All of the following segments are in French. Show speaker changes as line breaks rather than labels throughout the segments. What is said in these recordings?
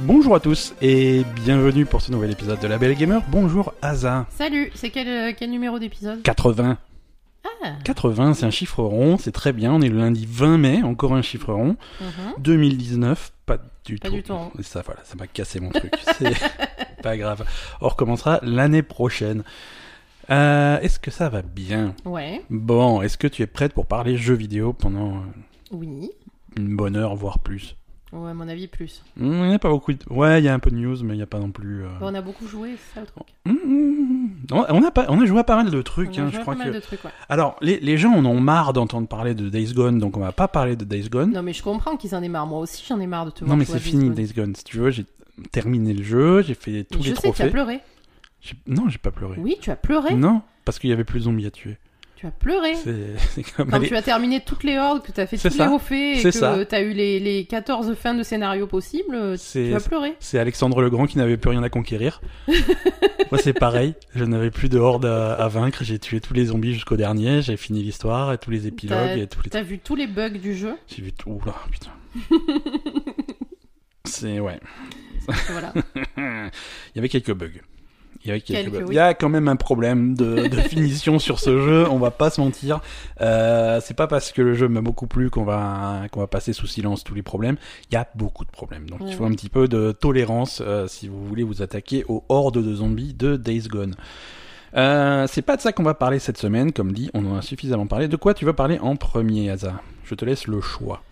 Bonjour à tous et bienvenue pour ce nouvel épisode de La Belle Gamer. Bonjour Asa.
Salut, c'est quel, euh, quel numéro d'épisode
80.
Ah
80, c'est un chiffre rond, c'est très bien. On est le lundi 20 mai, encore un chiffre rond.
mhm.
2019, pas du
Pas
tout.
du tout hein. rond.
Et Ça, voilà, ça m'a cassé mon truc. C'est pas grave. On recommencera l'année prochaine. Euh, est-ce que ça va bien
Ouais,
Bon, est-ce que tu es prête pour parler jeux vidéo pendant euh,
oui.
une bonne heure, voire plus
Ouais, à mon avis, plus.
Hmm, Il n'y a pas beaucoup. De... Ouais, il y a un peu de news, mais il n'y a pas non plus. euh,
Bon, Bah, on a beaucoup joué, c'est ça le truc.
Hmm, hmm, hmm. On on a, pas, on a joué à pas mal de
On
trucs.
a
hein,
joué
je
à
crois
pas
que...
mal de trucs, ouais.
Alors, les, les gens en ont marre d'entendre parler de Days Gone, donc on va pas parler de Days Gone.
Non, mais je comprends qu'ils en aient marre. Moi aussi, j'en ai marre de te
Non,
voir.
mais
jouer à
c'est fini
Days
Days Gone. Si tu veux, j'ai terminé le jeu, j'ai fait
Gone.
tous
Je
les
sais, tu as
trophées.
pleuré.
J'ai- Non, j'ai pas pleuré.
Oui, tu as pleuré.
Non, parce qu'il y avait plus de zombies à tuer.
Tu as pleuré.
C'est c'est comme
Quand
aller-
tu as terminé toutes les hordes, que tu as fait
C'est
tous
ça.
les refais et
C'est
que
ça.
tu as eu les, les 14 fins de scénario possibles, euh,
C'est
tu as pleuré.
c'est Alexandre le Grand qui n'avait plus rien à conquérir. Moi, c'est pareil. Je n'avais plus de horde à, à vaincre. J'ai tué tous les zombies jusqu'au dernier. J'ai fini l'histoire et tous les épilogues et tous les.
T'as vu tous les bugs du jeu.
J'ai vu tout. Oula, putain. c'est ouais.
Voilà.
Il y avait quelques bugs. Il y, avait quelques
Quelques,
bugs.
oui.
Il y a quand même un problème de, de finition sur ce jeu, on va pas se mentir. Euh, c'est pas parce que le jeu m'a beaucoup plu qu'on va qu'on va passer sous silence tous les problèmes. Il y a beaucoup de problèmes, donc il
Ouais,
faut
ouais.
un petit peu de tolérance euh, si vous voulez vous attaquer aux hordes de zombies de Days Gone. Euh, c'est pas de ça qu'on va parler cette semaine, comme dit, on en a suffisamment parlé. De quoi tu veux parler en premier, Asa Je te laisse le choix.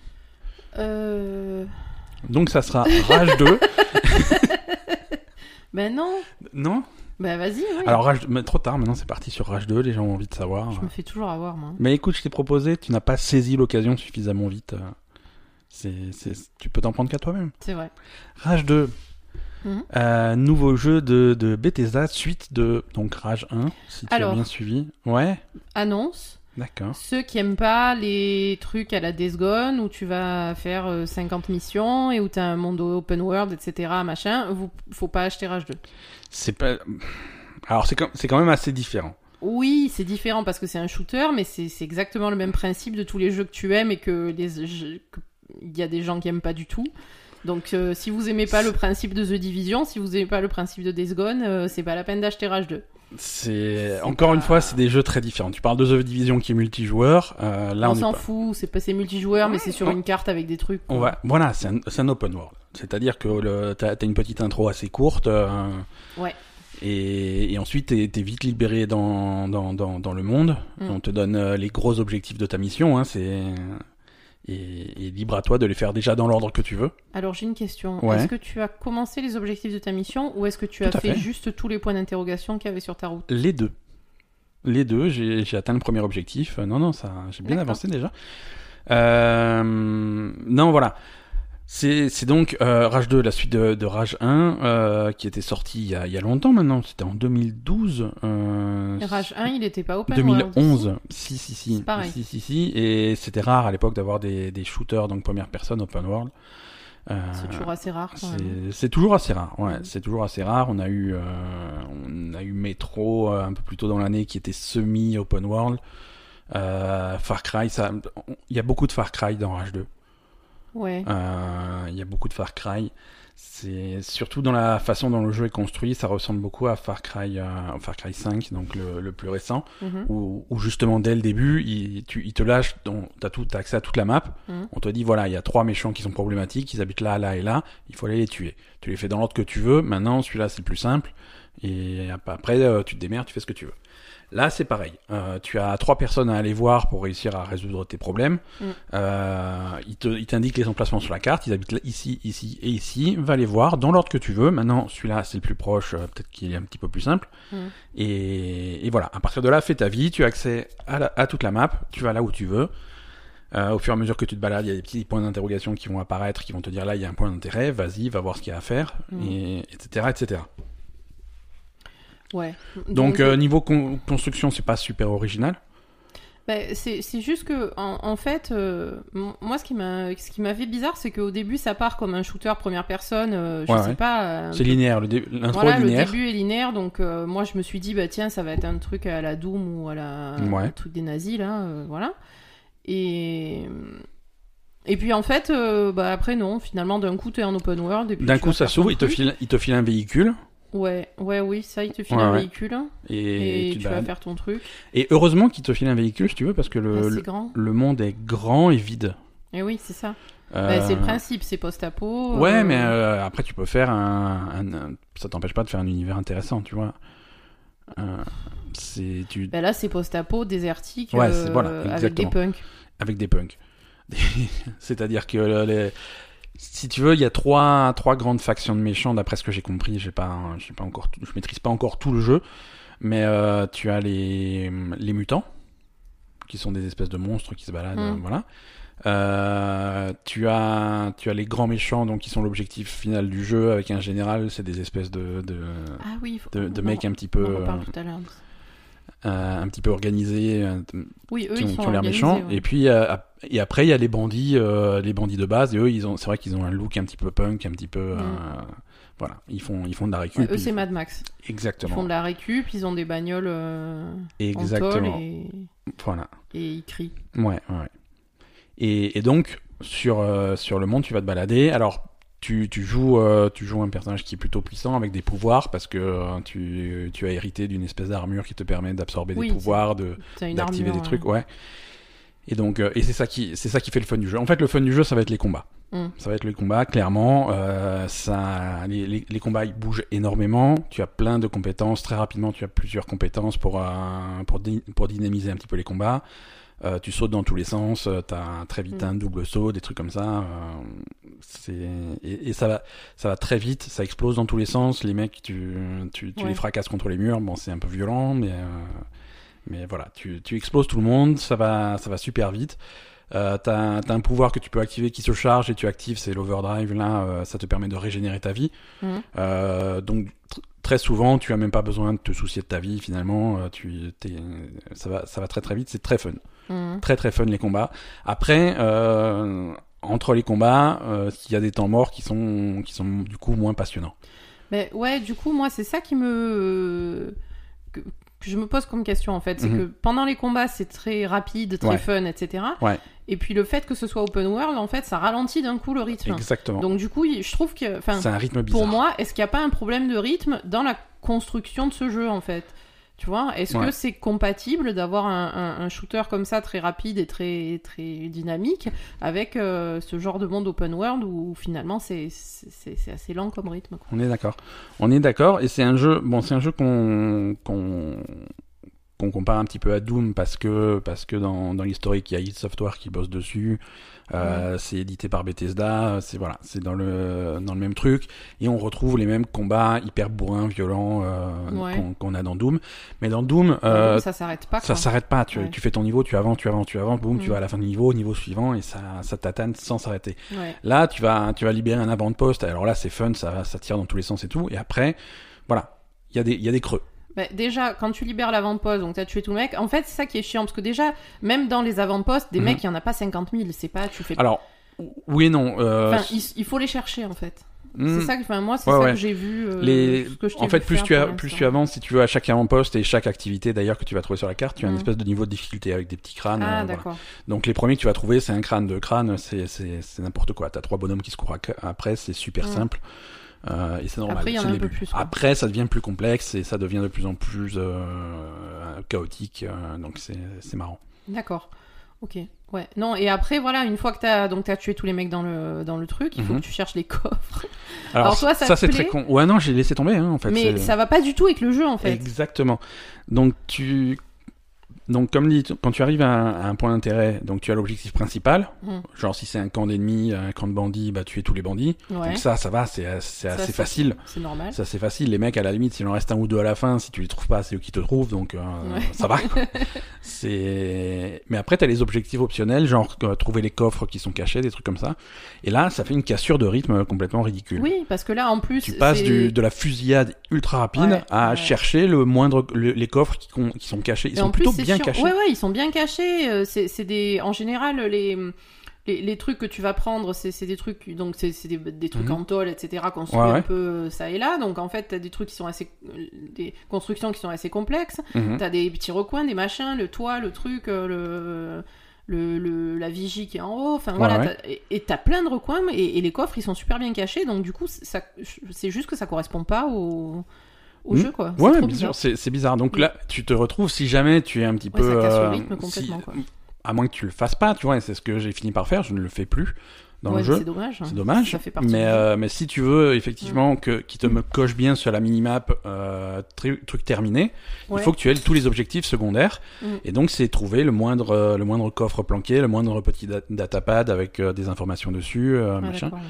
euh...
Donc ça sera Rage 2.
Ben non.
Non
Ben vas-y, oui.
Alors Rage mais trop tard, maintenant c'est parti sur Rage 2, les gens ont envie de savoir.
Je me fais toujours avoir, moi.
Mais écoute, je t'ai proposé, tu n'as pas saisi l'occasion suffisamment vite. euh, C'est, c'est, tu peux t'en prendre qu'à toi-même.
C'est vrai.
Rage 2,
Mhm.
euh, nouveau jeu de, de Bethesda, suite de donc Rage 1, si tu as
Alors.
bien suivi. Ouais,
Annonce.
d'accord.
Ceux qui aiment pas les trucs à la Days Gone où tu vas faire euh, 50 missions et où t'as un monde open world, etc. Machin, vous, faut pas acheter Rage 2.
C'est pas. Alors c'est quand, c'est quand même assez différent.
Oui, c'est différent parce que c'est un shooter, mais c'est c'est exactement le même principe de tous les jeux que tu aimes et que les jeux- que- il y a des gens qui aiment pas du tout. Donc euh, si vous aimez pas le principe de The Division, si vous aimez pas le principe de Days Gone, euh, c'est pas la peine d'acheter Rage 2.
C'est
C'est
encore
pas-
une fois, c'est des jeux très différents. Tu parles de The Division qui est multijoueur. euh, là, on,
on
est
s'en
pas-
fout, c'est pas c'est multijoueur, mais c'est sur
on-
une carte avec des trucs.
On va, voilà, c'est un, c'est un open world. C'est-à-dire que le- t'as t'as une petite intro assez courte. euh,
Ouais.
Et, et ensuite, t'es t'es vite libéré dans, dans, dans, dans le monde.
Mm.
On te donne euh, les gros objectifs de ta mission. Hein, c'est et, et libre à toi de les faire déjà dans l'ordre que tu veux.
Alors j'ai une question.
Ouais.
Est-ce que tu as commencé les objectifs de ta mission ou est-ce que tu
Tout
as
à
fait,
fait.
juste tous les points d'interrogation qu'il y avait sur ta route
Les deux. Les deux, j'ai j'ai atteint le premier objectif. Euh, Non, non, ça, j'ai bien
D'accord.
avancé déjà. Euh, non, voilà. C'est c'est donc euh, Rage 2, la suite de, de Rage 1, euh, qui était sortie il y a, il y a longtemps maintenant. C'était en 2012. euh,
Rage 1, il était pas open world.
2011, si si si,
C'est pareil.
si si si, et c'était rare à l'époque d'avoir des, des shooters donc première personne open world. Euh,
C'est toujours assez rare quand même.
c'est- C'est toujours assez rare. Ouais,
Mhm.
c'est toujours assez rare. On a eu, euh, on a eu Metro euh, un peu plus tôt dans l'année qui était semi open world. Euh, Far Cry, ça, on- il y a beaucoup de Far Cry dans Rage 2.
Ouais.
Euh, Il y a beaucoup de Far Cry. C'est surtout dans la façon dont le jeu est construit, ça ressemble beaucoup à Far Cry, euh, Far Cry 5, donc le, le plus récent,
Mhm.
où, où justement dès le début, il, tu, il te lâche, ton- t'as tout, t'as accès à toute la map.
Mhm.
On te dit voilà, il y a trois méchants qui sont problématiques, ils habitent là, là et là. Il faut aller les tuer. Tu les fais dans l'ordre que tu veux. Maintenant, celui-là c'est le plus simple. Et ap- après, euh, tu te démerdes, tu fais ce que tu veux. Là, c'est pareil. Euh, tu as trois personnes à aller voir pour réussir à résoudre tes problèmes.
Mm.
Euh, ils te- ils t'indiquent les emplacements sur la carte. Ils habitent là, ici, ici et ici. Va les voir dans l'ordre que tu veux. Maintenant, celui-là, c'est le plus proche. euh, Peut-être qu'il est un petit peu plus simple.
Mm.
Et, et voilà. À partir de là, fais ta vie. Tu as accès à, la- à toute la map. Tu vas là où tu veux. Euh, au fur et à mesure que tu te balades, il y a des petits points d'interrogation qui vont apparaître, qui vont te dire là, il y a un point d'intérêt. Vas-y, va voir ce qu'il y a à faire,
Mm.
et, etc., etc.
Ouais.
Donc euh, niveau con- construction, c'est pas super original.
bah, c'est c'est juste que, en, en fait, euh, m- moi, ce qui m'a ce qui m'a fait bizarre, c'est qu'au début, ça part comme un shooter première personne, euh, je
Ouais,
sais
ouais.
pas. euh,
C'est linéaire, le dé- l'intro
Voilà,
est
le
linéaire.
début est linéaire, donc euh, moi je me suis dit, bah tiens, ça va être un truc à la Doom ou à la
Ouais.
un truc des nazis, là, euh, voilà. Et, Et puis en fait, euh, bah après non, finalement d'un coup t'es en open world. et puis
D'un
tu
coup,
vas
ça
faire
s'ouvre,
plein
il
de
te,
trucs.
file, il te file un véhicule
Ouais, ouais, oui, ça il te file
Ouais,
un
ouais.
véhicule
et,
et,
te
tu vas
balades.
faire Ah, ton truc.
Et heureusement qu'il te file un véhicule, si tu veux, parce que le,
Assez
le,
grand.
le monde est grand et vide.
Et oui, c'est ça.
Euh,
Bah, c'est le principe, c'est post-apo.
Ouais,
euh,
mais euh, après, tu peux faire un. un- un- ça t'empêche pas de faire un univers intéressant, tu vois. Euh, c'est tu
bah là c'est post-apo désertique
Ouais, c'est-
euh,
voilà,
avec des
exactement.
punks.
avec des punks. C'est-à-dire que euh, les- si tu veux, il y a trois trois grandes factions de méchants d'après ce que j'ai compris. J'ai pas j'ai pas encore tout- je maîtrise pas encore tout le jeu, mais euh, tu as les les mutants qui sont des espèces de monstres qui se baladent, euh,
Mm.
voilà. Euh, tu as tu as les grands méchants donc qui sont l'objectif final du jeu avec un général, c'est des espèces de de,
Ah oui, faut-
de, de
on
mecs
en-
un petit peu
on en parle
euh,
tout à l'heure.
euh, un petit peu organisés euh,
Oui, eux
qui
ils
ont,
sont
qui ont l'air
organisés,
méchants
ouais.
et puis euh, ap- et après il y a les bandits euh, les bandits de base et eux ils ont c'est vrai qu'ils ont un look un petit peu punk un petit peu euh,
Mm.
voilà ils font ils font de la
Ouais,
récup
eux
ils-
c'est Mad Max. Ils font
exactement
de la récup, ils ont des bagnoles euh, en tôle
exactement
et,
voilà
et ils crient.
ouais ouais, ouais. et, et donc sur euh, sur le monde tu vas te balader alors tu, tu joues euh, tu joues un personnage qui est plutôt puissant avec des pouvoirs parce que euh, tu, tu as hérité d'une espèce d'armure qui te permet d'absorber
Oui,
des
c'est-
pouvoirs de
T'as une
d'activer
armure, euh.
des trucs, ouais. Et donc, euh, et c'est ça qui, c'est ça qui fait le fun du jeu. En fait, le fun du jeu, ça va être les combats.
Mm.
Ça va être les combats, clairement. euh, ça, les, les- les combats, ils bougent énormément. Tu as plein de compétences très rapidement. Tu as plusieurs compétences pour euh, pour, dy- pour dynamiser un petit peu les combats. Euh, tu sautes dans tous les sens. euh, T'as très vite
Mm.
un double saut, des trucs comme ça. euh, c'est et, et ça va, ça va très vite. Ça explose dans tous les sens. Les mecs, tu tu, tu
Ouais.
les fracasses contre les murs. Bon, c'est un peu violent, mais euh, mais voilà, tu, tu exploses tout le monde, ça va, ça va super vite. Euh, t'as, un- t'as un pouvoir que tu peux activer qui se charge et tu actives, c'est l'overdrive. Là, euh, ça te permet de régénérer ta vie.
Mhm.
Euh, donc tr- très souvent, tu as même pas besoin de te soucier de ta vie finalement. Euh, tu, t'es- ça va, ça va très très vite. C'est très fun,
Mhm.
très très fun les combats. Après, euh, entre les combats, euh, il y a des temps morts qui sont, qui sont du coup moins passionnants.
Mais ouais, du coup, moi, c'est ça qui me. que que je me pose comme question, en fait. C'est
Mhm.
que pendant les combats, c'est très rapide, très
Ouais.
fun, etc.
Ouais.
Et puis le fait que ce soit open world, en fait, ça ralentit d'un coup le rythme.
Exactement.
Donc, du coup, il- je trouve que. Enfin,
c'est un rythme bizarre.
pour moi, est-ce qu'il n'y a pas un problème de rythme dans la construction de ce jeu, en fait tu vois, est-ce que
Ouais.
c'est compatible d'avoir un, un- un shooter comme ça très rapide et très très dynamique avec euh, ce genre de monde open world où finalement c'est c'est- c'est c'est assez lent comme rythme quoi.
On est d'accord. On est d'accord. Et c'est un jeu, bon, c'est un jeu qu'on qu'on qu'on compare un petit peu à Doom parce que parce que dans dans l'historique il y a id Software qui bosse dessus. Euh, C'est édité par Bethesda. C'est voilà, c'est dans le dans le même truc et on retrouve les mêmes combats hyper bourrins, violents euh,
Ouais.
qu'on qu'on a dans Doom. Mais dans Doom,
Donc,
euh,
ça s'arrête pas.
ça
quoi.
s'arrête pas. Tu,
Ouais.
tu fais ton niveau, tu avances, tu avances, tu avances, boum,
Mm.
tu vas à la fin du niveau, au niveau suivant et ça ça t'atteint sans s'arrêter.
Ouais.
Là, tu vas, tu vas libérer un avant-poste. Alors là, c'est fun, ça, va- ça tire dans tous les sens et tout. Et après, voilà, il y, a des- il y a des creux.
Bah, déjà, quand tu libères l'avant-poste, donc t'as tué tout le mec, en fait, c'est ça qui est chiant, parce que déjà, même dans les avant-postes, des
Mhm.
mecs, il n'y en a pas 50 000, c'est pas, tu fais
Alors, oui et non. euh,
Enfin, il, il faut les chercher, en fait.
hmm,
C'est ça que, enfin, moi, c'est
Ouais,
ça
ouais.
que j'ai vu. euh,
les...
ce que je t'ai
En fait,
vu
plus
faire
tu, as,
pour
plus
l'instant.
tu avances, si tu veux, à chaque avant-poste et chaque activité d'ailleurs que tu vas trouver sur la carte, tu as une
Mhm.
espèce de niveau de difficulté avec des petits crânes. euh,
Ah,
voilà.
d'accord.
Donc les premiers que tu vas trouver, c'est un crâne. Deux crânes, c'est c'est- c'est n'importe quoi. T'as trois bonhommes qui se courent à- après, c'est super
Mhm.
simple. Euh, et c'est normal.
Après, il y en
c'est
a
le
un peu
début.
plus, ouais.
Après, ça devient plus complexe et ça devient de plus en plus euh, chaotique. euh, donc c'est c'est marrant.
D'accord. Ok. Ouais. Non, et après, voilà, une fois que t'as, donc, t'as tué tous les mecs dans le, dans le truc, il faut
Mhm.
que tu cherches les coffres.
Alors,
Alors, toi, ça te
c'est très
plaît
con. Ouais, non, j'ai laissé tomber, hein, en fait.
Mais
c'est-
ça va pas du tout avec le jeu, en fait.
Exactement. Donc, tu. Donc, comme dit, quand tu arrives à un, à un point d'intérêt, donc tu as l'objectif principal.
Mm.
Genre, si c'est un camp d'ennemis, un camp de bandits, bah, tuer tous les bandits.
Ouais.
Donc, ça, ça va, c'est as- c'est
Ça,
assez facile.
C'est normal.
Ça, c'est facile. Les mecs, à la limite, s'il en reste un ou deux à la fin, si tu les trouves pas, c'est eux qui te trouvent, donc euh,
Ouais.
ça va. quoi. c'est. Mais après, t'as les objectifs optionnels, genre euh, trouver les coffres qui sont cachés, des trucs comme ça. Et là, ça fait une cassure de rythme complètement ridicule.
Oui, parce que là, en plus.
Tu passes
c'est-
du, de la fusillade ultra rapide
Ouais,
à
ouais.
chercher le moindre le- les coffres qui, con- qui sont cachés. Ils
Et
sont
en plus,
plutôt
c'est
bien cachés.
chiant. Ouais, ouais, ils sont bien cachés. euh, C'est c'est des, en général, les, les, les trucs que tu vas prendre, c'est c'est des trucs, donc c'est c'est des, des trucs
Mhm.
en tôle, etc., construits
Ouais, ouais.
un peu euh, ça et là. Donc en fait, t'as des trucs qui sont assez, euh, des constructions qui sont assez complexes.
Mhm.
T'as des petits recoins, des machins, le toit, le truc, euh, le. le, le- la vigie qui est en haut, enfin
Ouais,
voilà,
ouais.
t'as- et- et t'as plein de recoins et, et les coffres ils sont super bien cachés, donc du coup ça, c'est juste que ça correspond pas au, au
Mhm.
jeu quoi. C'est
Ouais,
trop
bien
bizarre.
sûr, c'est c'est bizarre. Donc
Mm.
là, tu te retrouves si jamais tu es un petit
Ouais,
peu.
ça casse le
euh,
rythme
si-
complètement quoi.
À moins que tu le fasses pas, tu vois, et c'est ce que j'ai fini par faire, je ne le fais plus dans
Ouais,
le
mais
jeu.
C'est dommage. hein.
C'est dommage.
Ça fait partie
mais,
du jeu.
euh, mais si tu veux, effectivement, que, qu'il te me coche bien sur la minimap euh, tri- truc terminé,
Ouais.
il faut que tu aies tous les objectifs secondaires.
Mm.
Et donc, c'est trouver le moindre, euh, le moindre coffre planqué, le moindre petit da- datapad avec euh, des informations dessus, euh,
Ouais,
machin.
Ah, d'accord, ouais.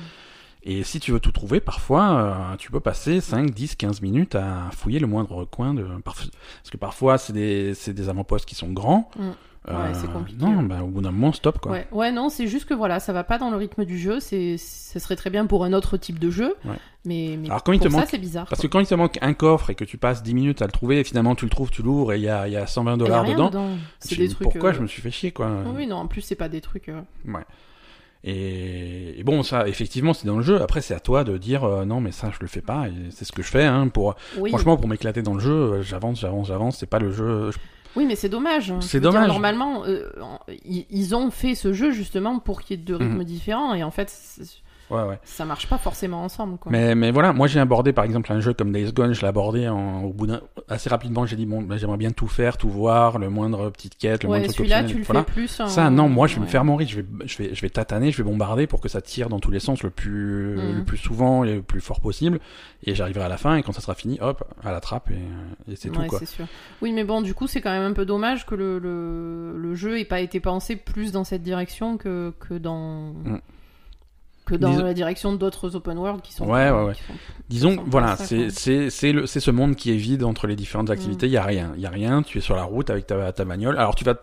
Et si tu veux tout trouver, parfois, euh, tu peux passer 5, 10, 15 minutes à fouiller le moindre coin de... parf- Parce que parfois, c'est des, c'est des avant-postes qui sont grands.
Mm. Ouais, c'est compliqué,
Non,
ouais.
bah, au bout d'un moment, stop, quoi.
Ouais, ouais, non, c'est juste que voilà, ça va pas dans le rythme du jeu. C'est, ce serait très bien pour un autre type de jeu,
Ouais.
mais, mais
Alors, quand il
pour
te
ça,
manque-
c'est bizarre.
Parce que
quoi.
quand il te manque un coffre et que tu passes 10 minutes à le trouver, et finalement, tu le trouves, tu l'ouvres, et il y a, il y a 120
Il y a
dollars
rien
dedans...
C'est
tu te
des
dis,
trucs.
Pourquoi
euh,
je me suis euh, fait chier, quoi
Oui, non, en plus, c'est pas des trucs. euh,
Et, et bon, ça, effectivement, c'est dans le jeu. Après, c'est à toi de dire euh, non, mais ça, je le fais pas. Et c'est ce que je fais. Hein, pour
Oui,
franchement, pour m'éclater dans le jeu, euh, j'avance, j'avance, j'avance. C'est pas le jeu. je-
oui, mais c'est dommage. hein.
C'est
Je veux dire,
dommage.
normalement, euh, en- ils, ils ont fait ce jeu justement pour qu'il y ait
Mhm.
deux rythmes différents, et en fait, c'est-
Ouais, ouais.
ça marche pas forcément ensemble. Quoi.
Mais, mais voilà, moi j'ai abordé par exemple un jeu comme Days Gone, je l'ai abordé en, au bout d'un, assez rapidement. J'ai dit bon, ben, j'aimerais bien tout faire, tout voir, le moindre petite quête, le
ouais,
moindre truc
celui-là,
optionnel,
tu le
voilà.
fais plus. en-
Ça, non, moi, je vais me
ouais.
faire mon rythme. Je vais, je vais, je vais tataner, je vais bombarder pour que ça tire dans tous les sens le plus,
Mhm.
le plus souvent et le plus fort possible. Et j'arriverai à la fin. Et quand ça sera fini, hop, à la trappe et, et c'est
Ouais,
tout quoi.
c'est sûr. Oui, mais bon, du coup, c'est quand même un peu dommage que le, le, le jeu ait pas été pensé plus dans cette direction que, que dans,
Mm.
que dans
Dis-
la direction d'autres open world qui sont.
Ouais, ouais, ouais.
qui sont-
Disons,
Ça me
voilà,
fait ça,
c'est
quoi. Mhm.
c'est c'est le c'est ce monde qui est vide entre les différentes activités. Il y a rien, il y a rien. Tu es sur la route avec ta ta bagnole. Alors tu vas de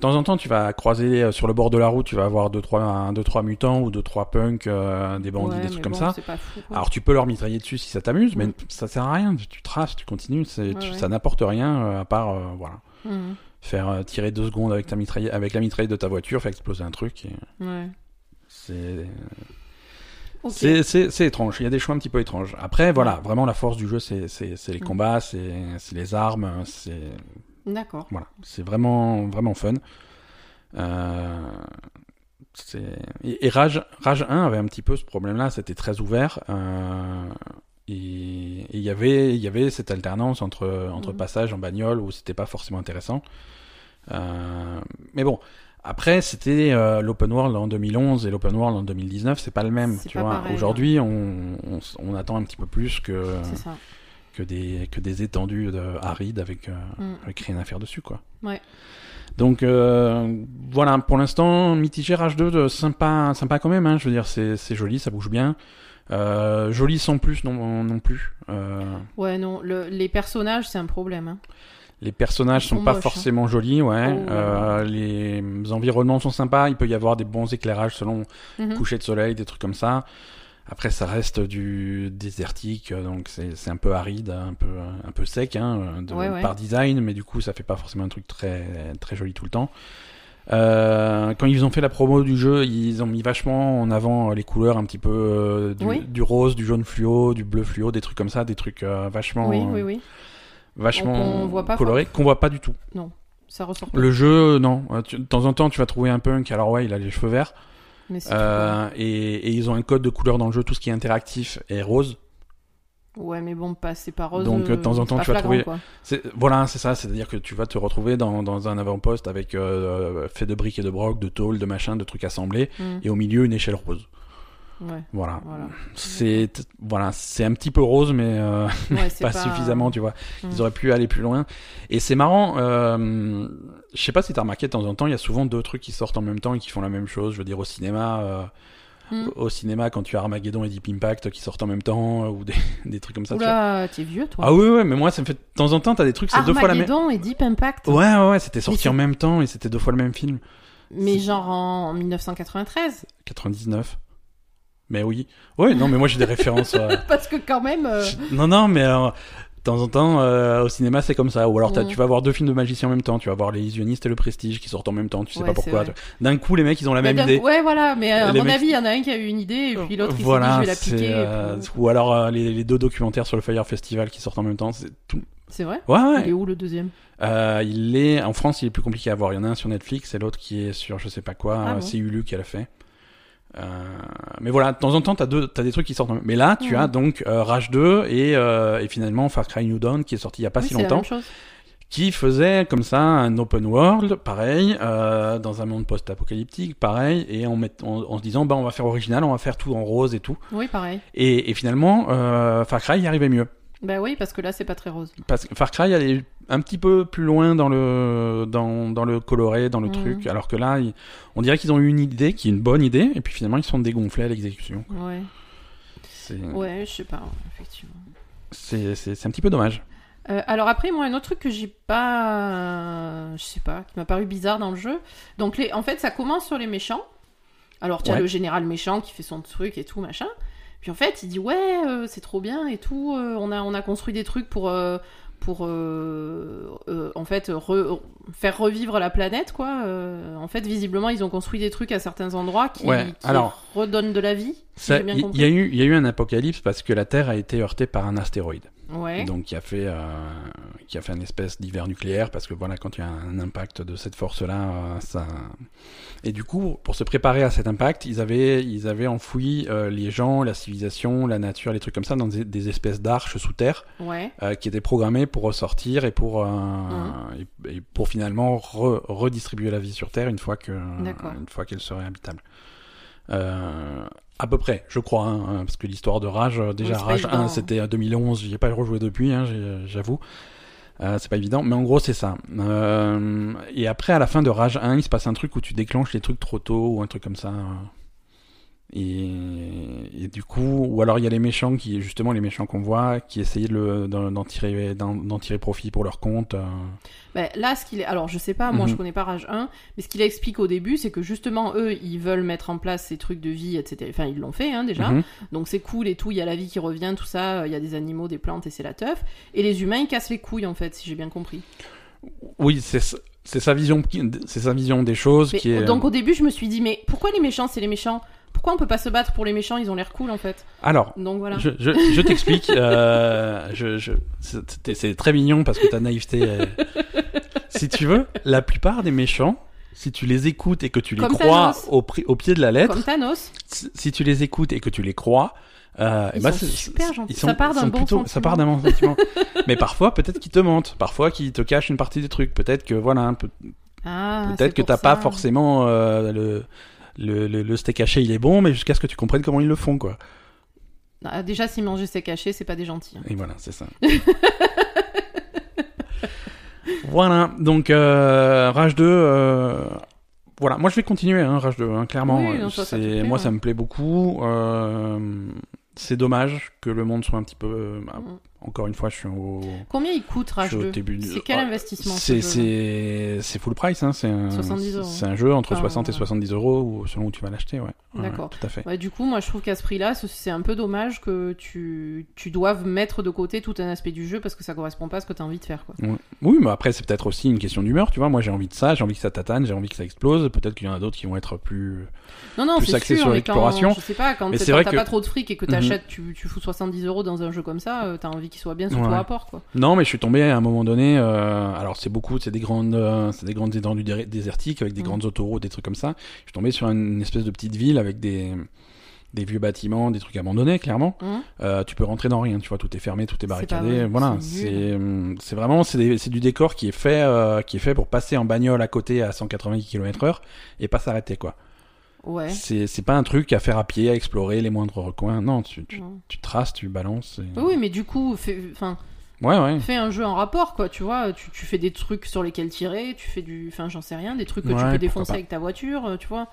temps en temps, tu vas croiser euh, sur le bord de la route, tu vas avoir deux trois un, deux trois mutants ou deux trois punks, euh, des bandits,
Ouais,
des
mais
trucs comme
bon,
ça.
c'est pas fou, quoi.
Alors tu peux leur mitrailler dessus si ça t'amuse, mais
Mm.
ça sert à rien. Tu, tu traces, tu continues, c'est
Ouais,
tu-
ouais.
ça n'apporte rien euh, à part euh, voilà
Mm.
faire euh, tirer deux secondes avec ta mitraille avec la mitraille de ta voiture, faire exploser un truc. et
Ouais.
C'est
Ok.
c'est- C'est c'est étrange, il y a des choix un petit peu étranges. Après, voilà, vraiment la force du jeu, c'est c'est- c'est les
Mm.
combats, c'est c'est les armes, c'est
D'accord.
voilà, c'est vraiment vraiment fun. Euh, c'est- et, et Rage Rage 1 avait un petit peu ce problème-là, c'était très ouvert. euh, et et il y avait il y avait cette alternance entre entre
Mhm.
passages en bagnole où c'était pas forcément intéressant. Euh, mais bon, après c'était euh, l'open world en 2011 et l'open world en 2019, c'est pas le même,
C'est
tu
pas
vois.
pareil,
Aujourd'hui, on, on s- on attend un petit peu plus que
C'est ça.
que des que des étendues de- arides avec euh,
Mm.
avec rien à faire dessus, quoi.
Ouais.
Donc euh, voilà, pour l'instant, mitigé H2, de euh, sympa, sympa quand même. Hein, je veux dire, c'est c'est joli, ça bouge bien. Euh, joli sans plus non non plus. Euh,
Ouais, non, le- les personnages, c'est un problème. hein.
les personnages
Ils
sont,
sont
pas
moches, hein.
forcément jolis, ouais.
Oh, ouais.
Euh, les environnements sont sympas. Il peut y avoir des bons éclairages selon
Mhm.
coucher de soleil, des trucs comme ça. Après, ça reste du désertique, euh, donc c'est c'est un peu aride, un peu, un peu sec hein, euh, de-
Ouais, ouais.
par design, mais du coup, ça fait pas forcément un truc très, très joli tout le temps. Euh, quand ils ont fait la promo du jeu, ils ont mis vachement en avant euh, les couleurs un petit peu euh, du,
Oui.
du rose, du jaune fluo, du bleu fluo, des trucs comme ça, des trucs euh, vachement,
Oui, oui, oui.
vachement
Qu'on voit pas
colorés, qu'on voit pas du tout.
Ça ressort. pas.
Le jeu, non. Euh, tu- de temps en temps, tu vas trouver un punk, alors ouais, il a les cheveux verts.
Mais c'est
Euh, et, et ils ont un code de couleur dans le jeu, tout ce qui est interactif est rose.
tout, quoi. Ouais, mais bon, pas, c'est pas rose.
donc, de
euh,
temps en
c'est
temps,
pas
tu vas
flagrant,
trouver- C'est- Voilà, c'est ça, c'est-à-dire que tu vas te retrouver dans, dans un avant-poste avec euh, fait de briques et de broc, de tôle, de machin, de trucs assemblés,
quoi. Mm.
et au milieu une échelle rose.
Ouais,
Voilà,
voilà.
c'est voilà, c'est un petit peu rose, mais euh,
Ouais, c'est
pas, suffisamment, tu vois.
Mm.
Ils auraient pu aller plus loin. Et c'est marrant, euh, je sais pas si t'as remarqué de temps en temps, il y a souvent deux trucs qui sortent en même temps et qui font la même chose. Je veux dire, au cinéma, euh,
Mm.
au au cinéma, quand tu as Armageddon et Deep Impact qui sortent en même temps, euh, ou des, des trucs comme ça. tu vois.
Oula, t'es vieux, toi.
Ah oui, oui, mais moi, ça me fait de temps en temps, t'as des trucs, c'est deux fois la même.
Armageddon et Deep Impact.
Ouais, ouais, ouais, c'était sorti
c'est-
en même temps et c'était deux fois le même film.
Mais genre en 1993.
99. Mais oui. Ouais, non, mais moi j'ai des références. euh,
Parce que quand même. euh,
je- Non, non, mais euh, de temps en temps, euh, au cinéma, c'est comme ça. Ou alors, t'as-
Mm.
tu vas voir deux films de magiciens en même temps. Tu vas voir L'Illusionniste et Le Prestige qui sortent en même temps. Tu sais
Ouais,
pas
c'est
pourquoi.
vrai.
tu- D'un coup, les mecs, ils ont la
mais
même
d'un-
idée.
Ouais, voilà, mais euh, à
Les
mon
mecs-
avis, il y en a un qui a eu une idée, et puis l'autre, il s'est dit,
voilà,
je vais la
c'est,
piquer. et
euh,
puis-
ou alors euh, les, les deux documentaires sur le Fire Festival qui sortent en même temps. C'est tout-
C'est vrai
Ouais, ouais.
Il est où le deuxième
Euh, il est en France, il est plus compliqué à voir. Il y en a un sur Netflix et l'autre qui est sur je sais pas quoi.
Ah
euh,
bon
c'est Hulu qui l'a fait. Euh, mais voilà, de temps en temps, t'as deux, t'as des trucs qui sortent. en- Mais là, tu
Mhm.
as donc euh, Rage 2 et, euh, et finalement Far Cry New Dawn qui est sorti il y a pas
Oui,
si
c'est la
longtemps,
même chose.
qui faisait comme ça un open world, pareil, euh, dans un monde post-apocalyptique, pareil, et en, mett- en, en se disant bah on va faire original, on va faire tout en rose et tout.
Oui, pareil.
Et, et finalement, euh, Far Cry y arrivait mieux.
Bah oui, parce que là, c'est pas très rose.
Parce que Far Cry allait un petit peu plus loin dans le dans, dans le coloré, dans le
Mhm.
truc, alors que là, ils- on dirait qu'ils ont eu une idée qui est une bonne idée, et puis finalement ils sont dégonflés à l'exécution.
Ouais.
C'est
Ouais, je sais pas, effectivement.
c'est c'est- c'est un petit peu dommage.
Euh, alors après, moi, un autre truc que j'ai pas, euh, je sais pas, qui m'a paru bizarre dans le jeu. Donc, les... en fait, ça commence sur les méchants. Alors, tu as
Ouais.
le général méchant qui fait son truc et tout, machin. Puis en fait, il dit ouais, euh, c'est trop bien et tout. euh, on a on a construit des trucs pour euh, pour euh, euh, en fait re- faire revivre la planète quoi. Euh, en fait, visiblement, ils ont construit des trucs à certains endroits qui,
Ouais,
qui
alors-
redonnent de la vie. si
Ça,
j'ai bien
Il
compris.
il y, a eu il y a eu un apocalypse parce que la Terre a été heurtée par un astéroïde,
Ouais.
donc qui a fait euh, qui a fait une espèce d'hiver nucléaire parce que voilà quand il y a un impact de cette force là, ça et du coup pour se préparer à cet impact, ils avaient ils avaient enfoui euh, les gens, la civilisation, la nature, les trucs comme ça dans des, des espèces d'arches sous terre.
Ouais.
euh, qui était programmé pour ressortir et pour euh,
Mhm.
et, et pour finalement re- redistribuer la vie sur Terre une fois que
D'accord.
une fois qu'elle serait habitable. Euh, à peu près, je crois, hein, hein, parce que l'histoire de Rage, euh, déjà
c'est pas
Rage
évident,
1,
hein.
c'était euh, 2011, j'y ai pas rejoué depuis, hein, j'ai- j'avoue. Euh, c'est pas évident, mais en gros c'est ça. Euh, et après, à la fin de Rage 1, il se passe un truc où tu déclenches les trucs trop tôt ou un truc comme ça. euh. Et, et du coup, ou alors il y a les méchants qui, justement, les méchants qu'on voit, qui essayaient de le- d'en d'en tirer, d'en d'en tirer profit pour leur compte. euh.
Ben, là, ce qu'il est... Alors, je sais pas, moi,
Mhm.
je connais pas Rage 1, mais ce qu'il explique au début, c'est que justement, eux, ils veulent mettre en place ces trucs de vie, etc. Enfin, ils l'ont fait, hein, déjà.
Mhm.
Donc, c'est cool et tout, il y a la vie qui revient, tout ça, euh, il y a des animaux, des plantes, et c'est la teuf. Et les humains, ils cassent les couilles, en fait, si j'ai bien compris.
Oui, c'est s- c'est sa vision, qui- c'est sa vision des choses
Mais-
qui est. euh,
Donc, au début, je me suis dit, mais pourquoi les méchants, c'est les méchants Pourquoi on peut pas se battre pour les méchants Ils ont l'air cool, en fait.
Alors,
Donc, voilà.
Je, je- je t'explique. euh, je, je- c'est c'est très mignon parce que ta naïveté. est- si tu veux, la plupart des méchants, si tu les écoutes et que tu les
Comme
crois
Thanos.
au, pri- au pied de la lettre,
Comme Thanos.
si si tu les écoutes et que tu les crois. Euh, eh
Ils
ben,
sont
c'est-
super
c'est-
gentils.
ils sont-
Ça part
ils
d'un
sont
bon
plutôt- Ça part d'un bon sentiment. Mais parfois, peut-être qu'ils te mentent. Parfois, qu'ils te cachent une partie des trucs. Peut-être que voilà, un peu-
Ah, c'est
peut-être que
pour
t'as
ça.
pas forcément euh, le, le le le steak haché, il est bon, mais jusqu'à ce que tu comprennes comment ils le font, quoi.
Ah, déjà, si manger, c'est caché, c'est pas des gentils. hein.
Et voilà, c'est ça. voilà, donc euh, Rage 2. euh, voilà, moi je vais continuer, hein, Rage 2, hein, clairement.
Oui, non, ça, ça te
C'est-
plaît,
moi
ouais.
ça me plaît beaucoup. euh, c'est dommage que le monde soit un petit peu. euh,
Mm.
Encore une fois, je suis au,
Combien il coûte
je
Rage
suis au
2
début du-
C'est quel
Ah,
investissement ce
c'est,
jeu-là
c'est, c'est full price, hein, c'est, un,
70 euros.
c'est un jeu entre
Enfin,
60 et
ouais.
70 euros ou- selon où tu vas l'acheter. Ouais. Ouais,
D'accord.
Tout à fait.
Ouais, du coup, moi, je trouve qu'à ce prix-là, ce- c'est un peu dommage que tu, tu doives mettre de côté tout un aspect du jeu parce que ça correspond pas à ce que tu as envie de faire. Quoi.
Oui, mais après, c'est peut-être aussi une question d'humeur, tu vois. Moi, j'ai envie de ça, j'ai envie que ça tatane, j'ai envie que ça explose. Peut-être qu'il y en a d'autres qui vont être plus.
Non, non,
Plus
c'est
axé
sûr,
sur
mais
l'exploration.
Quand, je sais pas, quand
Mais
t'as
c'est vrai
t'as
que- Mhm.
pas trop de fric et que t'achètes, tu, tu fous 70 euros dans un jeu comme ça, euh, t'as envie qu'il soit bien sous
Ouais.
ton rapport. Quoi.
Non, mais je suis tombé à un moment donné. euh, alors, c'est beaucoup, c'est des grandes, euh, c'est des grandes étendues dé- désertiques avec des
Mhm.
grandes autoroutes, des trucs comme ça. Je suis tombé sur une espèce de petite ville avec des des vieux bâtiments, des trucs abandonnés, clairement.
Hein
Euh, tu peux rentrer dans rien, tu vois, tout est fermé, tout est barricadé.
vrai,
voilà,
c'est
c'est hum, c'est vraiment c'est des- c'est du décor qui est fait euh, qui est fait pour passer en bagnole à côté à 180 km/h et pas s'arrêter quoi.
ouais.
C'est c'est pas un truc à faire à pied, à explorer les moindres recoins. Non, tu, tu,
Ouais.
tu traces, tu balances. et-
Mm. Oui, mais du coup, fais, enfin,
Ouais, ouais.
fais un jeu en rapport, quoi, tu vois. Tu, tu fais des trucs sur lesquels tirer, tu fais du. Enfin, j'en sais rien, des trucs que
Ouais,
tu
pourquoi
peux défoncer
pas.
avec ta voiture, euh, tu vois.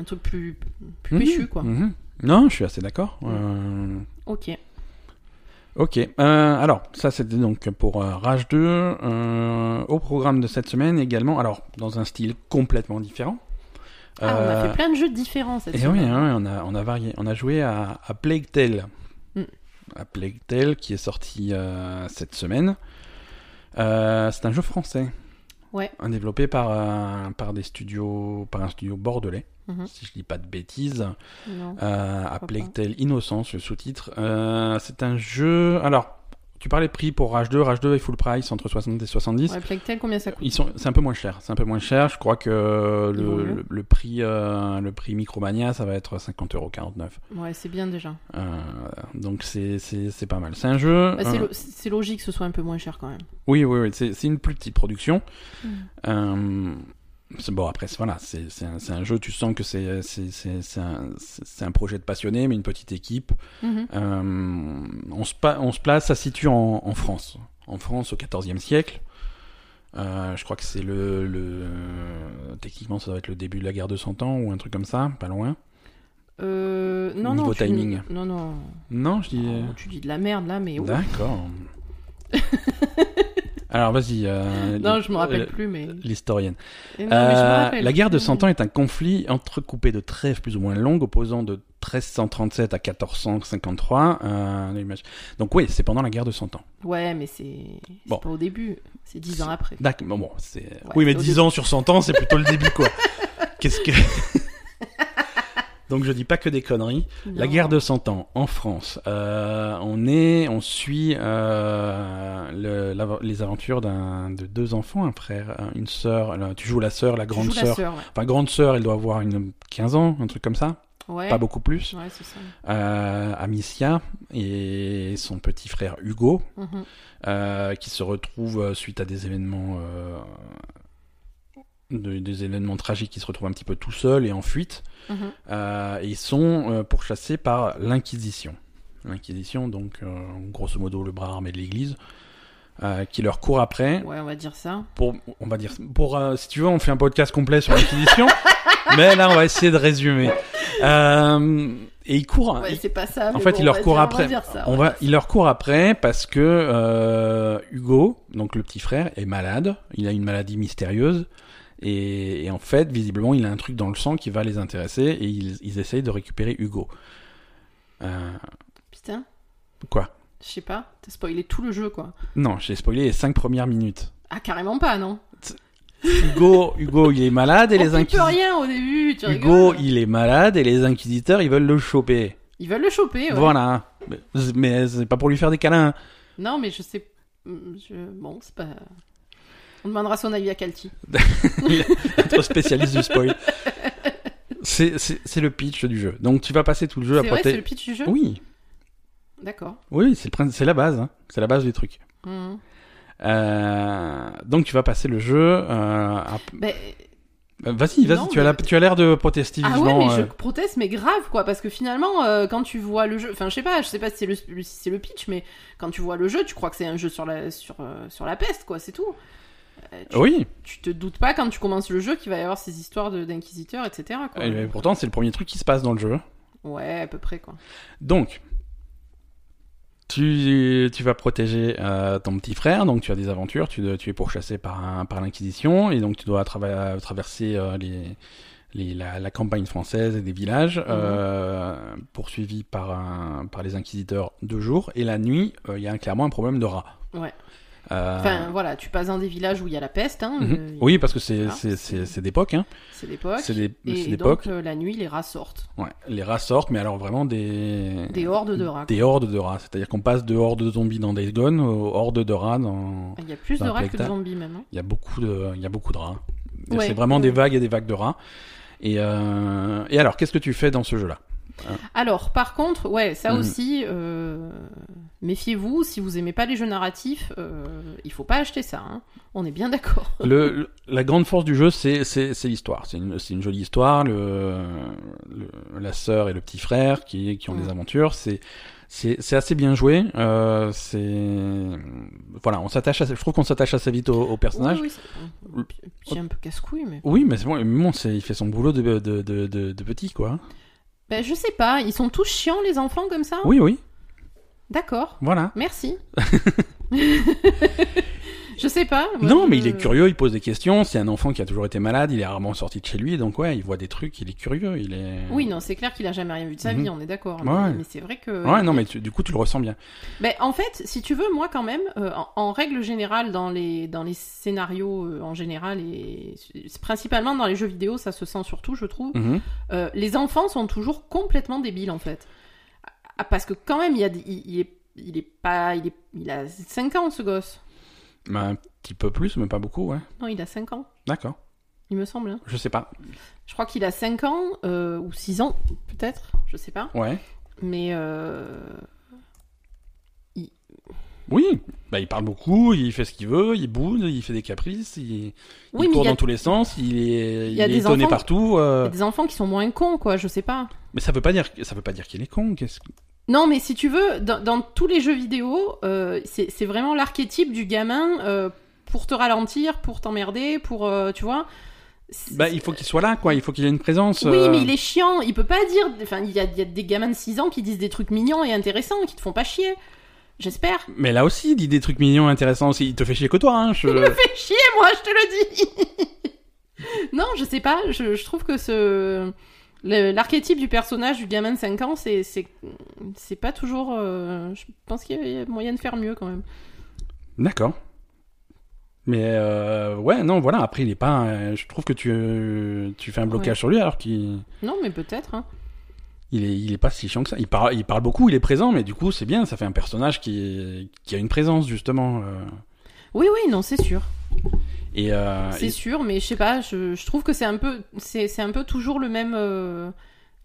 Un truc plus, plus
Mhm,
péchu, quoi. Mm.
mhm. Non, je suis assez d'accord. Euh,
Ok.
Ok. Euh, alors, ça c'était donc pour euh, Rage 2. Euh, au programme de cette semaine également, alors dans un style complètement différent.
Ah, on a
Euh,
fait plein de jeux différents cette
Et oui,
semaine.
hein, on, a, on a varié. On a joué à, à Plague Tale.
Mm.
À Plague Tale qui est sorti euh, cette semaine. Euh, c'est un jeu français.
Ouais.
Un développé par, un- par des studios, par un studio bordelais,
Mhm.
si je dis pas de bêtises.
Non.
Euh, à
Pourquoi
Plague Tale Innocence, le sous-titre. Euh, c'est un jeu. Alors, Tu parlais de prix pour Rage 2. Rage 2 est full price entre 60 et 70.
Ouais, Plague Tale, combien ça coûte
Ils sont, c'est un peu moins cher. C'est un peu moins cher. Je crois que
Il vaut
le,
mieux.
le- le prix, euh, le prix Micromania, ça va être 50,49€.
Ouais, c'est bien déjà.
Euh, donc c'est, c'est, c'est pas mal. C'est un jeu.
Bah, c'est
euh,
lo- c'est logique que ce soit un peu moins cher quand même.
Oui, oui, oui. C'est, c'est une plus petite production.
Mm.
Euh, c'est- bon, après, c'est- voilà, c'est, c'est, un, c'est un jeu. Tu sens que c'est, c'est, c'est, c'est, un, c'est- c'est un projet de passionné, mais une petite équipe. Mm-hmm.
Mhm.
Euh, on, se pa- on se place, ça se situe en, en France. En France au XIVe siècle. Euh, je crois que c'est le, le. Techniquement, ça doit être le début de la guerre de Cent Ans ou un truc comme ça, pas loin.
Euh, non,
Niveau
non, tu-
timing.
Non, non.
Non, je dis.
Oh, tu dis de la merde là, mais. ouf.
D'accord. Alors vas-y. euh,
oh. Non, je me
euh,
rappelle plus, mais.
L'historienne.
Eh non, mais je me
Euh,
rappelle.
la guerre de Cent Ans est un conflit entrecoupé de trêves plus ou moins longues opposant de 1337 à 1453. euh, l'image- Donc oui, c'est pendant la guerre de Cent Ans.
Ouais, mais c'est. c'est
Bon.
pas au début. C'est 10 ans après.
D'accord, bon, bon, c'est. euh,
Ouais,
oui, mais
c'est au
10 ans sur 100 ans, c'est plutôt le début, quoi. Qu'est-ce que. Donc je dis pas que des conneries. La
Non.
guerre de 100 ans en France. Euh, on est, on suit euh, le- l'av- les aventures d'un, de deux enfants, un frère, un- une sœur. là, tu joues la sœur, la
Tu
grande
joues la
sœur.
sœur, ouais.
Enfin, grande sœur, elle doit avoir une 15 ans, un truc comme ça,
Ouais.
pas beaucoup plus.
Ouais, c'est ça.
Euh, Amicia et son petit frère Hugo,
Mhm.
euh, qui se retrouvent euh, suite à des événements, euh, de- des événements tragiques, qui se retrouvent un petit peu tout seuls et en fuite.
Mhm.
Euh, et ils sont euh, pourchassés par l'Inquisition. L'Inquisition, donc euh, grosso modo le bras armé de l'Église, euh, qui leur court après.
Ouais, on va dire ça.
Pour, on va dire, pour euh, si tu veux, on fait un podcast complet sur l'Inquisition, mais là on va essayer de résumer. Euh, et ils courent.
Ouais,
ils-
c'est pas ça.
en
mais
fait,
bon,
il
on
leur
va
court
dire-
après.
On va dire ça.
on va, il leur court après parce que euh, Hugo, donc le petit frère, est malade. Il a une maladie mystérieuse. Et, et en fait, visiblement, il a un truc dans le sang qui va les intéresser et ils, ils essayent de récupérer Hugo. Euh,
Putain,
quoi
je sais pas. T'as spoilé tout le jeu, quoi.
Non, j'ai spoilé les cinq premières minutes.
Ah, carrément pas, non Oh,
Hugo, Hugo, il est malade et
On
les
fait plus
inquisiteurs.
rien au début, tu
Hugo,
rigoles.
il est malade et les inquisiteurs, ils veulent le choper.
Ils veulent le choper, ouais.
Voilà. Mais- Mais c'est pas pour lui faire des câlins.
Non, mais je sais. Mm, je- Bon, c'est pas. On demandera son avis à Calti.
Notre spécialiste du spoil. C'est- C'est c'est le pitch du jeu. Donc tu vas passer tout le jeu à
C'est vrai, c'est
protéger.
le pitch du jeu
Oui,
D'accord.
oui, c'est le prin- c'est la base. hein. C'est la base du truc.
Mhm.
Euh, donc tu vas passer le jeu. euh, à-
Ben,
Euh, Vas-y, vas-y.
Non,
Tu as
mais-
la- tu as l'air de protester
Ah ouais,
vivement.
mais je
euh.
proteste, mais grave, quoi, parce que finalement, euh, quand tu vois le jeu, enfin, je sais pas, je sais pas si c'est le, si c'est le pitch, mais quand tu vois le jeu, tu crois que c'est un jeu sur la, sur, euh, sur la peste, quoi, c'est tout. Euh, tu,
Oui.
tu te doutes pas quand tu commences le jeu qu'il va y avoir ces histoires de- d'inquisiteurs, etc., quoi.
Et- mais pourtant c'est le premier truc qui se passe dans le jeu.
Ouais, à peu près, quoi.
Donc, tu, tu vas protéger euh, ton petit frère, donc tu as des aventures, tu, dois- tu es pourchassé par, un- par l'Inquisition, et donc tu dois trava- traverser euh, les, les- la, la campagne française et des villages,
Mhm.
euh, poursuivi par, un- par les inquisiteurs de jour, et la nuit, euh, il y a clairement un problème de rats.
Ouais.
Euh,
Enfin, voilà, tu passes dans des villages où il y a la peste, hein,
mhm.
euh,
Oui, parce que c'est
Ah,
c'est-
c'est-
c'est- c'est d'époque, hein.
c'est l'époque.
c'est des- c'est
Et, et
d'époque.
donc, euh, la nuit, les rats sortent.
Ouais. Les rats sortent, mais alors vraiment des...
Des hordes de rats. quoi.
des hordes de rats. C'est-à-dire qu'on passe de hordes de zombies dans Days Gone aux hordes de rats dans.
Il y a plus
Dans
de rats
Plague
que de
Tale.
zombies, même. hein.
Il y a beaucoup de, il y a beaucoup de rats. C'est-à-dire
Ouais,
c'est vraiment
ouais.
des vagues et des vagues de rats. Et, euh, et alors, qu'est-ce que tu fais dans ce jeu-là
Alors, par contre, ouais, ça
Mhm.
aussi, euh, méfiez-vous, si vous aimez pas les jeux narratifs, euh, il faut pas acheter ça, hein. on est bien d'accord.
le, le- La grande force du jeu, c'est c'est c'est l'histoire. C'est une, c'est une jolie histoire. Le, le- la sœur et le petit frère qui, qui ont des
Mm.
aventures. C'est c'est c'est assez bien joué. Euh, c'est voilà, on s'attache. assez- Je trouve qu'on s'attache assez vite au, au personnage.
Oui, oui, c'est-
Le-
Puis- puis un peu casse-couille, mais...
Oui, mais c'est bon. mais bon, c'est- il fait son boulot de de de, de, de petit quoi.
Ben, je sais pas, ils sont tous chiants les enfants comme ça
Oui, oui.
D'accord,
Voilà.
merci. je sais pas. moi,
non, mais
je-
il est curieux, il pose des questions. C'est un enfant qui a toujours été malade, il est rarement sorti de chez lui, donc ouais, il voit des trucs, il est curieux, il est.
Oui, non, c'est clair qu'il a jamais rien vu de sa
Mhm.
vie, on est d'accord.
Ouais,
mais-
ouais.
Mais, c'est vrai que...
Ouais, non, mais tu- du coup, tu le ressens bien.
Ben, en fait, si tu veux, moi quand même, euh, en, en règle générale, dans les, dans les scénarios euh, en général, et c'est principalement dans les jeux vidéo, ça se sent surtout, je trouve,
Mhm.
ah, euh, les enfants sont toujours complètement débiles en fait. Ah, Parce que quand même, il y a, des- il, il est il est pas. Il, est, il a 5 ans ce gosse.
Bah, un petit peu plus, mais pas beaucoup, ouais.
Non, il a 5 ans,
D'accord.
il me semble. hein.
Je sais pas.
Je crois qu'il a 5 ans, euh, ou 6 ans, peut-être, je sais pas.
Ouais.
Mais. euh,
Oui. Bah, il parle beaucoup, il fait ce qu'il veut, il boude, il fait des caprices, il,
Oui,
il
mais
court
il y, a-
dans tous les sens, il est,
y a
il est
des
étonné
enfants qui-
partout. euh,
il y a des enfants qui sont moins cons, quoi, je sais pas.
Mais ça veut pas dire, ça veut pas dire qu'il est con. Qu'est-ce que-
Non, mais si tu veux, dans, dans tous les jeux vidéo, euh, c'est c'est vraiment l'archétype du gamin euh, pour te ralentir, pour t'emmerder, pour. euh, tu vois C'est-
Bah, il faut qu'il soit là, quoi. Il faut qu'il ait une présence.
Oui,
euh,
mais il est chiant, il peut pas dire. Enfin, il y a, il y a des gamins de 6 ans qui disent des trucs mignons et intéressants, qui te font pas chier. J'espère.
Mais là aussi, il dit des trucs mignons, intéressants. aussi. Il te fait chier que toi, hein. je-
Fais chier, moi, je te le dis Non, je sais pas, je, je trouve que ce. le- L'archétype du personnage du gamin de 5 ans, c'est c'est- c'est pas toujours. euh, je pense qu'il y a moyen de faire mieux quand même.
D'accord. Mais euh, ouais, non, voilà. Après, il est pas. euh, je trouve que tu, tu fais un blocage sur lui alors qu'il
Non, mais peut-être. hein.
il est, il est pas si chiant que ça. Il parle, il parle beaucoup, il est présent, mais du coup, c'est bien. Ça fait un personnage qui, qui a une présence justement. euh.
Oui, oui, non, c'est sûr.
et, euh,
C'est
et-
sûr, mais je sais pas, je, je trouve que c'est un peu, c'est c'est un peu toujours le même. euh,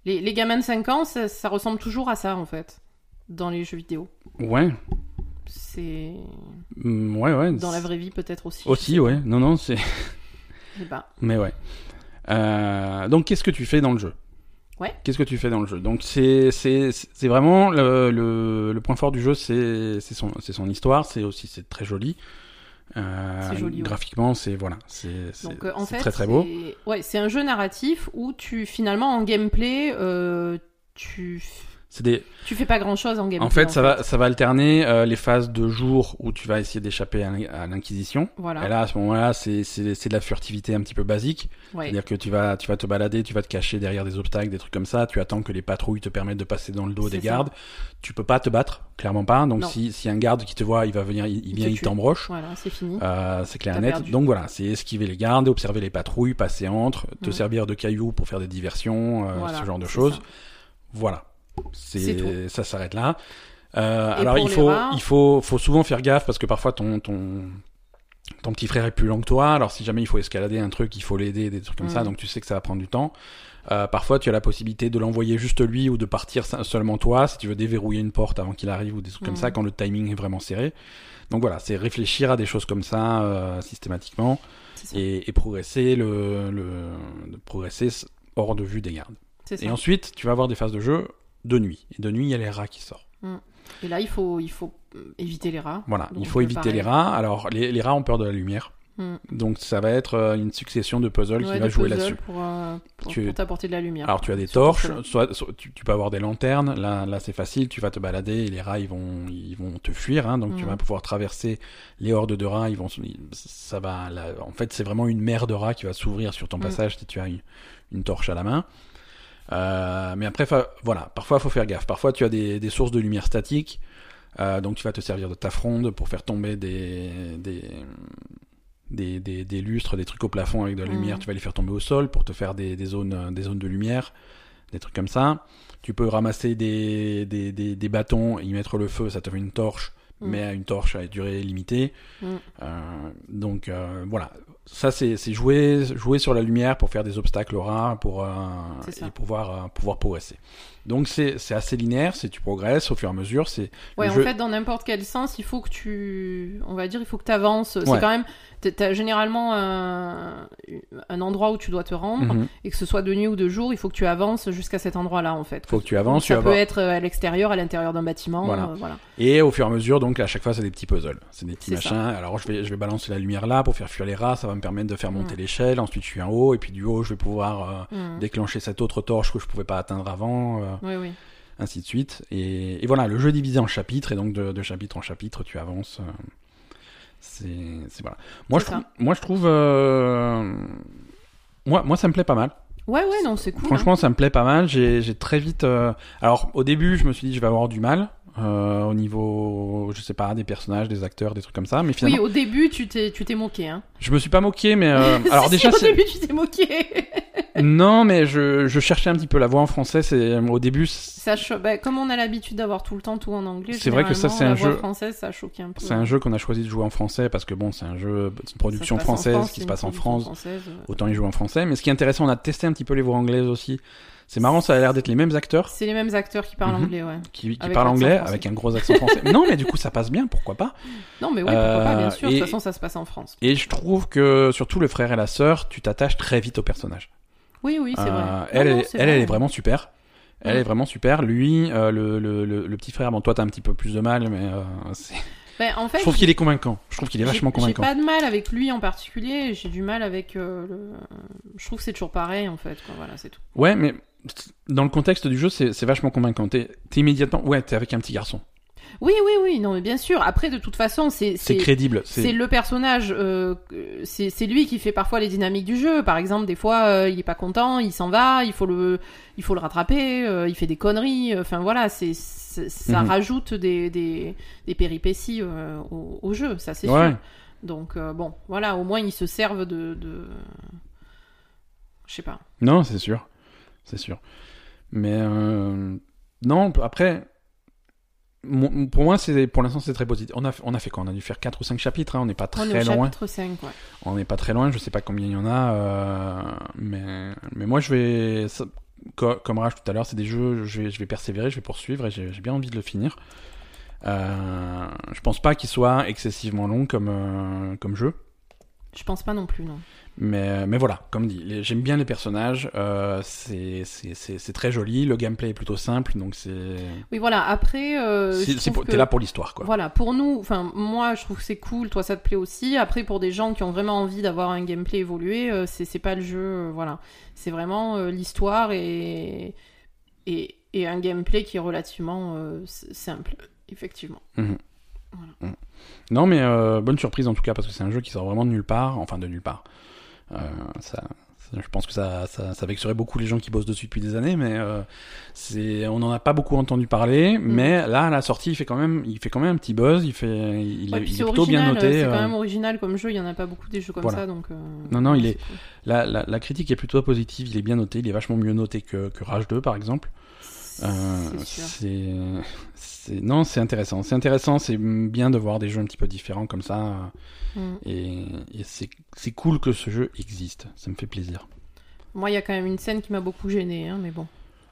Les, les gamins de 5 ans, ça, ça ressemble toujours à ça en fait, dans les jeux vidéo.
ouais,
C'est
Mm, ouais, ouais.
dans la vraie vie peut-être aussi.
Aussi, ouais. Non, non, c'est.
Je sais pas.
Mais ouais. Euh, donc, qu'est-ce que tu fais dans le jeu
Ouais.
Qu'est-ce que tu fais dans le jeu Donc, c'est c'est- c'est vraiment le, le, le point fort du jeu, c'est c'est son, c'est son histoire, c'est aussi c'est très joli. Euh,
C'est joli, ouais.
Graphiquement, c'est voilà, c'est c'est-
Donc euh, en
c'est
fait,
très très beau.
c'est- Ouais, c'est un jeu narratif où tu finalement en gameplay, euh, tu
C'est des
tu fais pas grand chose en gameplay.
En fait, ça va, ça va alterner euh, les phases de jour où tu vas essayer d'échapper à l'in- à l'Inquisition.
Voilà.
Et là, à ce moment-là, c'est c'est- c'est de la furtivité un petit peu basique.
ouais.
C'est-à-dire que tu vas, tu vas te balader, tu vas te cacher derrière des obstacles, des trucs comme ça. Tu attends que les patrouilles te permettent de passer dans le dos
C'est
des
ça.
gardes. Tu peux pas te battre, clairement pas. Donc,
Non.
si, si un garde qui te voit, il va venir, il, il
Il
vient,
te
il
tue.
t'embroche.
Voilà, c'est fini.
Euh, c'est clair et
T'as
net.
perdu.
Donc voilà, c'est esquiver les gardes, observer les patrouilles, passer entre, te
Ouais.
servir de cailloux pour faire des diversions, euh,
Voilà,
ce genre de
c'est
choses.
ça.
Voilà.
C'est
C'est
tout.
ça s'arrête là. Euh,
Et
alors
pour
il
les
faut
rats-
il faut faut souvent faire gaffe parce que parfois ton ton ton petit frère est plus lent que toi. Alors si jamais il faut escalader un truc, il faut l'aider des trucs comme
Mhm.
ça. Donc tu sais que ça va prendre du temps. Euh, parfois tu as la possibilité de l'envoyer juste lui ou de partir se- seulement toi si tu veux déverrouiller une porte avant qu'il arrive ou des trucs comme
Mhm.
ça quand le timing est vraiment serré. Donc voilà, c'est réfléchir à des choses comme ça euh, systématiquement
C'est ça.
et, et progresser le, le de progresser s- hors de vue des gardes.
C'est ça.
Et ensuite, tu vas avoir des phases de jeu de nuit. Et de nuit, il y a les rats qui sortent.
Et là, il faut il faut euh, éviter les rats.
Voilà,
Donc,
il faut
euh,
éviter
pareil.
les rats. Alors, les, les rats ont peur de la lumière.
Hmm.
Donc, ça va être euh, une succession de puzzles
Ouais,
qui va
de
jouer
puzzle
là-dessus.
Pour, euh, pour-
Tu-
pour t'apporter de la lumière.
Alors, tu as des
Surtout
torches,
cela.
soit, soit- tu, tu peux avoir des lanternes. Là, là c'est facile, tu vas te balader et les rats, ils vont, ils vont te fuir. hein. donc, tu
Mhm.
vas pouvoir traverser les hordes de rats. Ils vont, se- ils- ça va, là- en fait, c'est vraiment une mer de rats qui va s'ouvrir sur ton
Mhm.
passage si tu as une, une torche à la main. Euh, mais après, fa- voilà, parfois il faut faire gaffe. Parfois tu as des, des sources de lumière statique, euh, donc tu vas te servir de ta fronde pour faire tomber des, des, des, des- des lustres, des trucs au plafond avec de la
Mhm.
lumière, tu vas les faire tomber au sol pour te faire des, des zones, des zones de lumière, des trucs comme ça. Tu peux ramasser des, des, des, des bâtons, y mettre le feu, ça te fait une torche,
Mhm.
mais une torche à durée limitée.
Mhm.
Euh, donc euh, voilà, ça c'est c'est jouer, jouer sur la lumière pour faire des obstacles aux rats pour, euh,
C'est ça.
et pouvoir, euh, pouvoir progresser. Donc c'est c'est assez linéaire, c'est tu progresses au fur et à mesure, c'est
Ouais,
le
en
jeu-
fait, dans n'importe quel sens, il faut que tu. On va dire, il faut que tu avances.
Ouais.
C'est quand même. t'as- T'as généralement un... un endroit où tu dois te rendre.
Mhm.
Et que ce soit de nuit ou de jour, il faut que tu avances jusqu'à cet endroit-là, en fait.
faut que tu avances, tu
ça
vas
peut
voir.
être euh, à l'extérieur, à l'intérieur d'un bâtiment.
Voilà.
euh, voilà.
Et au fur et à mesure, donc à chaque fois, c'est des petits puzzles. C'est des petits
C'est ça.
machins. Alors je vais, je vais balancer la lumière là pour faire fuir les rats, ça va me permettre de faire monter
Mm.
l'échelle. Ensuite, je suis en haut, et puis du haut, je vais pouvoir euh,
Mhm.
déclencher cette autre torche que je pouvais pas atteindre avant, euh,
Oui, oui.
ainsi de suite. Et, et voilà, le jeu est divisé en chapitres, et donc de, de chapitre en chapitre, tu avances. euh, c'est c'est- voilà. Moi, je,
C'est ça.
trouve- moi, je trouve. euh, moi, moi, ça me plaît pas mal.
Ouais, ouais, non, c'est cool. hein.
Franchement, ça me plaît pas mal. J'ai j'ai très vite. euh, Alors, au début, je me suis dit, je vais avoir du mal euh, au niveau, je sais pas, des personnages, des acteurs, des trucs comme ça. Mais
hein. Oui,
finalement,
au début, tu t'es tu t'es moqué. Hein.
Je me suis pas moqué, mais euh, alors
Si, si,
déjà,
au
c'est-
début, tu t'es moqué.
non, mais je, je cherchais un petit peu la voix en français. C'est au début, c'est
ça cho- bah, comme on a l'habitude d'avoir tout le temps tout en anglais,
C'est vrai que ça,
généralement,
c'est un
la voix
jeu-
française, ça choque un peu.
c'est un jeu qu'on a choisi de jouer en français parce que bon, c'est un jeu, c'est une
Ça se
production
passe en
française
France,
qui
c'est
se
une
passe en
production
France.
française, euh.
Autant y jouer en français. Mais ce qui est intéressant, on a testé un petit peu les voix anglaises aussi. C'est marrant, ça a l'air d'être les mêmes acteurs
C'est les mêmes acteurs qui parlent
Mhm.
anglais, ouais.
qui, qui
Avec
parlent
l'accent
anglais
français.
avec un gros accent français. non, mais du coup, ça passe bien, pourquoi pas
Non, mais oui, pourquoi pas,
Euh,
bien sûr.
et-
De toute façon, ça se passe en France.
Et je trouve que surtout le frère et la sœur, tu t'attaches très vite au personnage.
Oui, oui, c'est vrai.
Euh,
Non,
Elle,
non,
est,
c'est
elle,
vrai.
elle est vraiment super. Elle
Ouais.
est vraiment super. Lui, euh, le, le, le, le petit frère, bon, toi, t'as un petit peu plus de mal, mais euh, c'est-
Ben, en fait,
je trouve qu'il est convaincant. Je trouve qu'il est
j'ai-
vachement
J'ai
convaincant.
pas de mal avec lui en particulier, j'ai du mal avec euh, le... Je trouve que c'est toujours pareil, en fait. quoi, Voilà, c'est tout.
Ouais, mais dans le contexte du jeu, c'est c'est vachement convaincant. T'es t'es immédiatement, ouais, t'es avec un petit garçon.
Oui, oui, oui, non, mais bien sûr. Après, de toute façon, c'est...
C'est
c'est-
crédible.
C'est
C'est
le personnage, euh, que- c'est c'est lui qui fait parfois les dynamiques du jeu. Par exemple, des fois, euh, il est pas content, il s'en va, il faut le, il faut le rattraper, euh, il fait des conneries. euh, Enfin voilà, c'est c'est- ça
Mhm.
rajoute des, des, des péripéties euh, au, au jeu, ça c'est
ouais.
sûr. Donc euh, bon, voilà, au moins ils se servent de, de... je sais pas.
Non, c'est sûr. C'est sûr. Mais euh, non, après, mon- pour moi, c'est pour l'instant, c'est très positif. On a, on a fait quoi On a dû faire 4 ou 5 chapitres, hein, on n'est pas très
On est au
loin.
chapitre 5, ouais.
On n'est pas très loin, je sais pas combien il y en a, euh, mais, mais moi, je vais. ça- co- comme Raj tout à l'heure, c'est des jeux, je vais, je vais persévérer, je vais poursuivre et j'ai j'ai bien envie de le finir. Euh, je pense pas qu'il soit excessivement long comme, euh, comme jeu.
Je pense pas non plus, non.
Mais, mais voilà, comme dit, les- j'aime bien les personnages, euh, c'est c'est- c'est- c'est très joli, le gameplay est plutôt simple, donc c'est.
Oui, voilà. Après, euh,
c'est-
je
c'est
trouve
pour- T'es
que-
là pour l'histoire, quoi.
Voilà, pour nous, enfin moi je trouve que c'est cool, toi ça te plaît aussi. Après pour des gens qui ont vraiment envie d'avoir un gameplay évolué, euh, c'est c'est pas le jeu, euh, voilà. C'est vraiment euh, l'histoire et, et et un gameplay qui est relativement euh, s- simple, effectivement.
Non, mais euh, bonne surprise en tout cas, parce que c'est un jeu qui sort vraiment de nulle part, enfin de nulle part. Euh, ça, ça- je pense que ça, ça, ça vexerait beaucoup les gens qui bossent dessus depuis des années, mais euh, c'est- on n'en a pas beaucoup entendu parler.
Mhm.
Mais là, à la sortie, il fait quand même, il fait quand même un petit buzz, il, fait, il,
Ouais,
est,
puis
il
c'est
est plutôt bien
original, euh,
noté.
c'est quand
euh,
même original comme jeu, il y en a pas beaucoup des jeux comme
voilà.
ça donc. euh,
Non, non, il
c'est
est-
cool.
la, la, la critique est plutôt positive, il est bien noté, il est vachement mieux noté que, que Rage 2 par exemple. Euh,
C'est sûr.
c'est c'est- non c'est intéressant c'est intéressant c'est bien de voir des jeux un petit peu différents comme ça euh,
Mm.
et, et c'est c'est cool que ce jeu existe ça me fait plaisir
Moi il y a quand même une scène qui m'a beaucoup gênée, hein, mais bon.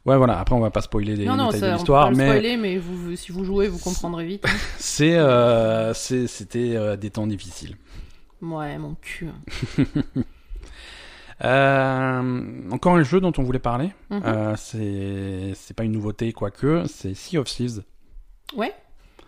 ouais voilà après on va pas spoiler les
non non,
détails
ça,
de
on peut pas
l'histoire
le
mais
spoiler, mais vous, vous- si vous jouez vous comprendrez vite.
c'est euh, c'est- c'était euh, des temps difficiles
ouais mon cul. hein.
Euh, encore un jeu dont on voulait parler
Mhm.
Euh, c'est c'est pas une nouveauté quoique c'est Sea of Thieves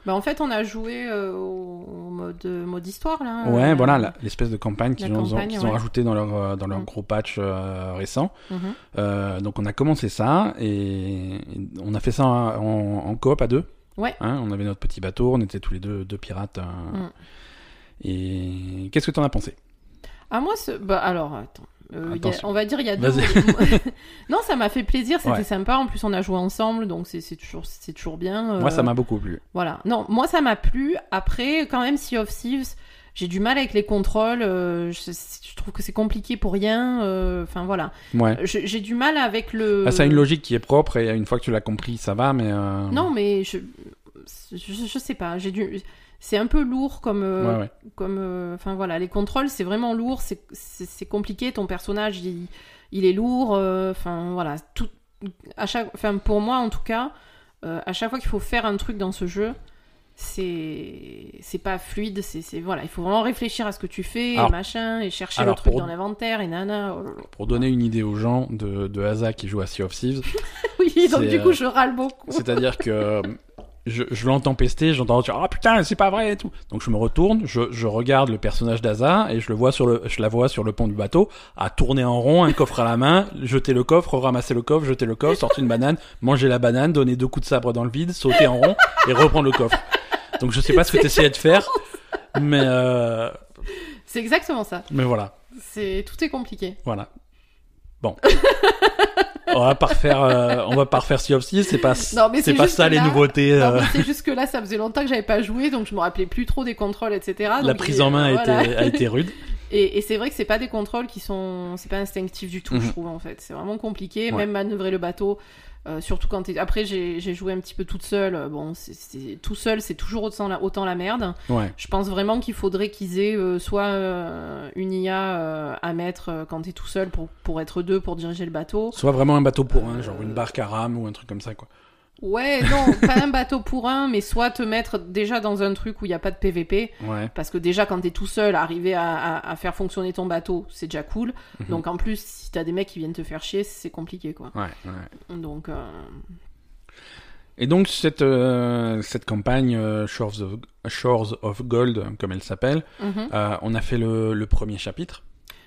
Bah en fait, on a joué euh, au au mode, mode histoire là.
ouais
Euh,
voilà la- l'espèce de campagne qu'ils
la
ont,
campagne,
qu'ils ont
ouais.
rajouté dans leur euh, dans leur
Mhm.
gros patch euh, récent
mhm.
Euh, donc on a commencé ça et on a fait ça en, en- en coop à deux.
Ouais.
Hein, on avait notre petit bateau, on était tous les deux deux pirates. euh,
Mm.
Et qu'est-ce que t'en as pensé
Ah moi, ce... bah alors attends. Euh, il y a-
Attention.
on va dire il y a deux. non, ça m'a fait plaisir, c'était
Ouais.
sympa. En plus, on a joué ensemble, donc c'est c'est toujours c'est toujours bien. euh,
Moi, ça m'a beaucoup plu.
Voilà. Non, moi ça m'a plu. Après, quand même, Sea of Thieves, j'ai du mal avec les contrôles. euh, je, je trouve que c'est compliqué pour rien. euh, Enfin voilà.
Ouais.
Je- J'ai du mal avec le.
Ah, ça a une logique qui est propre et une fois que tu l'as compris, ça va, mais. euh,
Non, mais je je, je sais pas. J'ai du. C'est un peu lourd comme euh,
Ouais, ouais.
comme euh, enfin voilà les contrôles c'est vraiment lourd c'est- c'est c'est compliqué ton personnage il, il est lourd euh, enfin voilà tout à chaque enfin pour moi en tout cas euh, à chaque fois qu'il faut faire un truc dans ce jeu c'est c'est pas fluide c'est c'est- voilà il faut vraiment réfléchir à ce que tu fais
Alors-
et machin et chercher
alors
le truc
pour-
dans l'inventaire et nana oh là là.
Pour donner une idée aux gens de, de Asa qui joue à Sea of Thieves,
oui donc
C'est,
du coup
euh,
je râle beaucoup
c'est-à-dire que. euh, Je, je l'entends pester, j'entends dire ah putain c'est pas vrai et tout. Donc je me retourne, je, je regarde le personnage d'Aza et je le vois sur le, je la vois sur le pont du bateau à tourner en rond, un coffre à la main, jeter le coffre, ramasser le coffre, jeter le coffre, sortir une banane, manger la banane, donner deux coups de sabre dans le vide, sauter en rond et reprendre le coffre. Donc je sais pas ce que t'essayais de faire, mais euh,
c'est exactement ça
mais voilà,
c'est tout est compliqué
voilà. Bon, on va pas refaire, euh, on va pas refaire Sea of Thieves, c'est pas,
Non, mais
c'est
c'est
pas
juste
ça
que
les
là-
nouveautés.
Non,
euh.
mais c'est juste que là, ça faisait longtemps que j'avais pas joué, Ah, donc je me rappelais plus trop des contrôles, etc.
La
Donc,
prise en main
euh,
a,
voilà.
été, a été rude.
Et, et c'est vrai que c'est pas des contrôles qui sont, c'est pas instinctif du tout,
Mhm.
je trouve en fait. C'est vraiment compliqué,
Ouais.
même manœuvrer le bateau. euh, surtout quand t'es... Après, j'ai j'ai joué un petit peu toute seule. euh, Bon, c'est- c'est- tout seul, c'est toujours autant la, autant la merde.
Ouais.
Je pense vraiment qu'il faudrait qu'ils aient euh, soit euh, une IA euh, à mettre euh, quand t'es tout seul pour, pour être deux, pour diriger le bateau.
Soit vraiment un bateau pour un, genre une barque à rame ou un truc comme ça, quoi.
Ouais, non, pas un bateau pour un, mais soit te mettre déjà dans un truc où il n'y a pas de PVP.
Ouais.
Parce que déjà, quand t'es tout seul, arriver à, à- à faire fonctionner ton bateau, c'est déjà cool.
Mhm.
Donc en plus, si t'as des mecs qui viennent te faire chier, c'est compliqué quoi.
Ouais, ouais.
Donc euh,
Et donc cette euh, cette campagne euh, Shores of Shores of Gold comme elle s'appelle,
mhm.
euh, on a fait le, le premier chapitre.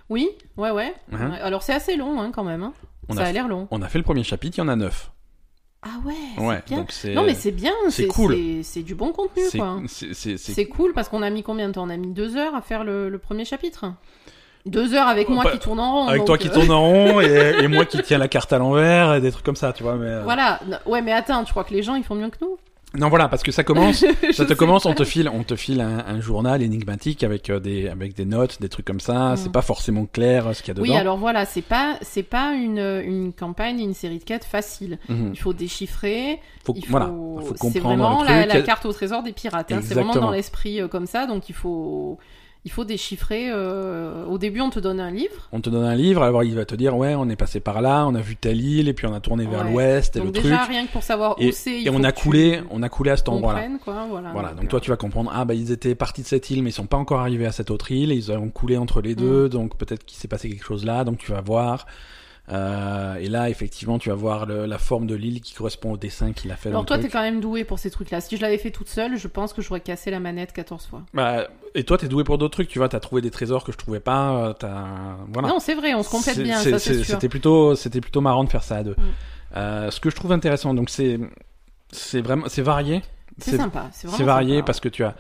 oui, ouais, ouais.
Mhm.
Ouais, Alors c'est assez long hein, quand même. hein.
On
Ça
a
a
fait-
l'air long.
On a fait le premier chapitre, il y en a neuf.
Ah ouais,
Ouais.
c'est bien.
Donc c'est
non mais c'est bien,
c'est cool.
c'est- C'est du bon contenu
c'est
quoi. hein.
c'est- c'est- c'est-
C'est cool parce qu'on a mis combien de temps On a mis deux heures à faire le, le premier chapitre. Deux heures avec
Oh,
moi
pas-
qui tourne en rond.
avec
donc,
toi qui
euh,
tourne en rond et, et moi qui tiens la carte à l'envers et des trucs comme ça, tu vois. Mais euh,
Voilà. Ouais, mais attends, tu crois que les gens ils font mieux que nous
non voilà parce que ça commence.
Je
Ça te
sais
commence,
pas.
on te file, on te file un, un journal énigmatique avec euh, des avec des notes, des trucs comme ça.
Mm.
C'est pas forcément clair euh, ce qu'il y a dedans.
Oui, alors voilà, c'est pas c'est pas une, une campagne, une série de quêtes facile.
Mhm.
Il faut déchiffrer,
Faut,
il faut,
voilà, faut
c'est
comprendre
vraiment
le
la,
truc.
la carte au trésor des pirates. hein. C'est vraiment
Exactement.
dans l'esprit euh, comme ça, donc il faut il faut déchiffrer. euh, Au début, on te donne un livre.
On te donne un livre, alors il va te dire ouais, on est passé par là, on a vu telle île et puis on a tourné vers
Ouais.
l'ouest et
Donc
le
déjà
truc
rien que pour savoir où c'est, il
et
faut
on a
que tu
coulé, on a coulé à cet endroit-là.
comprennes, quoi, voilà.
Voilà, donc toi
euh,
tu vas comprendre, ah bah ils étaient partis de cette île mais ils sont pas encore arrivés à cette autre île, ils ont coulé entre
Mm.
les deux, donc peut-être qu'il s'est passé quelque chose là, donc tu vas voir. Euh, et là effectivement tu vas voir le- la forme de l'île qui correspond au dessin qu'il a fait
Alors
dans
toi,
le
t'es
truc.
quand même doué pour ces trucs-là. Si je l'avais fait toute seule, je pense que j'aurais cassé la manette 14 fois.
Bah, et toi t'es doué pour d'autres trucs, tu vois, t'as trouvé des trésors que je trouvais pas, euh, t'as... Voilà.
Non, c'est vrai, on se complète
C'est-
bien,
c'est-
ça c'est
c'est-
sûr.
C'était plutôt, c'était plutôt marrant de faire ça à deux.
Mm.
Euh, ce que je trouve intéressant, donc c'est, c'est vraiment, c'est varié.
C'est sympa, c'est vraiment
c'est varié
sympa.
parce que tu as,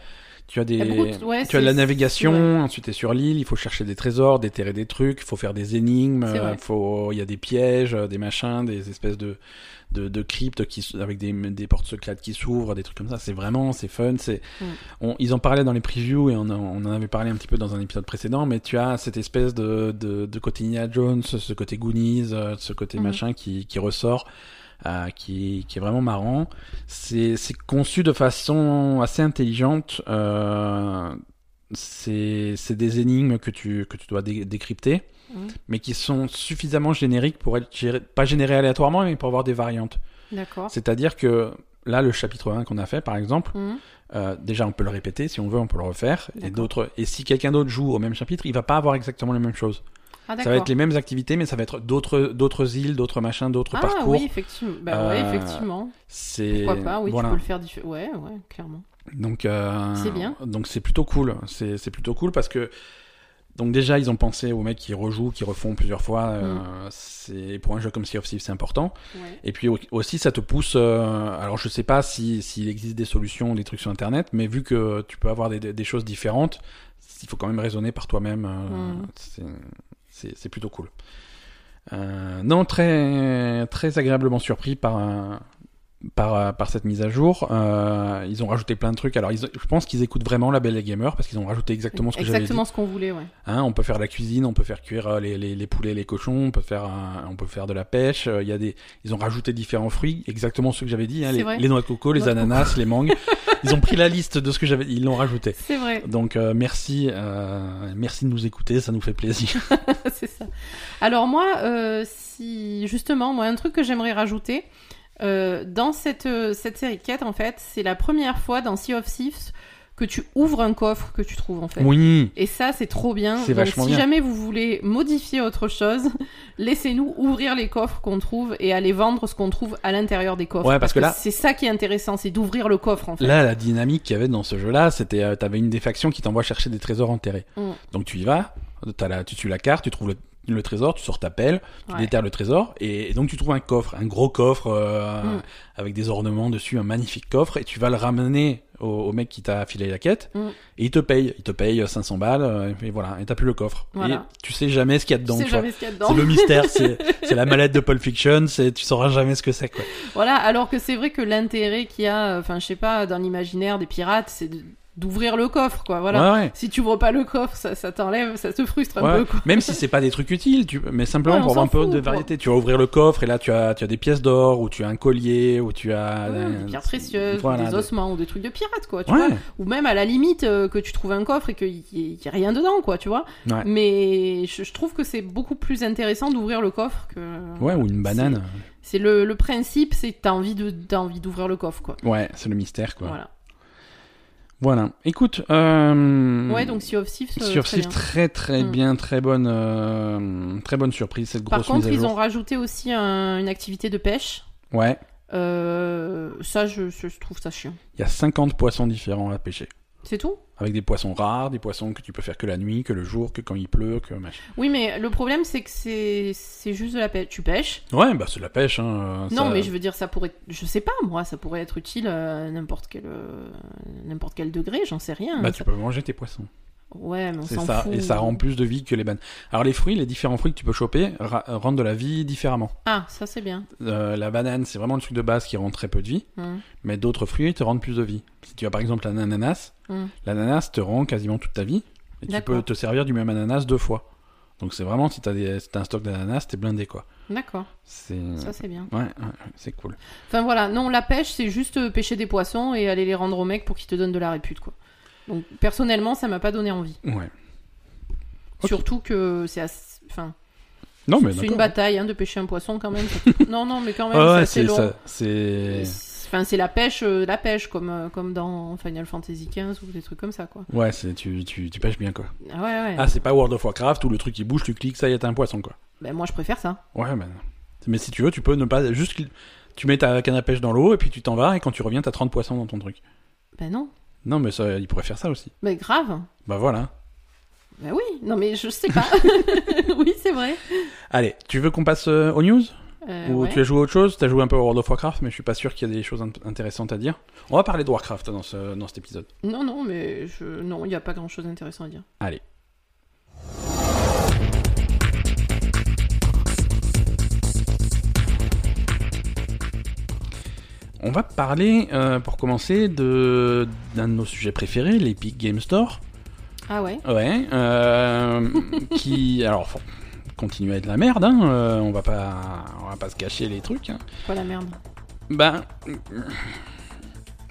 tu as des,
Il y a beaucoup de- ouais,
tu as de la
c'est-
navigation.
c'est vrai.
Ensuite, t'es sur l'île, il faut chercher des trésors, déterrer des trucs, il faut faire des énigmes,
C'est vrai.
euh, faut, il y a des pièges, euh, des machins, des espèces de, de, de cryptes qui, s- avec des, des portes secrètes qui s'ouvrent, des trucs comme ça. C'est vraiment, c'est fun. C'est,
Mm.
on- ils en parlaient dans les previews et on, en- on en avait parlé un petit peu dans un épisode précédent, mais tu as cette espèce de, de, de côté Nia Jones, ce côté Goonies, euh, ce côté
Mhm.
machin qui, qui ressort. euh, qui, qui est vraiment marrant. C'est c'est conçu de façon assez intelligente. Euh, c'est c'est des énigmes que tu, que tu dois dé- décrypter,
Mhm.
mais qui sont suffisamment génériques pour être géré- pas générées aléatoirement, mais pour avoir des variantes.
D'accord.
C'est-à-dire que là, le chapitre 1 qu'on a fait, par exemple,
Mhm.
euh, déjà, on peut le répéter, si on veut, on peut le refaire. Et
D'accord.
d'autres. Et si quelqu'un d'autre joue au même chapitre, il va pas avoir exactement la même chose. Ça
Ah,
va
d'accord.
être les mêmes activités, mais ça va être d'autres, d'autres îles, d'autres machins, d'autres
Ah
parcours.
oui, effectivement. Bah ouais,
Euh,
effectivement.
C'est
Pourquoi pas, oui,
voilà.
tu peux le faire différemment. Ouais, ouais, clairement.
Donc, euh,
C'est bien.
Donc c'est plutôt cool. C'est, c'est plutôt cool parce que donc déjà ils ont pensé aux mecs qui rejouent, qui refont plusieurs fois.
Mm.
euh, c'est pour un jeu comme Sea of Thieves, c'est important.
Ouais.
Et puis au- aussi, ça te pousse. euh, alors, je sais pas si s'il existe des solutions, des trucs sur Internet, mais vu que tu peux avoir des, des- des choses différentes, il faut quand même raisonner par toi-même. euh,
Mm.
c'est- C'est c'est plutôt cool. Euh, non, très très agréablement surpris par euh, par euh, par cette mise à jour. Euh, ils ont rajouté plein de trucs. Alors, ils ont- je pense qu'ils écoutent vraiment la Belle et Gamer parce qu'ils ont rajouté exactement ce que j'avais dit.
Exactement ce qu'on voulait, ouais.
Hein, on peut faire de la cuisine, on peut faire cuire euh, les, les, les poulets, les cochons, on peut faire, un- on peut faire de la pêche. euh, Il y a des, ils ont rajouté différents fruits, exactement ceux que j'avais dit, hein,
C'est
les,
vrai.
les noix de coco, les
Noix de
ananas, les mangues. Ils ont pris la liste de ce que j'avais, ils l'ont rajouté.
C'est vrai,
Donc euh, merci, euh, merci de nous écouter, ça nous fait plaisir.
c'est ça. Alors moi, euh, si justement, moi, un truc que j'aimerais rajouter, euh, dans cette, euh, cette série de quêtes, en fait, c'est la première fois dans Sea of Thieves que tu ouvres un coffre que tu trouves, en fait.
Oui,
Et ça, c'est trop bien.
C'est
Donc,
vachement
si
bien.
jamais vous voulez modifier autre chose, laissez-nous ouvrir les coffres qu'on trouve et aller vendre ce qu'on trouve à l'intérieur des coffres.
Ouais, parce que là-
c'est ça qui est intéressant, c'est d'ouvrir le coffre en fait.
là la dynamique qu'il y avait dans ce jeu-là, c'était, euh, t'avais une des factions qui t'envoie chercher des trésors enterrés.
Mm.
Donc tu y vas, t'as la, tu suis la carte, tu trouves le, le trésor, tu sors ta pelle, tu
Ouais.
déterres le trésor et, et donc tu trouves un coffre, un gros coffre euh,
Mm.
avec des ornements dessus, un magnifique coffre et tu vas le ramener au, au mec qui t'a filé la quête
Mm.
et il te paye, il te paye 500 balles euh, et voilà, et t'as plus le coffre.
Voilà.
Et tu sais jamais ce qu'il y a
Tu
dedans.
sais
tu vois.
jamais ce qu'il y a dedans.
C'est le mystère, c'est c'est la mallette de Pulp Fiction, c'est tu sauras jamais ce que c'est quoi.
Voilà, alors que c'est vrai que l'intérêt qu'il y a, euh, enfin, je sais pas, dans l'imaginaire des pirates, c'est de- d'ouvrir le coffre, quoi. Voilà.
Ouais, ouais.
Si tu ouvres pas le coffre, ça, ça t'enlève, ça te frustre un
Ouais,
peu, quoi.
Même si c'est pas des trucs utiles, tu... mais simplement
Ouais, on
pour avoir un
s'en
peu
fout,
de
quoi.
variété. Tu vas ouvrir le coffre et là tu as, tu as des pièces d'or ou tu as un collier ou tu as
Ouais, des pierres précieuses, ou
Voilà,
des
des-
ossements ou des trucs de pirates, quoi. Tu
hein, Ouais,
vois ou même à la limite euh, que tu trouves un coffre et qu'il n'y a rien dedans, quoi, tu vois.
Ouais.
Mais je, je trouve que c'est beaucoup plus intéressant d'ouvrir le coffre que.
ouais, ou une banane.
C'est le, le principe, c'est que t'as envie de t'as envie d'ouvrir le coffre, quoi.
Ouais, c'est le mystère quoi. Voilà.
Voilà.
Écoute, euh...
Ouais, donc Sea of Thieves. euh,
sur
très
Sif,
bien.
très très
Mm.
bien, très bonne, euh, très bonne surprise cette
Par
grosse
contre,
mise à
ils
jour.
ont rajouté aussi un- une activité de pêche.
Ouais,
Euh, ça, je, je trouve ça chiant.
il y a 50 poissons différents à pêcher.
C'est tout
Avec des poissons rares, des poissons que tu peux faire que la nuit, que le jour, que quand il pleut, que machin.
Oui, mais le problème, c'est que c'est c'est juste de la pêche. Tu pêches
Ouais, bah c'est de la pêche. Hein, euh,
Non,
ça-
mais je veux dire, ça pourrait. Je sais pas, moi, ça pourrait être utile à n'importe quel, euh, n'importe quel degré, j'en sais rien.
Bah
Ça-
tu peux manger tes poissons.
Ouais, mais on
C'est
s'en
ça,
fout.
et ça rend plus de vie que les bananes. Alors les fruits, les différents fruits que tu peux choper ra- euh, rendent de la vie différemment.
Ah, ça, c'est bien.
Euh, la banane, c'est vraiment le truc de base qui rend très peu de vie,
Hmm.
mais d'autres fruits te rendent plus de vie. Si tu as par exemple un ananas,
Mm.
l'ananas te rend quasiment toute ta vie, et tu
D'accord.
peux te servir du même ananas deux fois. Donc c'est vraiment, si t'as des- si t'as un stock d'ananas, t'es blindé quoi.
D'accord,
C'est...
ça, c'est bien.
Ouais, ouais, ouais, c'est cool.
Enfin voilà, non, la pêche, c'est juste euh, pêcher des poissons et aller les rendre aux mecs pour qu'ils te donnent de la répute, quoi. Donc personnellement, ça m'a pas donné envie.
Ouais. Ok.
Surtout que c'est assez- Enfin,
Non mais
c'est une
d'accord.
bataille hein, de pêcher un poisson quand même. Ça- non, non, mais quand même,
Ah ouais,
c'est assez
c'est
long.
ça, c'est...
C'est- Enfin, c'est la pêche, euh, la pêche, comme, euh, comme dans Final Fantasy XV ou des trucs comme ça, quoi.
Ouais, c'est, tu, tu, tu pêches bien quoi.
Ah ouais, ouais.
Ah, c'est pas World of Warcraft où le truc il bouge, tu cliques, ça y est, t'as un poisson quoi.
Ben, moi, je préfère ça.
Ouais, ben. Mais si tu veux, tu peux ne pas. Juste. cl- Tu mets ta canne à pêche dans l'eau et puis tu t'en vas et quand tu reviens, t'as 30 poissons dans ton truc.
Ben non.
Non, mais ça, il pourrait faire ça aussi.
Ben grave.
Bah voilà.
Ben oui, non, mais je sais pas. oui, c'est vrai.
Allez, tu veux qu'on passe euh, aux news
Euh,
Ou
ouais.
tu as joué à autre chose T'as joué un peu à World of Warcraft, mais je suis pas sûr qu'il y a des choses int- intéressantes à dire. On va parler de Warcraft dans, ce, dans cet épisode.
Non, non, mais je... non, il n'y a pas grand chose d'intéressant à dire.
Allez. On va parler, euh, pour commencer, de d'un de nos sujets préférés, l'Epic Game Store.
Ah ouais
Ouais. euh, qui, alors, faut continuer à être la merde. Hein, euh, on va pas, on va pas se cacher les trucs. hein.
Quoi la merde
Ben,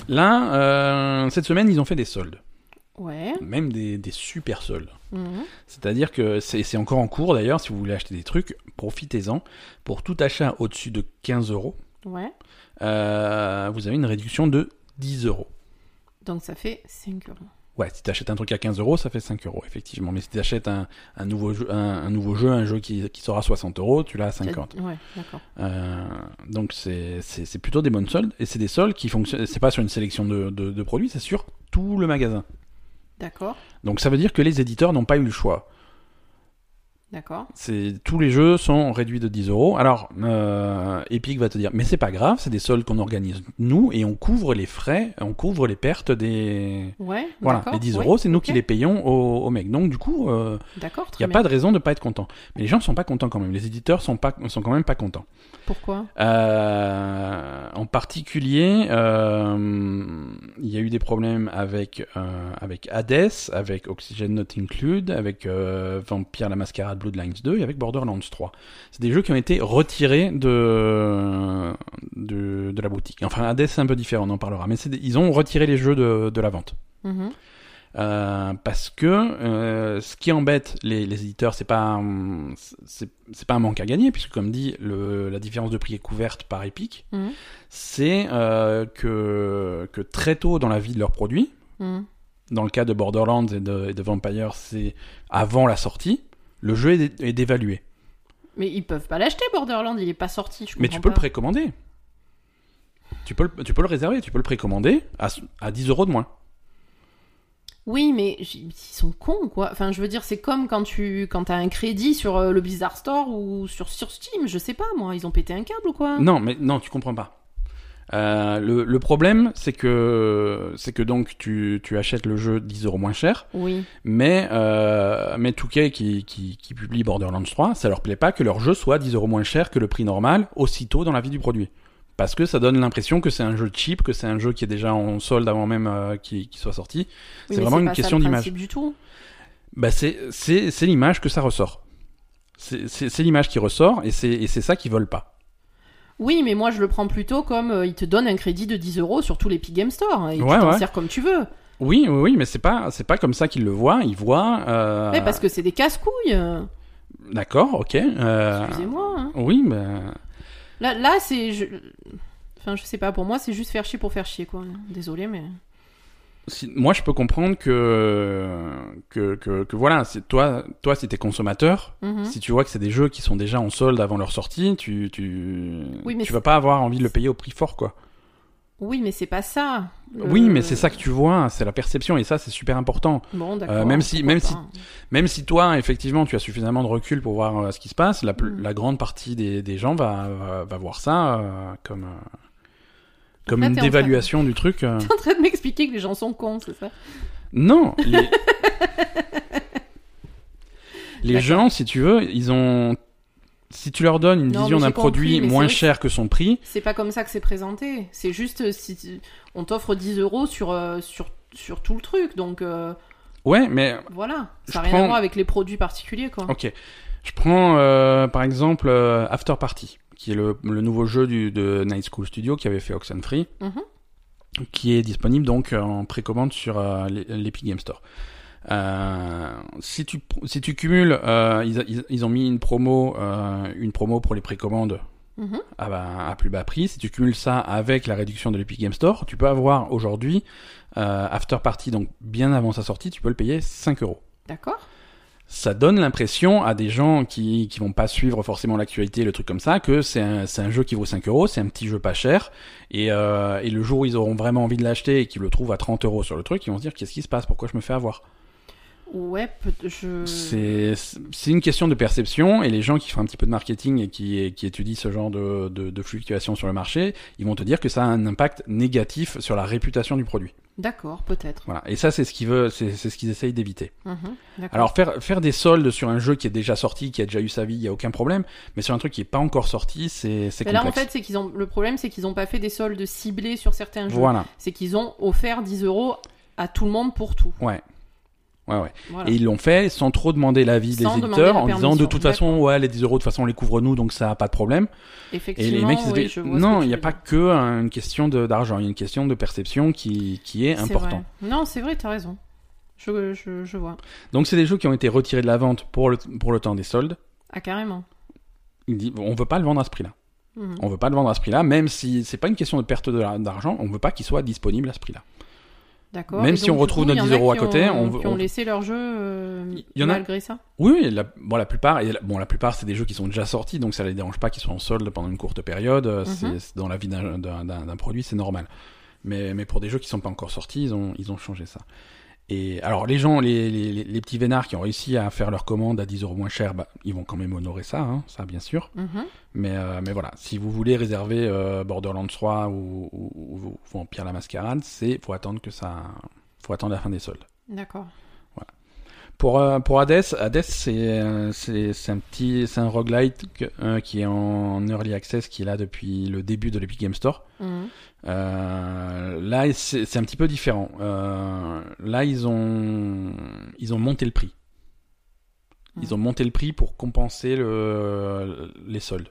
là, euh, cette semaine, ils ont fait des soldes,
Ouais.
même des, des super soldes.
Mhm.
C'est-à-dire que c'est c'est encore en cours d'ailleurs, si vous voulez acheter des trucs, profitez-en. Pour tout achat au-dessus de 15 euros,
Ouais.
euh, vous avez une réduction de 10 euros.
Donc ça fait 5 euros.
Ouais, si t'achètes un truc à 15 euros, ça fait 5 euros, effectivement. Mais si t'achètes un, un, nouveau jeu, un, un nouveau jeu, un jeu qui, qui sera à 60 euros, tu l'as à 50.
Ouais, d'accord.
Euh, donc c'est- c'est c'est plutôt des bonnes soldes. Et c'est des soldes qui fonctionnent. C'est pas sur une sélection de, de- de produits, c'est sur tout le magasin.
D'accord.
Donc ça veut dire que les éditeurs n'ont pas eu le choix.
D'accord.
C'est tous les jeux sont réduits de 10 euros. Alors euh, Epic va te dire, mais c'est pas grave, c'est des soldes qu'on organise nous et on couvre les frais, on couvre les pertes des.
Ouais.
Voilà,
d'accord,
les 10
ouais,
euros, c'est nous
ok.
qui les payons aux, aux mecs. Donc du coup, euh,
D'accord,
il
très
n'y a
bien.
pas de raison de pas être content. Mais les gens sont pas contents quand même. Les éditeurs sont pas sont quand même pas contents.
Pourquoi
Euh, en particulier, euh, il y a eu des problèmes avec, euh, avec Hades, avec Oxygen Not Include, avec euh, Vampire la Mascarade Bloodlines 2 et avec Borderlands 3. C'est des jeux qui ont été retirés de, de, de la boutique. Enfin, Hades, c'est un peu différent, on en parlera. Mais c'est des- ils ont retiré les jeux de, de la vente.
Mhm.
Euh, parce que euh, ce qui embête les, les éditeurs, c'est pas un- c'est c'est pas un manque à gagner, puisque comme dit, le, la différence de prix est couverte par Epic.
Mhm.
C'est euh, que, que très tôt dans la vie de leurs produits,
Mhm.
dans le cas de Borderlands et de, et de Vampire, c'est avant la sortie, le jeu est, dé- est dévalué.
Mais ils peuvent pas l'acheter, Borderland, il est pas sorti. Je
Mais tu
comprends
peux le
pas.
précommander. Tu peux, le- tu peux le réserver, tu peux le précommander à, à 10 euros de moins.
Oui, mais j- ils sont cons, quoi. Enfin, je veux dire, c'est comme quand tu quand as un crédit sur euh, le Bizarre Store ou sur, sur Steam, je sais pas, moi. Ils ont pété un câble ou quoi
Non, mais non, tu comprends pas. Euh, le, le problème, c'est que c'est que donc tu, tu achètes le jeu 10 euros moins cher,
Oui.
mais euh, mais 2K qui, qui, qui publie Borderlands 3, ça leur plaît pas que leur jeu soit 10 euros moins cher que le prix normal aussitôt dans la vie du produit. parce que ça donne l'impression que c'est un jeu cheap, que c'est un jeu qui est déjà en solde avant même euh, qu'il qu'il soit sorti.
Oui,
c'est
mais
vraiment une
pas ça
question
le
d'image.
principe du tout.
Bah c'est c'est c'est l'image que ça ressort. C'est c'est- c'est l'image qui ressort et c'est et c'est ça qu'ils veulent pas.
Oui, mais moi je le prends plutôt comme euh, il te donne un crédit de 10 euros sur tous les Epic Game Store hein, et
Ouais,
tu t'en
ouais.
sers comme tu veux.
Oui, oui, oui, mais c'est pas c'est pas comme ça qu'ils le voient. Ils voient. Euh...
Ouais, parce que c'est des casse-couilles. euh,
D'accord, ok. euh,
Excusez-moi. hein.
Oui, ben
Là, là c'est. je- Enfin, je sais pas, pour moi, c'est juste faire chier pour faire chier, quoi. Désolé, mais.
si- moi je peux comprendre que que que, que voilà, c'est toi toi si t'es consommateur,
Mhm.
si tu vois que c'est des jeux qui sont déjà en solde avant leur sortie, tu tu
Oui, mais
tu
c'est-
vas pas avoir envie de le payer au prix fort quoi.
Oui, mais c'est pas ça.
Oui, mais c'est ça que tu vois, c'est la perception et ça c'est super important.
Bon, d'accord.
Euh, même si-
pourquoi
même
pas.
si- Même si toi, effectivement, tu as suffisamment de recul pour voir euh, ce qui se passe, la, pl-
Mm.
la grande partie des, des gens va, va, va voir ça euh, comme, euh, comme
là,
une
t'es en train-
dévaluation du truc. euh.
T'es en train de m'expliquer que les gens sont cons, c'est ça
Non Les, les gens, si tu veux, ils ont... Si tu leur donnes une
Non,
vision
mais j'ai
d'un produit
compris, mais
moins
c'est vrai que-
cher que son prix,
C'est pas comme ça que c'est présenté. C'est juste euh, si tu- on t'offre 10 euros sur, euh, sur, sur tout le truc, donc euh,
ouais, mais
voilà.
Je
Ça n'a rien
prends-
à voir avec les produits particuliers, quoi.
Ok. Je prends euh, par exemple euh, After Party, qui est le, le nouveau jeu du, de Night School Studio qui avait fait Oxenfree,
Mhm.
qui est disponible donc euh, en précommande sur euh, l'E- l'Epic Game Store. Euh, si tu pr- si tu cumules, euh, ils, a- ils- ils ont mis une promo euh, une promo pour les précommandes
Mhm.
à, ba- à plus bas prix. Si tu cumules ça avec la réduction de l'Epic Game Store, tu peux avoir aujourd'hui euh, After Party donc bien avant sa sortie, tu peux le payer 5 euros
D'accord
ça donne l'impression à des gens qui qui vont pas suivre forcément l'actualité, le truc comme ça, que c'est un, c'est un jeu qui vaut 5 euros, c'est un petit jeu pas cher, et, euh, et le jour où ils auront vraiment envie de l'acheter et qu'ils le trouvent à 30 euros sur le truc, ils vont se dire qu'est-ce qui se passe, pourquoi je me fais avoir
Ouais, peut- je.
C'est c'est une question de perception, et les gens qui font un petit peu de marketing et qui, qui étudient ce genre de, de, de fluctuations sur le marché, ils vont te dire que ça a un impact négatif sur la réputation du produit.
D'accord, peut-être.
Voilà. Et ça, c'est ce qu'ils veulent, c'est c'est ce qu'ils essayent d'éviter.
Mhm, d'accord.
Alors faire faire des soldes sur un jeu qui est déjà sorti, qui a déjà eu sa vie, il y a aucun problème, mais sur un truc qui est pas encore sorti, c'est c'est
Mais
complexe.
là, en fait, c'est qu'ils ont le problème, c'est qu'ils n'ont pas fait des soldes ciblés sur certains jeux.
voilà,
C'est qu'ils ont offert 10 euros à tout le monde pour tout.
ouais. Ouais, ouais.
Voilà.
Et ils l'ont fait sans trop demander l'avis des
Sans demander
éditeurs,
la
en disant de
permission,
toute façon, ouais, les 10 euros, de toute façon, on les couvre nous, donc ça a pas de problème. Et
Effectivement,
les mecs, ils
oui,
étaient-
je vois ce que
non,
tu
il n'y a
veux
pas
dire.
que hein, une question de- d'argent, il y a une question de perception qui, qui est
C'est
importante.
vrai. Non, c'est vrai, t'as raison. Je, je, je vois.
Donc c'est des jeux qui ont été retirés de la vente pour le, pour le temps des soldes.
Ah, carrément.
Ils disent, on veut pas le vendre à ce prix-là.
Mhm.
On veut pas le vendre à ce prix-là, même si c'est pas une question de perte de- d'argent, on veut pas qu'il soit disponible à ce prix-là.
D'accord.
Même
Et
si
donc,
on
du
retrouve
coup,
nos
il y en
10 euros à
qui
côté,
ont-
on veut-
qui ont
on-
laissé leur jeu euh,
Il y en a-
malgré ça.
Oui, oui, la, bon, la plupart, et la- bon, la plupart, c'est des jeux qui sont déjà sortis, donc ça les dérange pas qu'ils soient en solde pendant une courte période. euh, c'est-
Mhm.
c'est dans la vie d'un- d'un d'un- d'un produit, c'est normal. Mais, mais pour des jeux qui sont pas encore sortis, ils ont, ils ont changé ça. Et alors, les gens, les, les, les- les petits vénards qui ont réussi à faire leur commande à 10 euros moins cher, bah, ils vont quand même honorer ça, hein, ça bien sûr.
Mhm.
Mais, euh, mais voilà, si vous voulez réserver euh, Borderlands 3 ou, ou, ou Vampire la Mascarade, c'est faut attendre que ça, faut attendre la fin des soldes.
D'accord.
Pour, euh, pour Hades, Hades c'est euh, c'est- c'est un petit c'est un roguelite que- euh, qui est en early access qui est là depuis le début de l'Epic Game Store.
Mhm.
Euh, là c'est c'est un petit peu différent. Euh, là ils ont ils ont monté le prix.
Hmm.
Ils ont monté le prix pour compenser le, les soldes.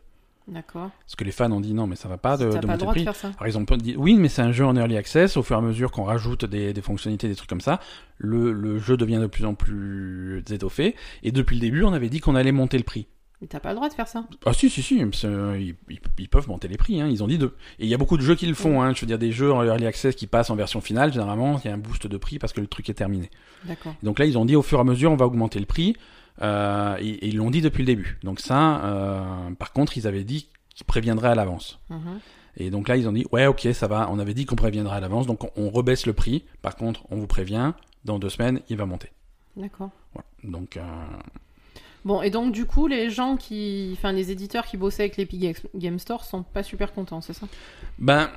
D'accord.
Parce que les fans ont dit non mais ça va pas Ah, de,
T'as
de
pas le
monter le
droit
prix.
de faire ça.
Alors ils ont pas dit oui, mais c'est un jeu en early access. Au fur et à mesure qu'on rajoute des, des fonctionnalités, des trucs comme ça, le, le jeu devient de plus en plus étoffé. Et depuis le début, on avait dit qu'on allait monter le prix.
Mais t'as pas le droit de faire ça.
Ah si, si, si, c'est- ils, ils- ils peuvent monter les prix. Hein, ils ont dit deux. Et il y a beaucoup de jeux qui le font. Hein, je veux dire des jeux en early access qui passent en version finale. Généralement, il y a un boost de prix parce que le truc est terminé.
D'accord.
Donc là, ils ont dit au fur et à mesure, on va augmenter le prix. Euh, et, et ils l'ont dit depuis le début. Donc ça, euh, par contre, ils avaient dit qu'ils préviendraient à l'avance.
Mhm.
Et donc là, ils ont dit, ouais, ok, ça va, on avait dit qu'on préviendrait à l'avance, donc on, on rebaisse le prix. Par contre, on vous prévient, dans deux semaines, il va monter.
D'accord.
Voilà. Donc, euh,
Bon, et donc du coup, les gens qui, enfin, les éditeurs qui bossaient avec l'Epic Ga- Game Store sont pas super contents, c'est ça
ben,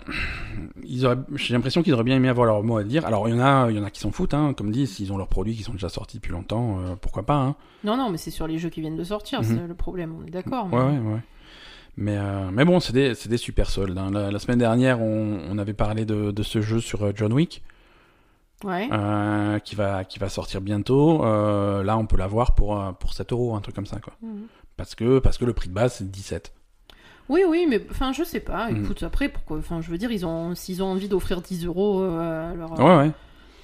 ils auraient- j'ai l'impression qu'ils auraient bien aimé avoir leur mot à dire. Alors, il y en a, il y en a qui s'en foutent, hein, comme dit, s'ils ont leurs produits qui sont déjà sortis depuis longtemps, euh, pourquoi pas, hein.
Non, non, mais c'est sur les jeux qui viennent de sortir,
Mhm.
c'est le problème. On est d'accord. mais-
Ouais, ouais, ouais. Mais, euh, mais bon, c'est des, c'est des super soldes. hein. La, la semaine dernière, on, on avait parlé de, de ce jeu sur euh, John Wick,
Ouais.
euh, qui, va, qui va sortir bientôt. Euh, là, on peut l'avoir pour, euh, pour 7 euros, un truc comme ça. Quoi.
Mhm.
Parce, que, parce que le prix de base, c'est 17.
Oui, oui, mais enfin, je sais pas.
Mm.
Écoute, après, pourquoi Enfin, je veux dire, ils ont, s'ils ont envie d'offrir 10 euros euh, à leurs
Ouais, ouais.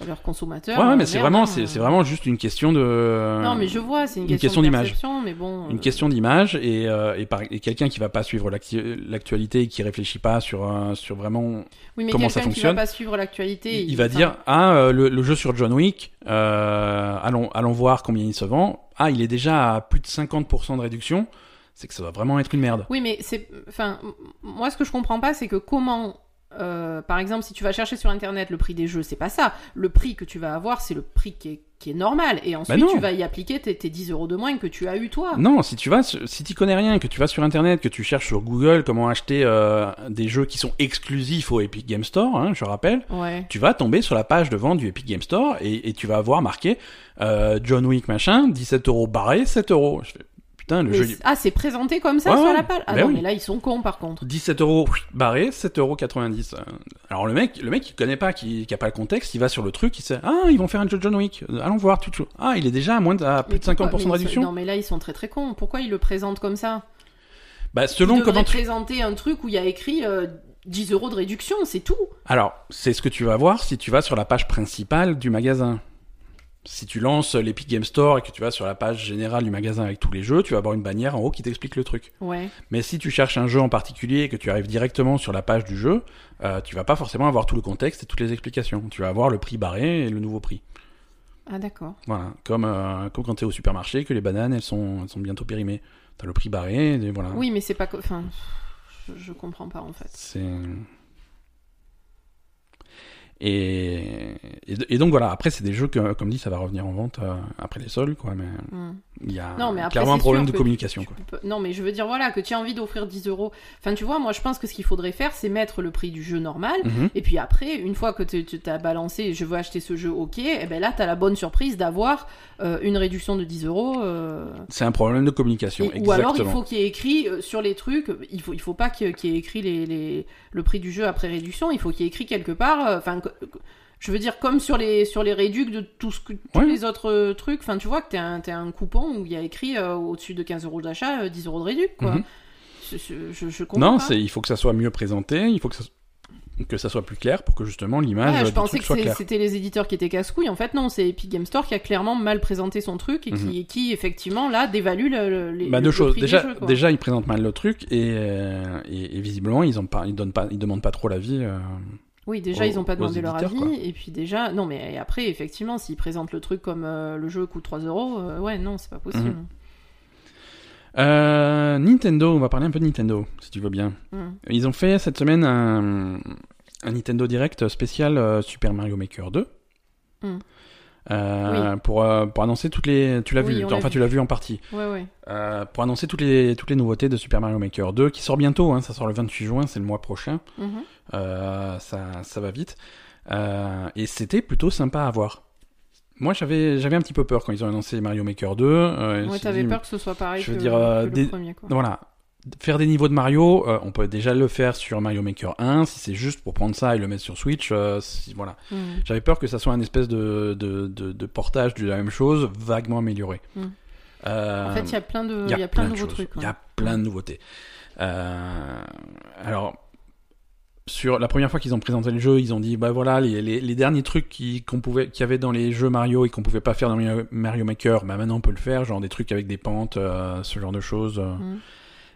à leurs consommateurs.
Ouais, ouais,
euh,
mais c'est
merde, hein.
vraiment, c'est, c'est vraiment juste une question de.
Non, mais je vois, c'est une,
Euh, une question
question,
d'image.
d'image. Mais bon,
Une
euh,
question d'image et, euh, et, par- et quelqu'un qui va pas suivre l'acti- l'actualité et qui réfléchit pas sur, euh, sur vraiment.
Oui, mais
comment
quelqu'un
ça
qui
fonctionne
va pas suivre l'actualité,
Il, il va dire Ah, euh, le, le jeu sur John Wick, euh, allons, allons voir combien il se vend. Ah, il est déjà à plus de 50% de réduction. C'est que ça doit vraiment être une merde.
Oui, mais c'est. Enfin, m- moi, ce que je comprends pas, c'est que comment. euh, par exemple, si tu vas chercher sur internet le prix des jeux, c'est pas ça. Le prix que tu vas avoir, c'est le prix qui est, qui est normal. Et ensuite,
Bah non.
tu vas y appliquer tes, tes 10 euros de moins que tu as eu toi.
Non, si tu vas, sur- si tu connais rien, que tu vas sur internet, que tu cherches sur Google comment acheter euh, des jeux qui sont exclusifs au Epic Game Store, hein, je rappelle.
Ouais.
tu vas tomber sur la page de vente du Epic Game Store et, et tu vas avoir marqué euh, John Wick machin, 17 euros barré, 7 euros. Je fais, putain, le
Mais
jeu.
c'est- ah, c'est présenté comme ça
Ouais,
sur
ouais.
la page Ah
Ben
non,
oui.
mais là, ils sont cons par contre.
17 euros pff, barré, 7 euros 90. Euh, Alors le mec, le mec, il connaît pas, qui, qui a pas le contexte, il va sur le truc, il sait, ah, ils vont faire un jeu de John Wick. Euh, Allons voir tout de suite. Ah, il est déjà à moins de, à plus
Mais
de
pourquoi-
50% de
mais ils sont- Non,
réduction.
mais là, ils sont très très cons. Pourquoi ils le présentent comme ça
Bah,
Ils
selon
devraient
comment tu...
présenter un truc où il y a écrit euh, 10 euros de réduction, c'est tout.
Alors, c'est ce que tu vas voir si tu vas sur la page principale du magasin. Si tu lances l'Epic Game Store et que tu vas sur la page générale du magasin avec tous les jeux, tu vas avoir une bannière en haut qui t'explique le truc.
Ouais.
Mais si tu cherches un jeu en particulier et que tu arrives directement sur la page du jeu, euh, tu vas pas forcément avoir tout le contexte et toutes les explications. Tu vas avoir le prix barré et le nouveau prix.
Ah d'accord.
Voilà, comme, euh, comme quand tu es au supermarché, que les bananes, elles sont, elles sont bientôt périmées. T'as le prix barré, et voilà.
Oui, mais c'est pas. co- Enfin, je, je comprends pas en fait.
C'est... Et, et, et donc voilà, après c'est des jeux que, comme dit, ça va revenir en vente euh, après les soldes, quoi. Mais
Hmm.
il y a
Non, mais après,
Ah, clairement un
c'est
problème
sûr
de
que
communication,
tu
quoi.
peux- Non, mais je veux dire, voilà, que tu as envie d'offrir 10 euros. Enfin, tu vois, moi, je pense que ce qu'il faudrait faire, c'est mettre le prix du jeu normal.
Mhm.
Et puis après, une fois que tu tu- t'as balancé, je veux acheter ce jeu, ok, et ben là, t'as la bonne surprise d'avoir euh, une réduction de 10 euros. euh,
C'est un problème de communication,
et- Ou
exactement.
alors, il faut qu'il y ait écrit euh, sur les trucs, euh, il faut, il faut pas qu'il y ait- qu'il y ait écrit les, les- le prix du jeu après réduction, il faut qu'il y ait écrit quelque part, euh, enfin, que- que- je veux dire, comme sur les, sur les réducs de tout ce que, tous
Ouais.
les autres euh, trucs, enfin, tu vois que t'as un, t'as un coupon où il y a écrit euh, au-dessus de 15 euros d'achat, euh, 10 euros de réduc, quoi.
Mhm.
Je, je- je- je comprends
Non,
pas.
c'est il faut que ça soit mieux présenté, il faut que ça, que ça soit plus clair pour que justement l'image
Ouais,
euh,
je
du
pensais
truc
que
soit
c'est-
claire.
c'était les éditeurs qui étaient casse-couilles. En fait, non, c'est Epic Game Store qui a clairement mal présenté son truc et qui, qui, effectivement, là, dévalue le, le- les-
Mhm. Bah
le-
deux
le
choses.
prix des
Déjà,
jeux, quoi.
déjà ils présentent mal le truc et, euh, et, et visiblement ils ont pas, ils donnent pas, ils demandent pas trop l'avis. euh.
Oui, déjà,
aux-
ils n'ont pas
aux
demandé leur
éditeurs,
avis.
quoi.
Et puis, déjà, non, mais après, effectivement, s'ils présentent le truc comme euh, le jeu coûte 3 euros, euh, ouais, non, c'est pas possible.
Euh, Nintendo, on va parler un peu de Nintendo si tu veux bien.
Mhm.
Ils ont fait cette semaine un, un Nintendo Direct spécial euh, Super Mario Maker 2.
Mm.
Euh, pour, euh, pour annoncer toutes les tu l'as
Oui,
vu
on
enfin
l'a
tu l'as vu en partie
Ouais, ouais.
Euh, pour annoncer toutes les toutes les nouveautés de Super Mario Maker 2 qui sort bientôt hein, ça sort le 28 juin c'est le mois prochain
Mhm.
Euh, ça, ça va vite. Euh, et c'était plutôt sympa à voir. Moi, j'avais, j'avais un petit peu peur quand ils ont annoncé Mario Maker 2. euh, je me
Ouais,
suis
t'avais
dit,
peur que ce soit pareil
je veux
que,
dire, euh,
que le
des-
premier, quoi.
Voilà. Faire des niveaux de Mario, euh, on peut déjà le faire sur Mario Maker 1. Si c'est juste pour prendre ça et le mettre sur Switch, euh, si- voilà.
Mhm.
J'avais peur que ça soit un espèce de, de, de, de portage de la même chose, vaguement amélioré.
Mm.
Euh,
En fait, il y a plein de,
il
Euh, il y a plein de nouveaux
choses.
trucs. hein.
Il y
ouais.
a plein de nouveautés. Euh, alors, sur la première fois qu'ils ont présenté le jeu, ils ont dit bah voilà les, les- les derniers trucs qui- qu'on pouvait, qu'il y avait dans les jeux Mario et qu'on pouvait pas faire dans Mario- Mario Maker, bah maintenant on peut le faire, genre des trucs avec des pentes, euh, ce genre de choses. euh.
Mhm.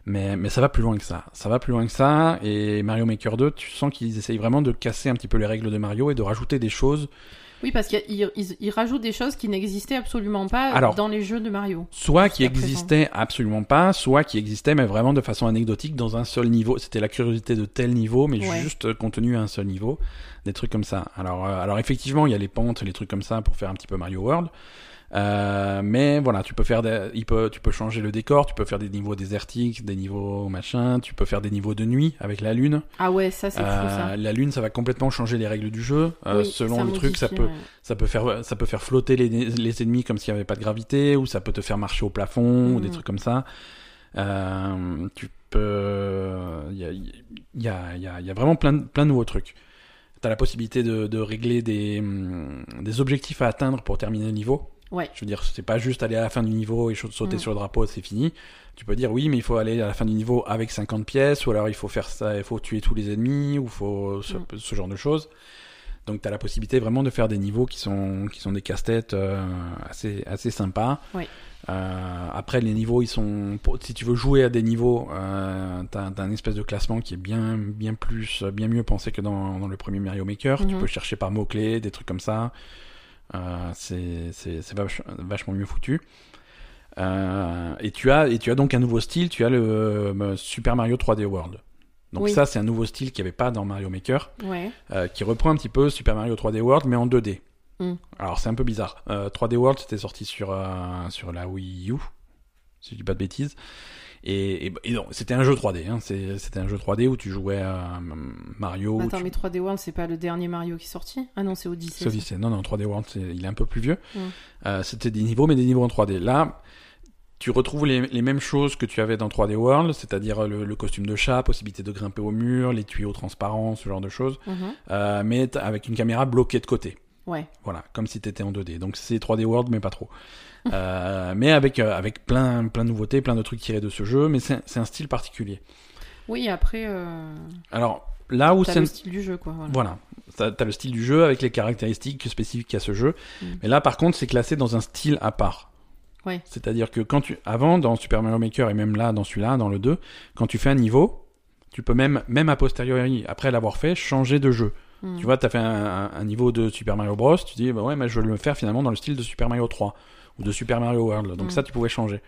Mais mais ça va plus loin que ça. Ça va plus loin que ça. Et Mario Maker 2, tu sens qu'ils essayent vraiment de casser un petit peu les règles de Mario et de rajouter des choses
Oui, parce qu'ils ils- ils rajoutent des choses qui n'existaient absolument pas
Alors-
dans les jeux de Mario.
soit qui
Jusqu'à présent.
existait absolument pas, soit qui existait mais vraiment de façon anecdotique dans un seul niveau. C'était la curiosité de tel niveau, mais
Ouais.
juste euh, contenu à un seul niveau, des trucs comme ça. Alors, euh, alors effectivement, il y a les pentes, les trucs comme ça pour faire un petit peu Mario World. Euh, mais voilà, tu peux faire, des, il peut, tu peux changer le décor, tu peux faire des niveaux désertiques, des niveaux machin, tu peux faire des niveaux de nuit avec la lune.
Ah ouais, ça, c'est fou, ça.
Euh, la lune, ça va complètement changer les règles du jeu. Euh,
Oui,
selon
ça
le truc, ça
modifie,
peut,
ouais.
ça peut faire, ça peut faire flotter les, les ennemis comme s'il n'y avait pas de
Mm.
gravité, ou ça peut te faire marcher au plafond, ou des
Mhm.
trucs comme ça. Euh, tu peux, Il y a, il y a- il y a vraiment plein, de- plein de nouveaux trucs. T'as la possibilité de, de régler des, hum, des objectifs à atteindre pour terminer le niveau.
Ouais.
Je veux dire, c'est pas juste aller à la fin du niveau et ch- sauter
Mm.
sur le drapeau, c'est fini. Tu peux dire oui, mais il faut aller à la fin du niveau avec 50 pièces, ou alors il faut faire ça, il faut tuer tous les ennemis, ou faut ce,
Mm.
ce genre de choses. Donc t'as la possibilité vraiment de faire des niveaux qui sont qui sont des casse-têtes euh, assez assez sympas.
Oui.
Euh, après les niveaux ils sont pour- si tu veux jouer à des niveaux euh, t'as t'as un espèce de classement qui est bien bien plus bien mieux pensé que dans, dans le premier Mario Maker. Tu
Mhm.
peux chercher par mots clés des trucs comme ça. Euh, c'est c'est c'est vache- vachement mieux foutu. Euh, et tu as et tu as donc un nouveau style. Tu as le euh, Super Mario 3D World. Donc
Oui.
ça c'est un nouveau style qu'il n'y avait pas dans Mario Maker
Ouais.
euh, qui reprend un petit peu Super Mario 3D World, mais en 2D.
Mm.
Alors c'est un peu bizarre. Euh, 3D World, c'était sorti sur, euh, sur la Wii U, si je dis pas de bêtises. Et, et- et non, c'était un jeu 3D. hein. C'est- C'était un jeu 3D où tu jouais à euh, Mario. où
Bah, Attends,
tu-
mais 3D World, c'est pas le dernier Mario qui est sorti Ah non, c'est Odyssey.
c'est Odyssey. Non, non, 3D World, c'est- il est un peu plus vieux.
Mm.
Euh, C'était des niveaux, mais des niveaux en 3D. Là, tu retrouves les, les mêmes choses que tu avais dans 3D World, c'est-à-dire le, le costume de chat, possibilité de grimper au mur, les tuyaux transparents, ce genre de choses,
ça. Mhm.
Euh, mais t- avec une caméra bloquée de côté.
Ouais.
Voilà, comme si t'étais en 2D. Donc c'est 3D World, mais pas trop. Euh, mais avec, euh, avec plein, plein de nouveautés, plein de trucs tirés de ce jeu, mais c'est c'est un style particulier.
Oui, après, euh,
Alors, là où
t'as
c'est...
le style du jeu, quoi. Voilà.
Voilà, t'as t'as le style du jeu avec les caractéristiques spécifiques à ce jeu.
Mm.
Mais là, par contre, c'est classé dans un style à part.
Ouais.
C'est-à-dire que quand tu... Avant, dans Super Mario Maker, et même là, dans celui-là, dans le 2, quand tu fais un niveau, tu peux même, même a posteriori, après l'avoir fait, changer de jeu.
Mhm.
Tu vois, t'as fait un, un- un niveau de Super Mario Bros, tu dis, bah ouais, mais je vais le faire finalement dans le style de Super Mario 3 ou de Super Mario World. Donc
Mm.
ça, tu pouvais changer.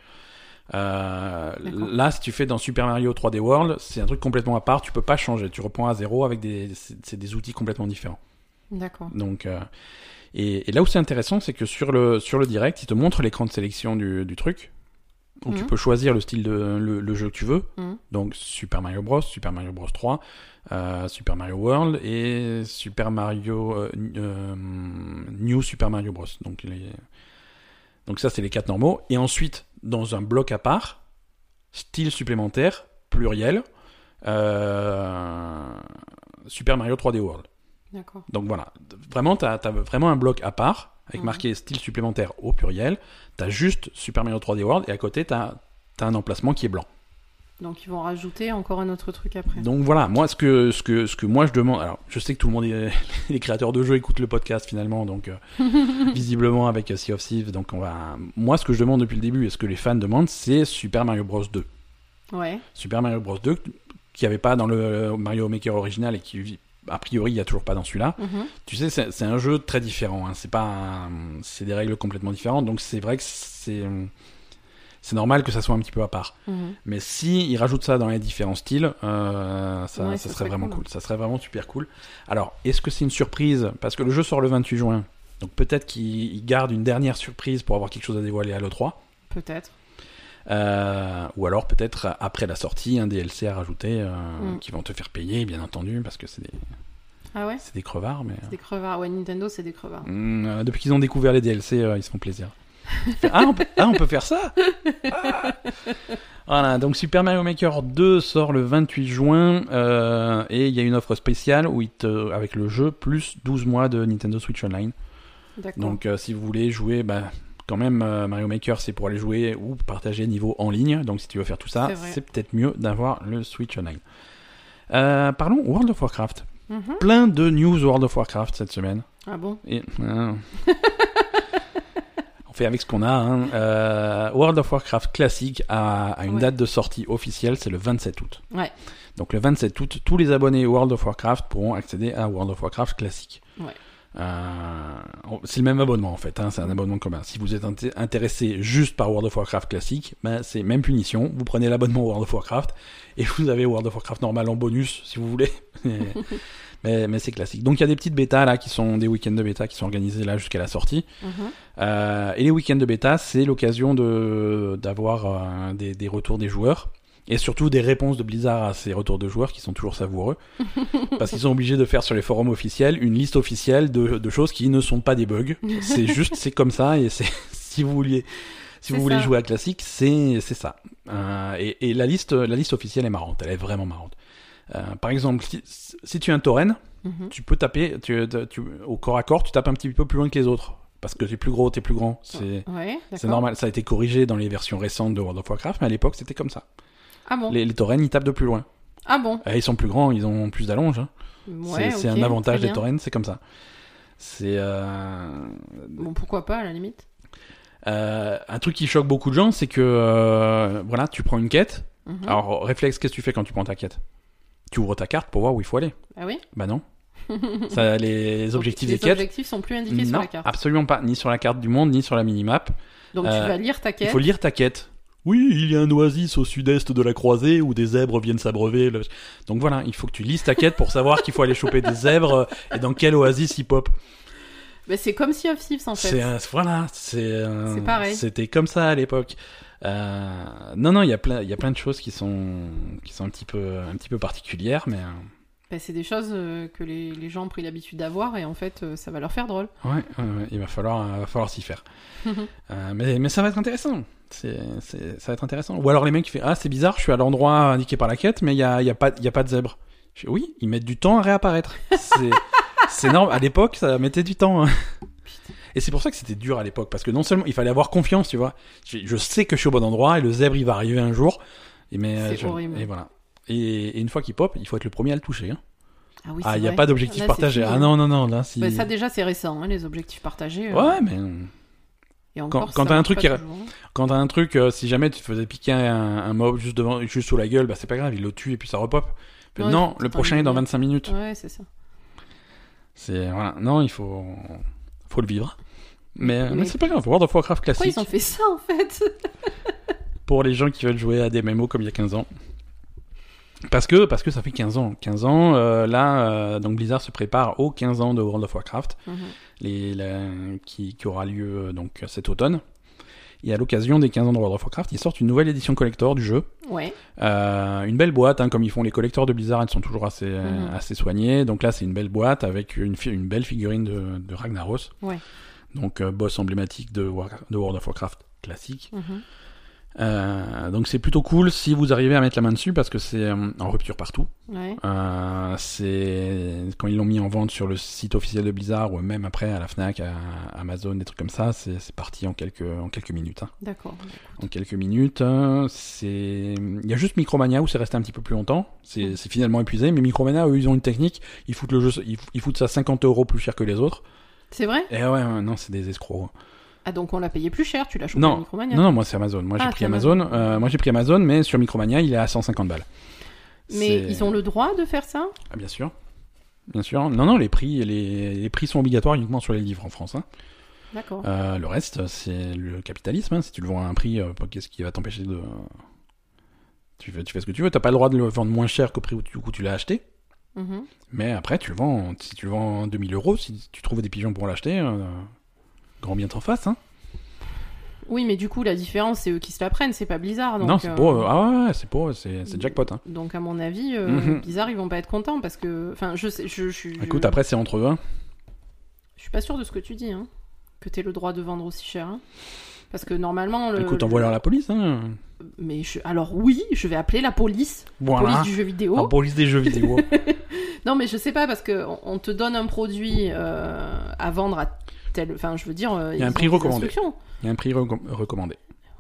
Euh,
D'accord.
là, si tu fais dans Super Mario 3D World, c'est un truc complètement à part, tu peux pas changer, tu reprends à zéro avec des, c'est c'est des outils complètement différents.
D'accord.
Donc, euh, et, et là où c'est intéressant, c'est que sur le, sur le direct, il te montre l'écran de sélection du, du truc, où tu
Mhm.
peux choisir le style de le, le jeu que tu veux.
Mhm.
Donc Super Mario Bros, Super Mario Bros 3, euh, Super Mario World et Super Mario euh, euh, New Super Mario Bros. Donc, les- donc ça c'est les quatre normaux. Et ensuite dans un bloc à part, style supplémentaire pluriel, euh, Super Mario 3D World.
D'accord.
Donc voilà, vraiment, t'as as vraiment un bloc à part, avec
Mhm.
marqué style supplémentaire au pluriel. T'as juste Super Mario 3D World, et à côté, t'as t'as un emplacement qui est blanc.
Donc ils vont rajouter encore un autre truc après.
Donc voilà, moi, ce que, ce, que, ce que moi je demande. Alors, je sais que tout le monde, est- les créateurs de jeux écoutent le podcast finalement, donc euh, visiblement avec euh, Sea of Thieves. Donc on va. Moi, ce que je demande depuis le début, et ce que les fans demandent, c'est Super Mario Bros. 2.
Ouais.
Super Mario Bros. 2, qui n'y avait pas dans le Mario Maker original, et qui, a priori, il n'y a toujours pas dans celui-là.
Mhm.
Tu sais, c'est c'est un jeu très différent. hein. C'est pas, un- c'est des règles complètement différentes. Donc c'est vrai que c'est, c'est normal que ça soit un petit peu à part.
Mhm.
Mais si ils rajoutent ça dans les différents styles, euh, ça, ça
Ouais, ça
serait
serait
vraiment cool.
cool.
Ça serait vraiment super cool. Alors, est-ce que c'est une surprise Parce que le jeu sort le 28 juin. Donc peut-être qu'ils ils gardent une dernière surprise pour avoir quelque chose à dévoiler à l'E3.
Peut-être.
Euh, ou alors peut-être après la sortie, un DLC à rajouter euh,
Mm.
qui vont te faire payer, bien entendu, parce que c'est des,
Ah ouais
c'est des crevards. Mais...
C'est des crevards. Ouais, Nintendo, c'est des crevards.
Mm, euh, depuis qu'ils ont découvert les DLC, euh, ils se font plaisir. ah, on peut, ah, on peut faire ça Ah Voilà, donc Super Mario Maker 2 sort le 28 juin euh, et il y a une offre spéciale où il te- avec le jeu plus 12 mois de Nintendo Switch Online.
D'accord.
Donc euh, si vous voulez jouer, bah, quand même euh, Mario Maker c'est pour aller jouer ou partager niveau en ligne. Donc si tu veux faire tout ça,
C'est vrai.
c'est peut-être mieux d'avoir le Switch Online. Euh, parlons World of Warcraft.
Mhm.
Plein de news World of Warcraft cette semaine.
Ah bon
Et- ah. on fait avec ce qu'on a. hein. Euh, World of Warcraft classique a, a une
Ouais.
date de sortie officielle, c'est le 27 août.
Ouais.
Donc le 27 août, tous les abonnés World of Warcraft pourront accéder à World of Warcraft classique.
Ouais.
Euh, on- c'est le même abonnement en fait, hein, c'est un abonnement commun. Si vous êtes inté- intéressé juste par World of Warcraft classique, ben, c'est même punition. Vous prenez l'abonnement World of Warcraft et vous avez World of Warcraft normal en bonus si vous voulez. mais mais c'est classique. Donc il y a des petites bêtas là qui sont des week-ends de bêta qui sont organisés là jusqu'à la sortie.
Mhm.
Euh, et les week-ends de bêta, c'est l'occasion de d'avoir euh, des, des retours des joueurs et surtout des réponses de Blizzard à ces retours de joueurs qui sont toujours savoureux parce qu'ils sont obligés de faire sur les forums officiels une liste officielle de, de choses qui ne sont pas des bugs. C'est juste, c'est comme ça et c'est si vous vouliez. Si
C'est
vous voulez
ça.
jouer à classique, c'est c'est ça. Euh, et et la, liste, la liste officielle est marrante, elle est vraiment marrante. Euh, par exemple, si, si tu es un tauren,
Mhm.
tu peux taper tu, tu- au corps à corps, tu tapes un petit peu plus loin que les autres. Parce que t'es plus gros, t'es plus grand. C'est
Ouais,
c'est
d'accord.
normal. Ça a été corrigé dans les versions récentes de World of Warcraft, mais à l'époque, c'était comme ça.
Ah bon
Les, les taurennes, ils tapent de plus loin.
Ah bon
Eh, ils sont plus grands, ils ont plus d'allonge. hein.
Ouais,
c'est c'est
ok,
un avantage
très
des
bien.
taurennes, c'est comme ça. C'est euh,
Bon, pourquoi pas, à la limite
euh, un truc qui choque beaucoup de gens, c'est que euh, voilà, tu prends une quête.
Mhm.
Alors réflexe, qu'est-ce que tu fais quand tu prends ta quête Tu ouvres ta carte pour voir où il faut aller.
Ah oui
Bah non. Ça, les
Donc,
objectifs
les
des quêtes.
objectifs sont plus indiqués sur
Non,
la carte.
absolument pas. Ni sur la carte du monde, ni sur la minimap.
Donc
euh,
tu vas lire ta
Il
quête.
faut lire ta quête. Oui, il y a un oasis au sud-est de la croisée où des zèbres viennent s'abreuver. le- Donc voilà, il faut que tu lises ta quête pour savoir qu'il faut aller choper des zèbres euh, et dans quel oasis ils pop.
Mais Bah, c'est comme Sea of Thieves en
C'est
fait.
un- voilà, c'est un-
C'est pareil.
C'était comme ça à l'époque. Euh, non, non, il y a plein, il y a plein de choses qui sont, qui sont un petit peu, un petit peu particulières, mais euh,
Bah, c'est des choses euh, que les, les gens ont pris l'habitude d'avoir et en fait euh, ça va leur faire drôle.
ouais, ouais, ouais, il va falloir, euh, va falloir s'y faire. Euh, mais, mais ça va être intéressant. C'est, c'est- ça va être intéressant. Ou alors les mecs qui font ah c'est bizarre, je suis à l'endroit indiqué par la quête, mais il y a, il y a pas, il y a pas de zèbre. Je fais, oui, ils mettent du temps à réapparaître. C'est, c'est énorme. À l'époque, ça mettait du temps. hein. Et c'est pour ça que c'était dur à l'époque, parce que non seulement il fallait avoir confiance, tu vois. Je, je sais que je suis au bon endroit et le zèbre il va arriver un jour. Et mais euh,
C'est
je-
horrible.
et voilà. Et, et une fois qu'il pop, il faut être le premier à le toucher. hein.
Ah oui,
ah,
c'est
il n'y a
vrai.
pas
Là,
d'objectif
c'est
partagé.
fini.
Ah non non non là si.
Bah, ça déjà c'est récent, hein, les objectifs partagés. euh,
ouais mais
et encore,
quand- quand
ça
t'as un
marche
truc
pas
qui ra-
toujours.
Quand t'as un truc, euh, si jamais tu te faisais piquer un, un mob juste devant, juste sous la gueule, bah c'est pas grave, il le tue et puis ça repop. Mais
Ouais,
non,
faut
le
attendre
prochain
une
est dans
minute.
25 minutes.
Ouais, c'est ça.
C'est voilà, non, il faut, faut le vivre. Mais, euh,
Mais-
mais c'est pas grave, World of Warcraft
Pourquoi
classique
ils ont fait ça en fait
pour les gens qui veulent jouer à des MMO comme il y a 15 ans. Parce que parce que ça fait 15 ans, 15 ans euh, là, euh, donc Blizzard se prépare aux 15 ans de World of Warcraft.
Mhm.
les, la- qui, qui aura lieu euh, donc cet automne. Et à l'occasion des 15 ans de World of Warcraft, ils sortent une nouvelle édition collector du jeu.
Ouais.
Euh, une belle boîte, hein, comme ils font les collecteurs de Blizzard, elles sont toujours assez, euh,
Mhm.
assez soignées. Donc là, c'est une belle boîte avec une, fi- une belle figurine de, de Ragnaros.
Ouais.
Donc euh, boss emblématique de, War- de World of Warcraft classique.
Mhm.
Euh, donc c'est plutôt cool si vous arrivez à mettre la main dessus parce que c'est euh, en rupture partout.
Ouais.
Euh, c'est quand ils l'ont mis en vente sur le site officiel de Blizzard ou même après à la Fnac, à Amazon, des trucs comme ça, c'est c'est parti en quelques en quelques minutes. hein.
D'accord.
En quelques minutes, hein, c'est il y a juste Micromania où c'est resté un petit peu plus longtemps.
Mm.
C'est c'est finalement épuisé, mais Micromania eux ils ont une technique, ils foutent le jeu, ils, ils foutent ça 50 euros plus cher que les autres.
C'est vrai
Et ouais, ouais, non c'est des escrocs.
Ah donc on l'a payé plus cher, tu l'as chopé à
Non,
Micromania.
non, non, moi c'est Amazon. Moi j'ai
Ah,
pris
c'est
Amazon.
Amazon.
Euh, moi j'ai pris Amazon, mais sur Micromania il est à 150 balles.
Mais
C'est-
ils ont le droit de faire ça
Ah, bien sûr. Bien sûr. Non, non, les prix, les, les prix sont obligatoires uniquement sur les livres en France. hein.
D'accord.
Euh, le reste, c'est le capitalisme. hein. Si tu le vends à un prix, euh, qu'est-ce qui va t'empêcher de. Tu fais, tu fais ce que tu veux. T'as pas le droit de le vendre moins cher qu'au prix où tu, où tu l'as acheté. Euh.
Mhm.
Mais après, tu le vends. Si tu le vends à 2000 euros, si tu trouves des pigeons pour l'acheter, euh, grand bien t'en fasse. Hein.
Oui, mais du coup, la différence, c'est eux qui se la prennent, c'est pas Blizzard. Donc,
non, c'est
euh,
pour. eux. Ah ouais, ouais, c'est pour. eux, C'est c'est jackpot. Hein.
Donc, à mon avis, euh,
Mhm.
Blizzard, ils vont pas être contents parce que. Enfin, je sais. Je, je, je-
Écoute, après, c'est entre eux. hein.
je suis pas sûre de ce que tu dis, hein. Que t'aies le droit de vendre aussi cher. hein. Parce que normalement. Le,
Écoute, envoie-leur la police. Hein.
Mais je- alors, oui, je vais appeler la police.
Voilà. Ah
Police du jeu vidéo.
La police des jeux vidéo.
Non, mais je sais pas parce que on, on te donne un produit euh, à vendre à tel. Enfin, je veux dire. euh,
Il y a un
ils ont
prix
des
recommandé.
instructions.
Il y a un prix recom- recommandé.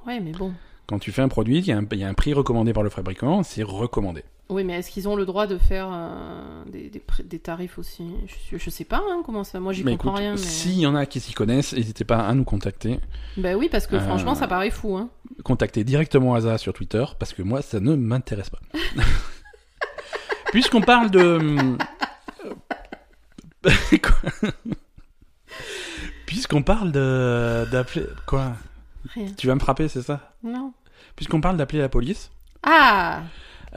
Ouais, mais bon.
Quand tu fais un produit, il y, a un- il y a un prix recommandé par le fabricant, c'est recommandé.
Oui, mais est-ce qu'ils ont le droit de faire euh, des, des prix- des tarifs aussi je, je sais pas hein, comment ça. Moi, j'y
Mais
comprends
écoute,
rien. Mais... euh.
s'il y en a qui s'y connaissent, n'hésitez pas à nous contacter.
Bah oui, parce que
Euh,
franchement, ça paraît fou. Hein.
Contactez directement Asa sur Twitter, parce que moi, ça ne m'intéresse pas. Puisqu'on parle de... euh, Quoi Puisqu'on parle de... d'appeler... Quoi
Rien.
Tu vas me frapper, c'est ça
Non.
Puisqu'on parle d'appeler la police,
Ah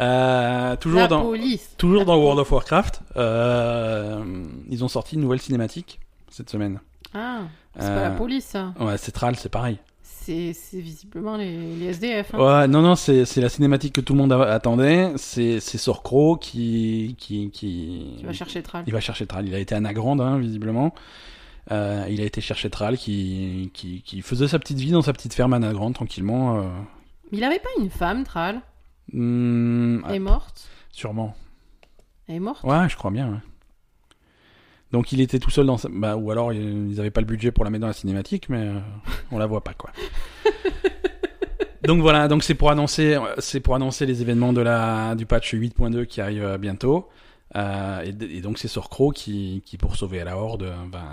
euh, toujours
La
dans...
police
Toujours dans World of Warcraft, euh, ils ont sorti une nouvelle cinématique cette semaine.
Ah, c'est pas la
Euh,
police, ça.
Ouais, Cetral, c'est pareil.
C'est c'est visiblement les, les SDF. hein.
Ouais, non, non, c'est c'est la cinématique que tout le monde a- attendait. C'est c'est Sorcro qui. qui, qui...
Tu vas chercher Tral.
Il va chercher Tral. Il a été anagrande, hein, visiblement. Euh, il a été chercher Tral qui, qui, qui faisait sa petite vie dans sa petite ferme anagrande, tranquillement. euh.
Mais il avait pas une femme, Tral
Hmm,
Elle est morte
sûrement.
Elle est morte
Ouais, je crois bien. ouais. Donc il était tout seul dans sa... Bah, ou alors ils n'avaient pas le budget pour la mettre dans la cinématique, mais euh, on la voit pas quoi. donc voilà, donc c'est pour annoncer, euh, c'est pour annoncer les événements de la du patch 8.2 qui arrive euh, bientôt. Euh, et, d- et donc c'est Sorcro qui, qui pour sauver la horde euh, va,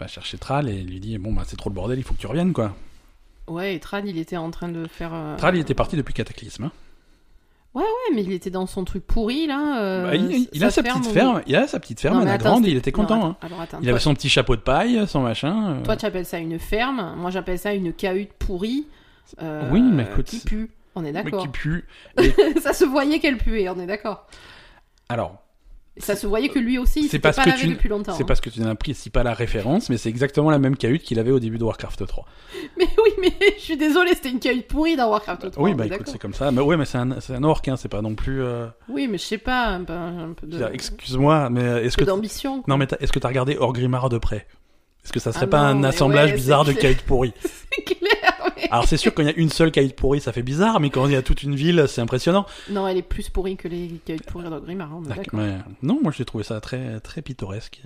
va chercher Tral et lui dit bon bah c'est trop le bordel, il faut que tu reviennes quoi.
Ouais, et Trad, il était en train de faire. euh,
Tral il était parti depuis Cataclysme. hein.
Ouais, mais il était dans son truc pourri là. euh,
Bah, il, il- il
sa
a sa petite ferme, il a sa petite ferme,
Non,
elle
mais
est
attends,
grande,
c'était-
il était
Non,
content.
attends,
hein.
Alors attends,
Il avait
toi,
son petit chapeau de paille, son machin. euh.
toi, tu appelles ça une ferme. Moi, j'appelle ça une cahute pourrie. euh,
Oui, mais écoute,
Qui
c'est-
pue. On est
Mais
d'accord.
qui pue.
ça se voyait qu'elle puait, on est d'accord.
Alors,
Ça se voyait que lui aussi, il
C'est
s'était
parce
pas
que
lavé
tu-
depuis longtemps.
c'est
hein.
parce que tu n'apprécies pas la référence, mais c'est exactement la même cahute qu'il avait au début de Warcraft 3.
Mais oui, mais je suis désolée, c'était une cahute pourrie dans Warcraft 3.
oui,
on
bah
est
écoute,
d'accord.
c'est comme ça. Mais ouais, mais c'est un, c'est un orc, hein, c'est pas non plus. euh,
Oui, mais je sais pas, un peu, un peu de-
je veux dire, Excuse-moi, mais euh, est-ce que.
un peu d'ambition. quoi.
Non, mais t'as- est-ce que t'as regardé Orgrimmar de près Est-ce que ça serait
Ah
pas
non,
un
mais
assemblage
ouais,
bizarre de
c'est
cahutes pourries
C'est clair, mais-
Alors c'est sûr, quand il y a une seule cahute pourrie, ça fait bizarre, mais quand il y a toute une ville, c'est impressionnant.
Non, elle est plus pourrie que les cahuttes pourries dans Grimard, on est
D'accord,
d'accord.
ouais. Non, moi j'ai trouvé ça très, très pittoresque.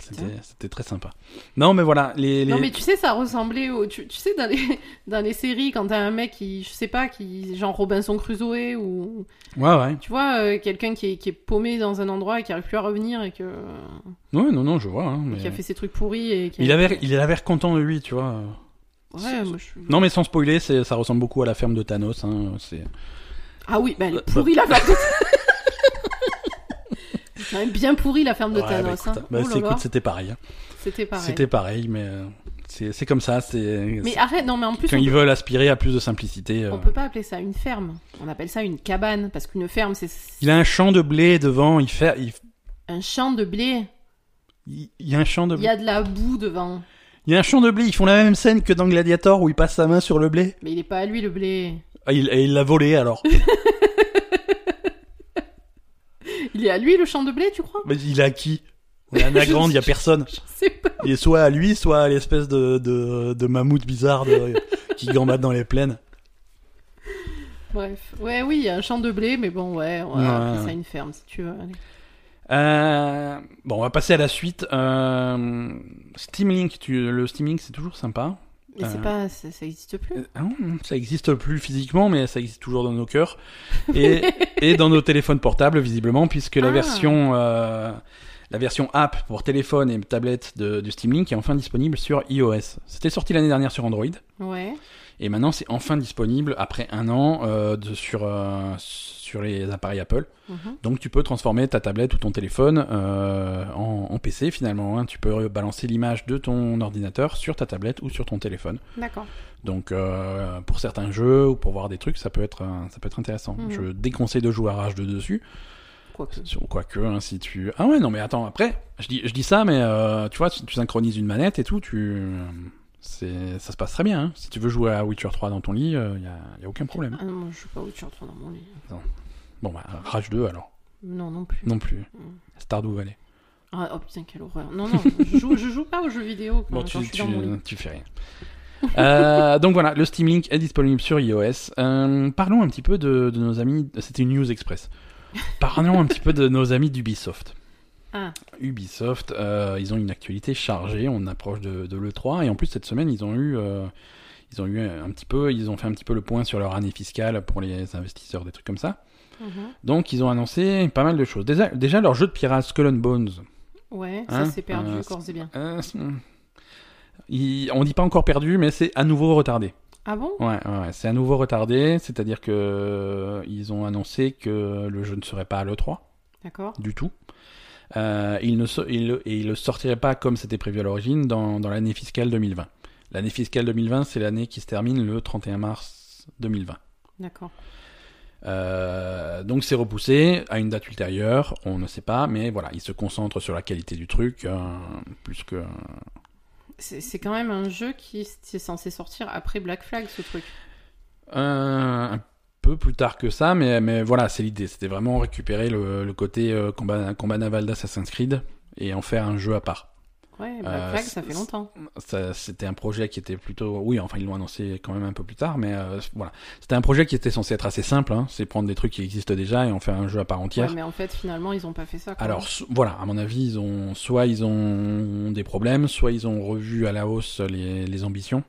C'était c'était très sympa. Non, mais voilà. Les, les-
Non, mais tu sais, ça ressemblait au. Tu, tu sais, dans les, dans les séries, quand t'as un mec qui. Je sais pas, qui. Genre Robinson Crusoe ou.
Ouais, ouais.
Tu vois, euh, quelqu'un qui est, qui est paumé dans un endroit et qui arrive plus à revenir et que.
Ouais, non, non, je vois. hein, mais-
Qui a fait ses trucs pourris et qui.
Il avait, il avait l'air content de lui, tu vois.
Ouais, moi, je-
Non, mais sans spoiler, c'est- ça ressemble beaucoup à la ferme de Thanos. Hein, c'est-
Ah oui, bah
Euh,
elle est pourrie la ferme de- Quand même bien pourrie la ferme de
Ouais, bah,
Thanos.
écoute,
hein.
bah,
Oh là
c'est-
là,
écoute, c'était pareil. hein.
C'était pareil.
C'était pareil, mais euh, c'est c'est comme ça. C'est
Mais
c'est-
arrête, non, mais en plus,
quand
on,
ils veulent aspirer à plus de simplicité. euh,
on peut pas appeler ça une ferme. On appelle ça une cabane parce qu'une ferme, c'est
Il a un champ de blé devant. Il fait, il,
un champ de blé.
il- il y a un champ de
Il y
blé.
a de la boue devant.
Il y a un champ de blé. Ils font la même scène que dans Gladiator où il passe sa main sur le blé.
Mais il est pas à lui le blé.
Ah, il et il l'a volé alors.
Il est à lui le champ de blé, tu crois
mais il a qui On est à Nagrande, il y a personne.
Je sais pas.
Il est soit à lui, soit à l'espèce de, de, de mammouth bizarre de- qui gambade dans les plaines.
Bref. Ouais, oui, il y a un champ de blé, mais bon, ouais, on va
Ouais,
appeler
ouais.
ça une ferme si tu veux. Allez.
Euh, bon, on va passer à la suite. Euh, Steam Link, tu, le Steam Link, c'est toujours sympa.
Mais c'est
Euh.
pas, ça, ça existe plus.
Euh, ah non, non, ça existe plus physiquement, mais ça existe toujours dans nos cœurs et, et dans nos téléphones portables, visiblement, puisque la
Ah.
version euh, la version app pour téléphone et tablette de, du Steam Link est enfin disponible sur iOS. C'était sorti l'année dernière sur Android.
Ouais.
Et maintenant, c'est enfin disponible après un an euh, de- sur, euh, sur les appareils Apple.
Mhm.
Donc, tu peux transformer ta tablette ou ton téléphone euh, en, en PC finalement. hein. Tu peux balancer l'image de ton ordinateur sur ta tablette ou sur ton téléphone.
D'accord.
Donc, euh, pour certains jeux ou pour voir des trucs, ça peut être, euh, ça peut être intéressant.
Mhm.
Je déconseille de jouer à Rage 2 dessus.
Quoique.
Sur quoique, hein, si tu. Ah ouais, non, mais attends, après, je dis, je dis ça, mais euh, tu vois, si tu synchronises une manette et tout, tu. c'est- Ça se passe très bien. hein. Si tu veux jouer à Witcher 3 dans ton lit, il n'y a, y a aucun problème.
Ah non, moi, je sais pas où tu retournes dans mon lit.
Bon, bah, Rage 2 alors.
Non, non plus.
Non plus.
Mm.
Stardew Valley.
Ah, oh putain, quelle horreur. Non, non, je joue, je joue pas aux jeux vidéo quand,
Bon,
quand
tu,
je suis
tu,
dans mon lit.
tu fais rien. Euh, donc voilà, le Steam Link est disponible sur iOS. Euh, parlons un petit peu de, de nos amis. C'était une news express. Parlons un petit peu de nos amis d'Ubisoft.
Ah.
Ubisoft, euh, ils ont une actualité chargée. On approche de, de l'E3 et en plus cette semaine, ils ont eu, euh, ils ont eu un petit peu, ils ont fait un petit peu le point sur leur année fiscale pour les investisseurs, des trucs comme ça.
Mhm.
Donc ils ont annoncé pas mal de choses. Déjà, déjà leur jeu de pirates Skull and Bones.
Ouais,
Hein
ça s'est perdu,
Euh,
corps et bien.
Euh, c'est- il- on dit pas encore perdu, mais c'est à nouveau retardé.
Ah bon
Ouais, ouais, ouais, c'est à nouveau retardé, c'est-à-dire que euh, ils ont annoncé que le jeu ne serait pas à l'E3
D'accord.
du tout. Euh, il ne so- il le- et il ne sortirait pas comme c'était prévu à l'origine dans, dans l'année fiscale 2020. L'année fiscale 2020, c'est l'année qui se termine le 31 mars 2020.
D'accord.
Euh, donc c'est repoussé à une date ultérieure, on ne sait pas, mais voilà, ils se concentrent sur la qualité du truc, euh, plus que...
C'est c'est quand même un jeu qui est censé sortir après Black Flag, ce truc.
Euh, un peu plus tard que ça, mais, mais voilà, c'est l'idée. C'était vraiment récupérer le, le côté euh, combat, combat naval d'Assassin's Creed et en faire un jeu à part.
Ouais, Black
Euh,
Flag,
c'est-
ça fait longtemps.
Ça, c'était un projet qui était plutôt oui enfin ils l'ont annoncé quand même un peu plus tard mais euh, voilà c'était un projet qui était censé être assez simple hein. c'est prendre des trucs qui existent déjà et en faire un jeu à part entière
Ouais, mais en fait, finalement, ils ont pas fait ça. quoi.
alors so- voilà à mon avis ils ont soit ils ont des problèmes soit ils ont revu à la hausse les, les ambitions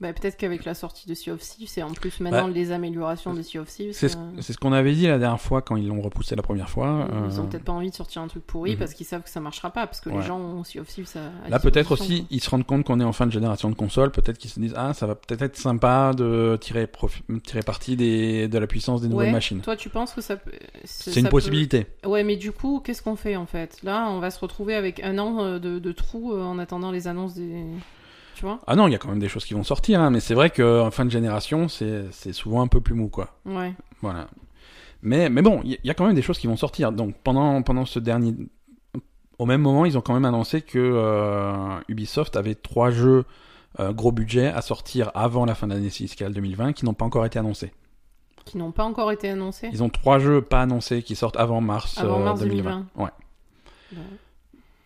Bah, peut-être qu'avec la sortie de Sea of Thieves, et en plus maintenant les améliorations de Sea of Thieves,
Bah, c'est ce,
euh,
c'est ce qu'on avait dit la dernière fois quand ils l'ont repoussé la première fois
ils ont
euh,
peut-être pas envie de sortir un truc pourri
Mhm.
parce qu'ils savent que ça marchera pas, parce que
Ouais.
les gens ont Sea of Thieves à, à
Là, peut-être
disposition,
aussi, ils se rendent compte qu'on est en fin de génération de consoles. Peut-être qu'ils se disent, ah, ça va peut-être être sympa de tirer, profi- tirer parti des, de la puissance des
quoi.
nouvelles
Ouais.
machines.
Toi, tu penses que ça peut.
C'est une possibilité.
Ouais, mais du coup, qu'est-ce qu'on fait en fait Là, on va se retrouver avec un an euh, de, de trou euh, en attendant les annonces des. Tu vois
Ah non, il y a quand même des choses qui vont sortir, hein, mais c'est vrai qu'en fin de génération, c'est c'est souvent un peu plus mou, quoi.
Ouais.
Voilà. Mais, mais bon, il y- y a quand même des choses qui vont sortir. Donc pendant, pendant ce dernier. Au même moment, ils ont quand même annoncé que euh, Ubisoft avait trois jeux euh, gros budget à sortir avant la fin de l'année fiscale 2020 qui n'ont pas encore été annoncés.
Qui n'ont pas encore été annoncées.
Ils ont trois jeux pas annoncés qui sortent avant mars,
Avant
euh,
mars
2020. Ouais.
Ouais.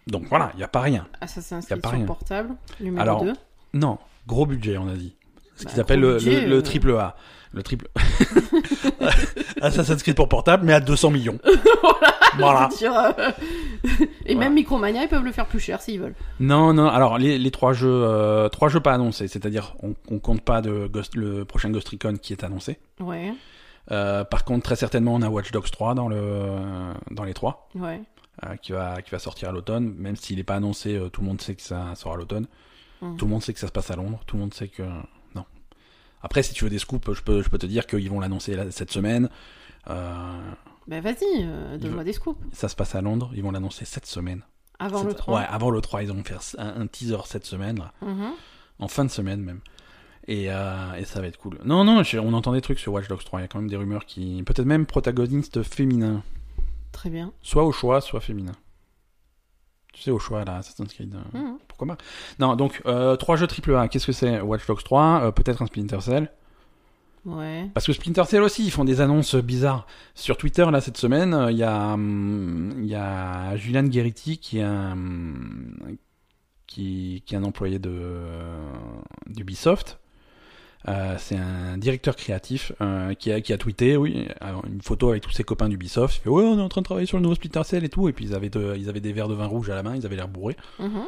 Donc voilà, il y a pas rien.
Assassin's
Y a
Creed
pas
sur
rien.
portable, numéro
Alors,
2.
Non, gros budget on a dit. Ce
Bah,
qu'ils appellent
gros
le,
budget,
le- le
euh.
triple A. Le triple... Ah, Assassin's Creed pour portable, mais à 200 millions. voilà.
Dire, euh, Et
ah. Voilà.
même Micromania, ils peuvent le faire plus cher s'ils veulent.
Non, non, alors les, les trois jeux euh, trois jeux pas annoncés, c'est-à-dire on, on compte pas de Ghost- le prochain Ghost Recon qui est annoncé.
Ouais,
Euh, par contre, très certainement, on a Watch Dogs 3 dans, le, dans les trois.
ouais.
euh, qui va qui va sortir à l'automne, même s'il n'est pas annoncé, euh, tout le monde sait que ça sort à l'automne.
Mm.
Tout le monde sait que ça se passe à Londres, tout le monde sait que non. Après, si tu veux des scoops, je peux je peux te dire qu'ils vont l'annoncer là- cette semaine. Euh,
Ben vas-y, euh, donne-moi des scoops.
ça se passe à Londres, ils vont l'annoncer cette semaine.
Avant
Cette-
le 3.
Ouais, avant le 3, ils vont faire un, un teaser cette semaine, là.
Mhm.
en fin de semaine même. Et, euh, et ça va être cool. Non, non, je- on entend des trucs sur Watch Dogs 3, il y a quand même des rumeurs qui... Peut-être même protagoniste féminin.
Très bien.
Soit au choix, soit féminin. Tu sais, au choix, là, Assassin's Creed. euh,
Mhm.
Pourquoi pas Non, donc, euh, trois jeux AAA. Qu'est-ce que c'est Watch Dogs 3, euh, peut-être un Splinter Cell.
Ouais.
Parce que Splinter Cell aussi, ils font des annonces bizarres. Sur Twitter, là, cette semaine, euh, il y a, hum, il y a Julian Guerriti, qui est un, hum, qui, qui est un employé de, euh, d'Ubisoft. Euh, c'est un directeur créatif euh, qui, a, qui a tweeté oui, alors, une photo avec tous ses copains d'Ubisoft. Il fait Ouais, on est en train de travailler sur le nouveau Splinter Cell et tout. Et puis ils avaient, de- ils avaient des verres de vin rouge à la main, ils avaient l'air bourrés.
Mhm.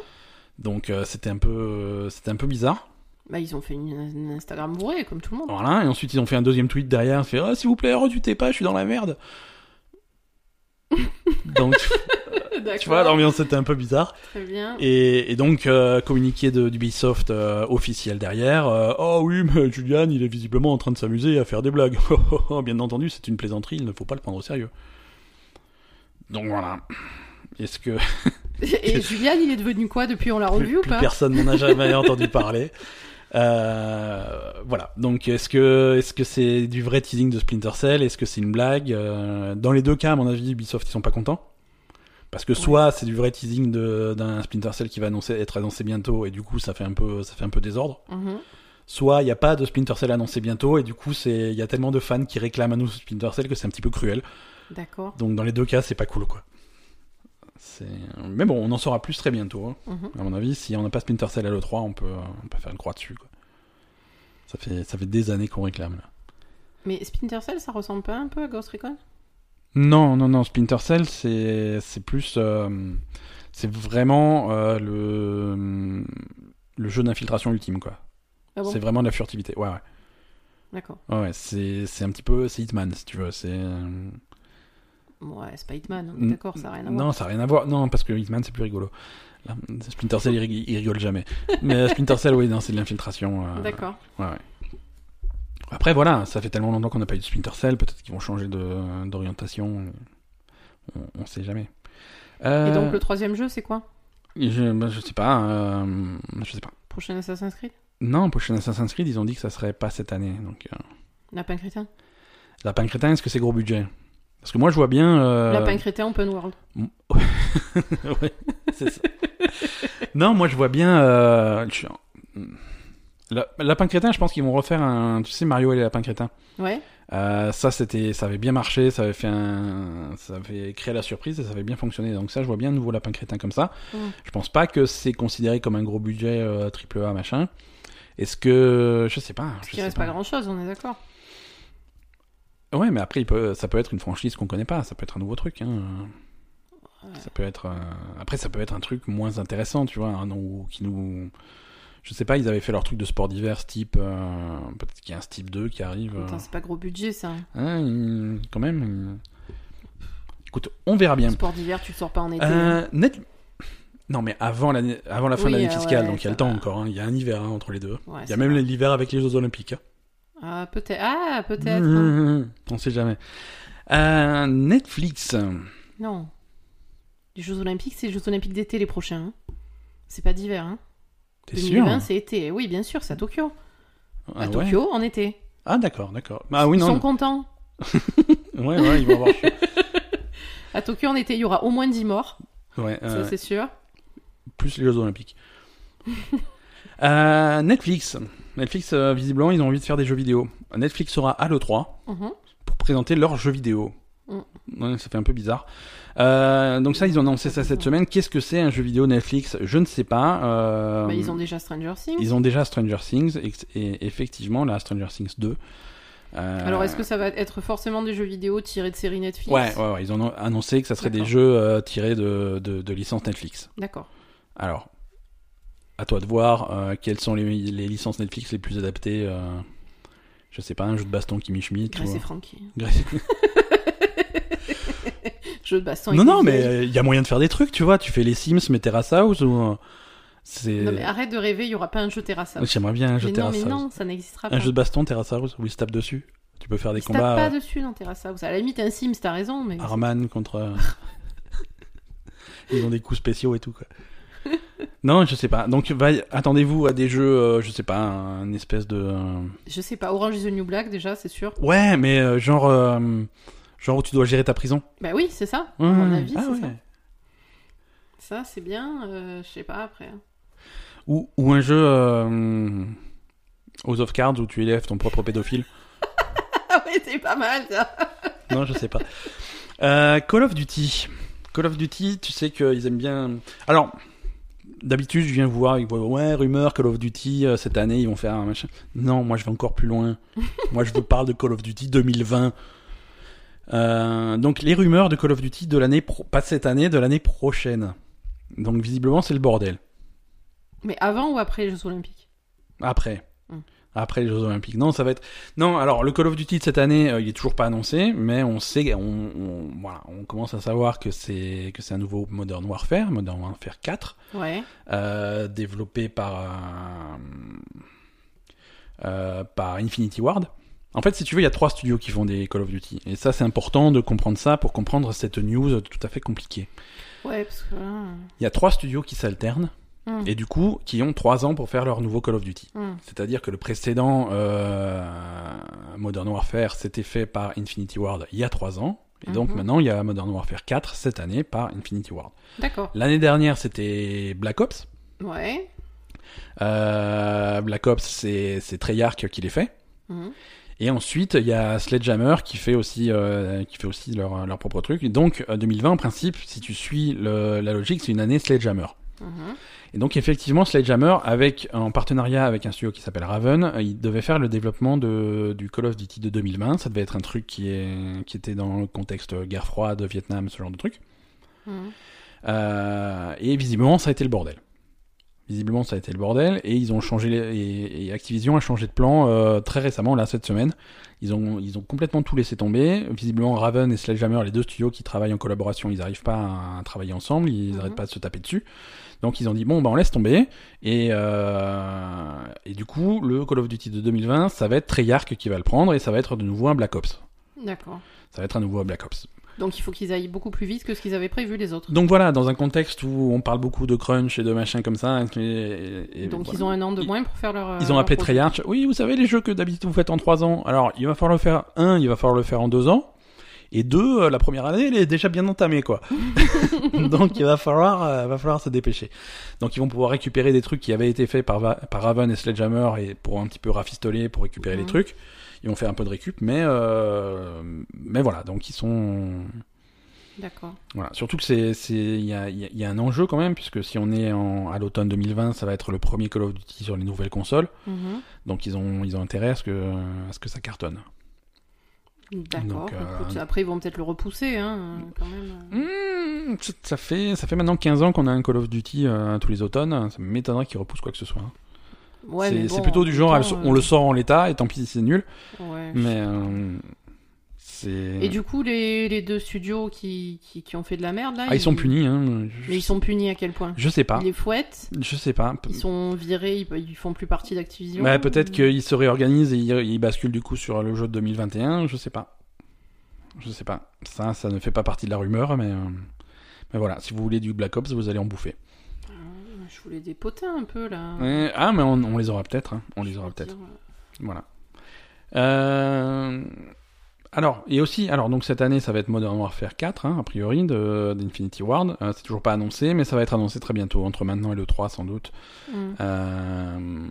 Donc euh, c'était un peu euh, c'était un peu bizarre.
Bah, ils ont fait une, une Instagram bourrée, comme tout le monde.
Voilà, et ensuite ils ont fait un deuxième tweet derrière, fait ah, s'il vous plaît, redutez pas, je suis dans la merde. donc tu vois l'ambiance était un peu bizarre
Très bien.
et, et donc euh, communiqué de d'Ubisoft euh, officiel derrière euh, oh oui mais Julian il est visiblement en train de s'amuser à faire des blagues Oh, bien entendu c'est une plaisanterie il ne faut pas le prendre au sérieux donc voilà est-ce que
Et Julian, il est devenu quoi depuis on l'a revu
plus,
ou
plus
pas
personne n'en a jamais entendu parler. Euh, voilà. Donc, est-ce que est-ce que c'est du vrai teasing de Splinter Cell Est-ce que c'est une blague Euh, Dans les deux cas, à mon avis, Ubisoft ils sont pas contents parce que soit c'est du vrai teasing de- d'un Splinter Cell qui va annoncer, être annoncé bientôt et du coup ça fait un peu ça fait un peu désordre.
Mhm.
Soit il n'y a pas de Splinter Cell annoncé bientôt et du coup c'est il y a tellement de fans qui réclament à nous Splinter Cell que c'est un petit peu cruel.
D'accord.
Donc dans les deux cas c'est pas cool quoi. C'est- Mais bon, on en saura plus très bientôt. hein.
Mhm.
À mon avis, si on n'a pas Splinter Cell à l'E3, on peut, euh, on peut faire une croix dessus. Quoi. Ça, fait, ça fait des années qu'on réclame. Là.
Mais Splinter Cell, ça ressemble pas un peu à Ghost Recon
Non, non, non, Splinter Cell, c'est c'est plus. euh, c'est vraiment euh, le, le jeu d'infiltration ultime, quoi.
Ah bon
C'est vraiment de la furtivité. Ouais, ouais.
D'accord.
Ouais, ouais, c'est c'est un petit peu. C'est Hitman, si tu veux. C'est. euh,
Ouais, c'est pas Hitman, on est
Mm.
d'accord, ça n'a rien à voir.
Non, ça n'a rien à voir. Non, parce que Hitman, c'est plus rigolo. Là, Splinter Cell, il, rig- il rigole jamais. Mais Splinter Cell, oui, non, c'est de l'infiltration. euh,
D'accord.
Ouais, ouais. Après, voilà, ça fait tellement longtemps qu'on n'a pas eu de Splinter Cell, peut-être qu'ils vont changer de- d'orientation. On, on sait jamais. Euh,
Et donc le troisième jeu, c'est quoi
je, ben, je sais pas. euh, je sais pas.
Prochain Assassin's Creed
Non, prochain Assassin's Creed, ils ont dit que ça serait pas cette année. Donc, euh,
Lapin Crétin
Lapin Crétin, est-ce que c'est gros budget Parce que moi, je vois bien. euh,
Lapin Crétin Open World.
Ouais, c'est ça. non, moi je vois bien. Euh, je suis en- La- Lapin crétin, je pense qu'ils vont refaire un. Tu sais, Mario et les lapins crétins.
Ouais,
Euh, ça, c'était, ça avait bien marché, ça avait fait un, ça avait créé la surprise et ça avait bien fonctionné. Donc ça, je vois bien un nouveau lapin crétin comme ça.
Mm.
Je pense pas que c'est considéré comme un gros budget euh, triple A machin. Est-ce que, je sais pas.
Parce
je
qu'il
sais
reste pas grand chose, on est d'accord.
Ouais, mais après, il peut, ça peut être une franchise qu'on connaît pas, ça peut être un nouveau truc. Hein. Ça peut être. un- Après, ça peut être un truc moins intéressant, tu vois, un nom ou- qui nous. Je sais pas, ils avaient fait leur truc de sport divers, type. euh, Peut-être qu'il y a un type 2 qui arrive. euh,
Putain, c'est pas gros budget ça.
hein, il- quand même. il- Écoute, on verra bien.
Sport d'hiver, tu le sors pas en été.
Euh, net- Non, mais avant, l'année- avant la fin
Oui,
de l'année
euh,
fiscale,
ouais,
donc il y a le
ça
temps
va.
encore, hein, il y a un hiver hein, entre les deux.
Ouais,
Il y
c'est
a même
vrai.
l'hiver avec les Jeux Olympiques. hein.
Ah, peut-être. Ah, peut-être. hein.
Mmh, On sait jamais. Euh, Netflix.
Non. Les Jeux Olympiques, c'est les Jeux Olympiques d'été les prochains. hein. C'est pas d'hiver. Hein.
T'es sûr
2020, c'est été. Eh Oui, bien sûr, c'est à Tokyo.
Ah,
à
ouais.
Tokyo, en été.
Ah d'accord, d'accord. Bah oui,
Ils sont
non.
contents.
Ouais, ouais, ils vont avoir chaud.
À Tokyo, en été, il y aura au moins 10 morts.
Ouais, euh,
Ça, c'est sûr.
plus les Jeux Olympiques. Euh, Netflix. Netflix, euh, visiblement, ils ont envie de faire des jeux vidéo. Netflix sera à l'E3
Mhm.
pour présenter leurs jeux vidéo.
Mm.
Ouais, ça fait un peu bizarre. Euh, donc ça, ils ont annoncé ça cette semaine. Qu'est-ce que c'est un jeu vidéo Netflix Je ne sais pas. Euh,
Bah, ils ont déjà Stranger Things.
ils ont déjà Stranger Things et, et effectivement, là, Stranger Things 2. euh,
Alors, est-ce que ça va être forcément des jeux vidéo tirés de séries Netflix
Ouais, ouais, ouais, ils ont annoncé que ça serait des
D'accord.
jeux euh, tirés de, de, de licences Netflix.
D'accord.
Alors, à toi de voir euh, quelles sont les, les licences Netflix les plus adaptées. euh, je sais pas, un jeu de baston Kimi Schmidt.
Grace
ou-
et Frankie.
Grace-
Jeu de baston.
non,
avec
non,
des
mais
vieilles.
il y a moyen de faire des trucs, tu vois. Tu fais les Sims, mais Terrace House ou. euh, C'est.
Non, mais arrête de rêver, il y aura pas un jeu Terrace House.
J'aimerais bien un jeu
Mais non,
Terrace
mais
House.
non, ça n'existera pas.
Un jeu de baston Terrace House où ils se tapent dessus. Tu peux faire des
Ils se tapent
combats.
pas
euh,
dessus dans Terrace House. À la limite, un Sims, t'as raison, mais.
Arman contre. euh, Ils ont des coups spéciaux et tout quoi. non, je sais pas. Donc va- attendez-vous à des jeux, euh, je sais pas, un espèce de. euh,
Je sais pas, Orange is the New Black déjà, c'est sûr.
Ouais, mais euh, genre, euh, genre où tu dois gérer ta prison.
Bah oui, c'est ça, à
Ouais,
mon
ouais,
avis,
ah
c'est
ouais.
ça. Ça, c'est bien, euh, je sais pas après.
Ou, ou un jeu euh, House of Cards où tu élèves ton propre pédophile.
Ah ouais, c'est pas mal ça
non, je sais pas. Euh, Call of Duty. Call of Duty, tu sais qu'ils aiment bien. Alors, d'habitude, je viens vous voir, ils voient, ouais, rumeur, Call of Duty, euh, cette année, ils vont faire un machin. Non, moi, je vais encore plus loin. moi, je vous parle de Call of Duty 2020. Euh, donc, les rumeurs de Call of Duty de l'année, pro- pas de cette année, de l'année prochaine. Donc, visiblement, c'est le bordel.
Mais avant ou après les Jeux Olympiques
Après.
Mm.
Après les Jeux Olympiques. Non, ça va être. Non, alors le Call of Duty de cette année, euh, il est toujours pas annoncé, mais on sait, on, on- voilà, on commence à savoir que c'est que c'est un nouveau Modern Warfare, Modern Warfare 4,
Ouais.
euh, développé par euh, euh, par Infinity Ward. En fait, si tu veux, il y a trois studios qui font des Call of Duty, et ça, c'est important de comprendre ça pour comprendre cette news tout à fait compliquée.
Ouais, parce que. euh,
Il y a trois studios qui s'alternent
Mm.
et du coup, qui ont trois ans pour faire leur nouveau Call of Duty.
hmm.
C'est-à-dire que le précédent euh, Modern Warfare s'était fait par Infinity Ward il y a 3 ans. Et donc
Mhm.
maintenant, il y a Modern Warfare 4 cette année par Infinity Ward.
D'accord.
L'année dernière, c'était Black Ops.
Ouais.
Euh, Black Ops, c'est c'est Treyarch qui les fait.
Mhm.
Et ensuite, il y a Sledgehammer qui fait aussi, euh, qui fait aussi leur, leur propre truc. Et donc, euh, 2020, en principe, si tu suis le- la logique, c'est une année Sledgehammer.
Mhm.
Et donc effectivement, Sledgehammer, avec, euh, en partenariat avec un studio qui s'appelle Raven, euh, il devait faire le développement de, du Call of Duty de 2020. Ça devait être un truc qui, est, qui était dans le contexte guerre froide, Vietnam, ce genre de truc.
Mhm.
Euh, et visiblement, ça a été le bordel. Visiblement, ça a été le bordel. Et ils ont changé. les- et, et Activision a changé de plan euh, très récemment, là, cette semaine. Ils ont, ils ont complètement tout laissé tomber. Visiblement, Raven et Sledgehammer, les deux studios qui travaillent en collaboration, ils n'arrivent pas à, à travailler ensemble. Ils
Mhm.
n'arrêtent pas de se taper dessus. Donc, ils ont dit bon, bah, on laisse tomber. Et, euh, et du coup, le Call of Duty de 2020, ça va être Treyarch qui va le prendre. Et ça va être de nouveau un Black Ops.
D'accord.
Ça va être un nouveau Black Ops.
Donc il faut qu'ils aillent beaucoup plus vite que ce qu'ils avaient prévu les autres.
Donc voilà, dans un contexte où on parle beaucoup de crunch et de machin comme ça, et- et- et
Donc
voilà.
ils ont euh, un an de
Ils-
moins pour faire leur.
Ils ont appelé Treyarch. Oui, vous savez les jeux que d'habitude vous faites en 3 ans. Alors, il va falloir le faire un, il va falloir le faire en 2 ans. Et deux, euh, la première année, elle est déjà bien entamée, quoi. Donc, il va falloir, euh, va falloir se dépêcher. Donc, ils vont pouvoir récupérer des trucs qui avaient été faits par, Va- par Raven et Sledgehammer et pour un petit peu rafistoler, pour récupérer les
Mhm.
trucs. Ils vont faire un peu de récup, mais, euh, mais voilà, donc ils sont...
D'accord.
Voilà. Surtout que c'est, c'est, il y a, il y a- il y a un enjeu quand même, puisque si on est en, à l'automne 2020, ça va être le premier Call of Duty sur les nouvelles consoles.
Mhm.
Donc ils ont, ils ont intérêt à ce que, à ce que ça cartonne.
D'accord.
Donc, euh,
Écoute, Après, ils vont peut-être le repousser, hein, quand même.
Hmm, ça- ça fait, ça fait maintenant 15 ans qu'on a un Call of Duty euh, tous les automnes. Ça m'étonnerait qu'ils repoussent quoi que ce soit. hein.
Ouais,
c'est
mais
c'est
bon,
plutôt du
en
genre,
même
elle-
temps,
on le sort en l'état et tant pis si c'est nul.
euh, ouais.
Mais euh, c'est.
Et du coup, les, les deux studios qui, qui, qui ont fait de la merde, là.
Ah, ils sont punis. Hein. Je,
Mais ils sont punis à quel point
je sais pas.
Ils les fouettent
Je sais pas. Pe-
Ils sont virés Ils, ils font plus partie d'Activision
Ouais, Bah, peut-être qu'ils se réorganisent et ils, ils basculent du coup sur le jeu de 2021. Je sais pas. Je sais pas. Ça, ça ne fait pas partie de la rumeur, mais. euh, Mais voilà, si vous voulez du Black Ops, vous allez en bouffer.
Je voulais des potins un peu, là.
Ouais, ah, mais on, on les aura peut-être. hein. On les aura
Pour
peut-être.
dire,
Voilà. Euh, Alors, et aussi, alors donc cette année, ça va être Modern Warfare 4, hein, a priori, de- d'Infinity Ward. Euh, c'est toujours pas annoncé, mais ça va être annoncé très bientôt, entre maintenant et le 3 sans doute.
euh, mm.
Euh,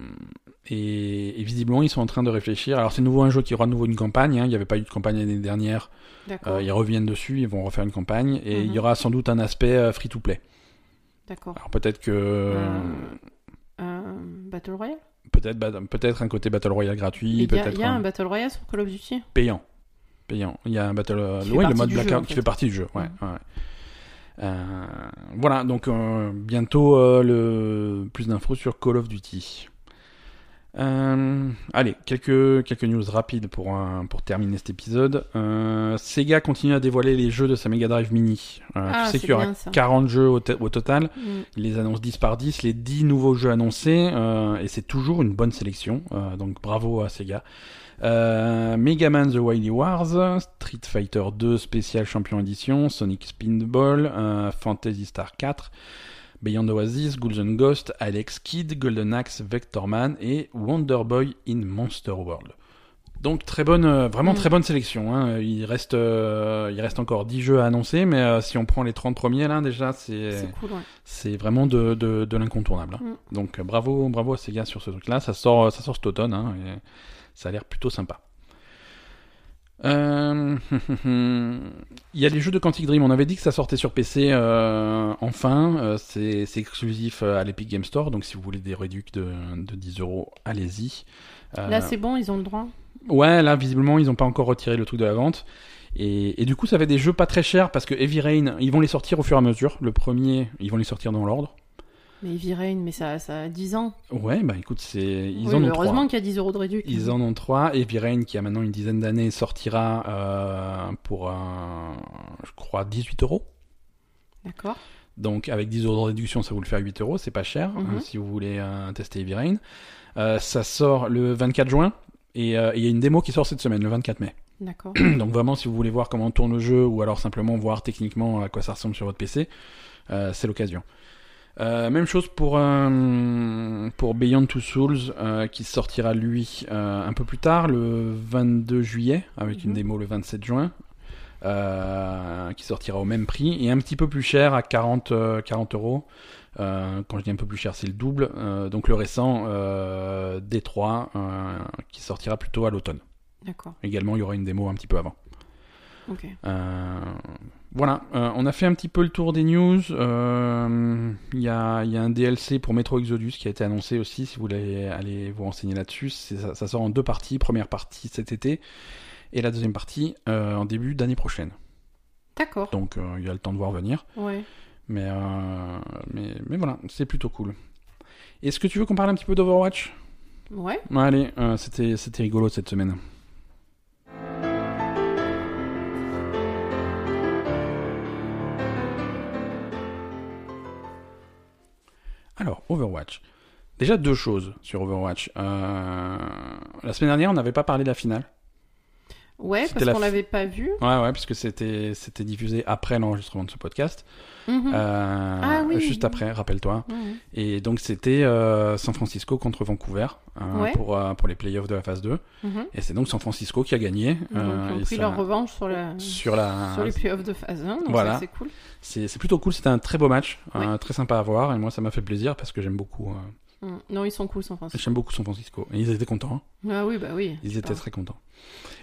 et, et visiblement, ils sont en train de réfléchir. Alors c'est nouveau un jeu qui aura de nouveau une campagne. hein. Il n'y avait pas eu de campagne l'année dernière.
D'accord.
Euh, ils reviennent dessus, ils vont refaire une campagne, et il
Mhm.
y aura sans doute un aspect free to play.
D'accord.
Alors peut-être que
Euh, Euh, Battle Royale
peut-être bah, peut-être un côté battle royale
Il
gratuit,
y, a-
peut-être hein.
y a un Battle Royale sur Call of Duty
payant. Payant. Il y a un battle. euh,
Qui fait
oui, le
partie
mode
du
Black
jeu,
Ops
en
qui
fait.
fait partie du jeu. Ouais,
Mhm.
ouais. Euh, voilà, donc euh, bientôt euh, le plus d'infos sur Call of Duty. Euh, allez, quelques, quelques news rapides pour, un- pour terminer cet épisode. Euh, Sega continue à dévoiler les jeux de sa Mega Drive Mini. Euh,
Ah,
tu sais
c'est
qu'il y aura
bien ça.
40 jeux au, t- au total.
Mm.
Il les annonce 10 par 10, les 10 nouveaux jeux annoncés, euh, et c'est toujours une bonne sélection, euh, donc bravo à Sega. Euh, Mega Man The Wily Wars, Street Fighter 2 Spécial Champion Edition, Sonic Spinball, euh, Fantasy Star 4, Beyond Oasis, Ghouls and Ghost, Alex Kidd, Golden Axe, Vectorman et Wonder Boy in Monster World. Donc très bonne, euh, vraiment
Mm.
très bonne sélection. hein. Il reste, euh, il reste encore 10 jeux à annoncer, mais euh, si on prend les 30 premiers là déjà,
C'est cool, ouais.
c'est vraiment de, de, de l'incontournable. hein.
Mm.
Donc euh, bravo, bravo à Sega sur ce truc-là. Ça sort, euh, ça sort cet automne. hein, et ça a l'air plutôt sympa. Euh, Il y a les jeux de Quantic Dream. On avait dit que ça sortait sur PC euh, enfin. Euh, c'est c'est exclusif euh, à l'Epic Game Store. Donc si vous voulez des réducts de, de 10 euros, allez-y. Euh,
Là, c'est bon, ils ont le droit.
Ouais, là, visiblement, ils n'ont pas encore retiré le truc de la vente. Et, et du coup, ça fait des jeux pas très chers parce que Heavy Rain, ils vont les sortir au fur et à mesure. Le premier, ils vont les sortir dans l'ordre.
Mais Heavy Rain, mais ça, ça a 10 ans.
Ouais, bah écoute, c'est ils
Oui,
en
mais
ont
heureusement
trois.
qu'il y a 10 euros de réduction.
Ils en ont trois. Heavy Rain, qui a maintenant une dizaine d'années, sortira euh, pour, un, je crois, 18 euros.
D'accord.
Donc avec 10 euros de réduction, ça vous le fait à 8 euros, c'est pas cher
Mhm.
hein, si vous voulez euh, tester Heavy Rain. Euh, ça sort le 24 juin et euh, et il y a une démo qui sort cette semaine, le 24 mai.
D'accord.
Donc vraiment, si vous voulez voir comment tourne le jeu ou alors simplement voir techniquement à quoi ça ressemble sur votre PC, euh, c'est l'occasion. Euh, même chose pour, euh, pour Beyond Two Souls euh, qui sortira lui euh, un peu plus tard, le 22 juillet, avec une
Mhm.
démo le 27 juin, euh, qui sortira au même prix et un petit peu plus cher à 40, euh, 40 euros. Euh, quand je dis un peu plus cher, c'est le double. Euh, donc le récent euh, D3 euh, qui sortira plutôt à l'automne.
D'accord.
Également, il y aura une démo un petit peu avant.
Ok.
Euh, voilà, euh, on a fait un petit peu le tour des news. Euh, Il y, a, il y a un DLC pour Metro Exodus qui a été annoncé aussi, si vous voulez aller vous renseigner là-dessus. C'est- Ça, ça sort en deux parties, première partie cet été et la deuxième partie euh, en début d'année prochaine.
D'accord.
Donc euh, il y a le temps de voir venir.
Ouais.
Mais, euh, mais, mais voilà, c'est plutôt cool. Est-ce que tu veux qu'on parle un petit peu d'Overwatch
Ouais.
Ouais, Allez, euh, c'était c'était rigolo cette semaine. Alors, Overwatch. Déjà deux choses sur Overwatch. Euh, la semaine dernière, on n'avait pas parlé de la finale.
Ouais,
C'était
parce
la
qu'on
f-
l'avait pas vu.
Ouais, ouais, puisque c'était c'était diffusé après l'enregistrement de ce podcast.
Mhm.
Euh,
Ah oui.
Juste après, rappelle-toi.
Mhm.
Et donc, c'était euh, San Francisco contre Vancouver euh,
Ouais.
pour, euh, pour les playoffs de la phase 2.
Mhm.
Et c'est donc San Francisco qui a gagné.
Donc,
euh,
ils ont
et
pris
ça-
leur revanche sur, la... sur,
sur la.
les playoffs de phase 1. Donc
Voilà.
ça, c'est cool.
C'est c'est plutôt cool. C'était un très beau match, euh, très sympa à voir. Et moi, ça m'a fait plaisir parce que j'aime beaucoup, euh,
Mm. Non, ils sont cool, San Francisco.
J'aime beaucoup San Francisco. Et ils étaient contents. hein.
Ah oui, bah oui.
Ils
c'est
étaient
pas-
très contents.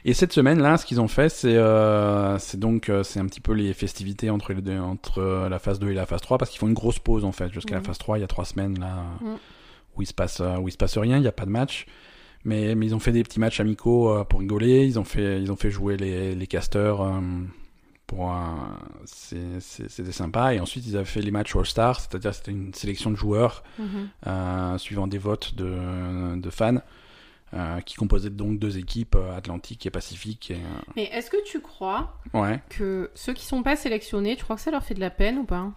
Et cette semaine-là, ce qu'ils ont fait, c'est euh, c'est donc euh, c'est un petit peu les festivités entre, les deux- entre euh, la phase 2 et la phase 3, parce qu'ils font une grosse pause en fait, jusqu'à la
Mhm.
phase 3, il y a trois semaines là, euh,
Mhm.
où, il se passe, euh, où il se passe rien, il n'y a pas de match. Mais, mais ils ont fait des petits matchs amicaux euh, pour rigoler, ils ont fait, ils ont fait jouer les, les casteurs. euh, pour un- c'est- c'est- C'était sympa. Et ensuite, ils avaient fait les matchs All-Star, c'est-à-dire c'était une sélection de joueurs
Mhm.
euh, suivant des votes de, de fans, euh, qui composaient donc deux équipes, euh, Atlantique et Pacifique. Et, euh,
Mais est-ce que tu crois
ouais.
que ceux qui sont pas sélectionnés, tu crois que ça leur fait de la peine ou pas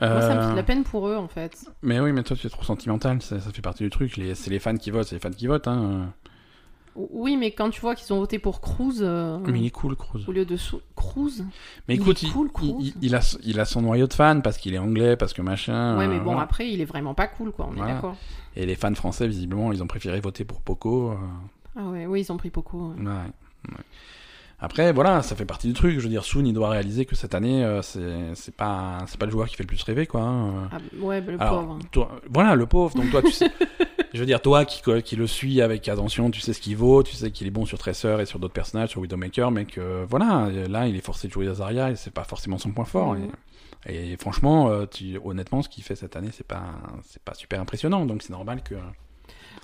Moi, ça me fait de la
Euh,
peine pour eux, en fait.
mais oui, mais toi, tu es trop sentimental, ça, ça fait partie du truc. Les- C'est les fans qui votent, c'est les fans qui votent. Hein.
O- Oui, mais quand tu vois qu'ils ont voté pour Cruz euh,
Mais il est cool, Cruz.
au lieu de Sou- Cruz,
Mais
il est
écoute, il,
cool, Cruz.
il- il- il a, il a son noyau de fans parce qu'il est anglais, parce que machin.
ouais,
euh,
mais bon,
voilà.
après, il est vraiment pas cool, quoi. On
Voilà.
est d'accord.
Et les fans français, visiblement, ils ont préféré voter pour Poco. euh,
Ah ouais, oui, ils ont pris Poco. ouais.
Ouais, ouais. Après, voilà, ça fait partie du truc. Je veux dire, Soon, il doit réaliser que cette année, euh, c'est c'est pas, c'est pas le joueur qui fait le plus rêver, quoi. hein.
Ah, ouais, bah, le
Alors,
pauvre.
toi- voilà, le pauvre. Donc, toi, tu sais. Je veux dire, toi qui, qui le suis avec attention, tu sais ce qu'il vaut, tu sais qu'il est bon sur Tracer et sur d'autres personnages, sur Widowmaker, mais que voilà, là, il est forcé de jouer Azaria et c'est pas forcément son point fort.
Mhm.
Et, et franchement, euh, tu- honnêtement, ce qu'il fait cette année, c'est pas, c'est pas super impressionnant. Donc, c'est normal que.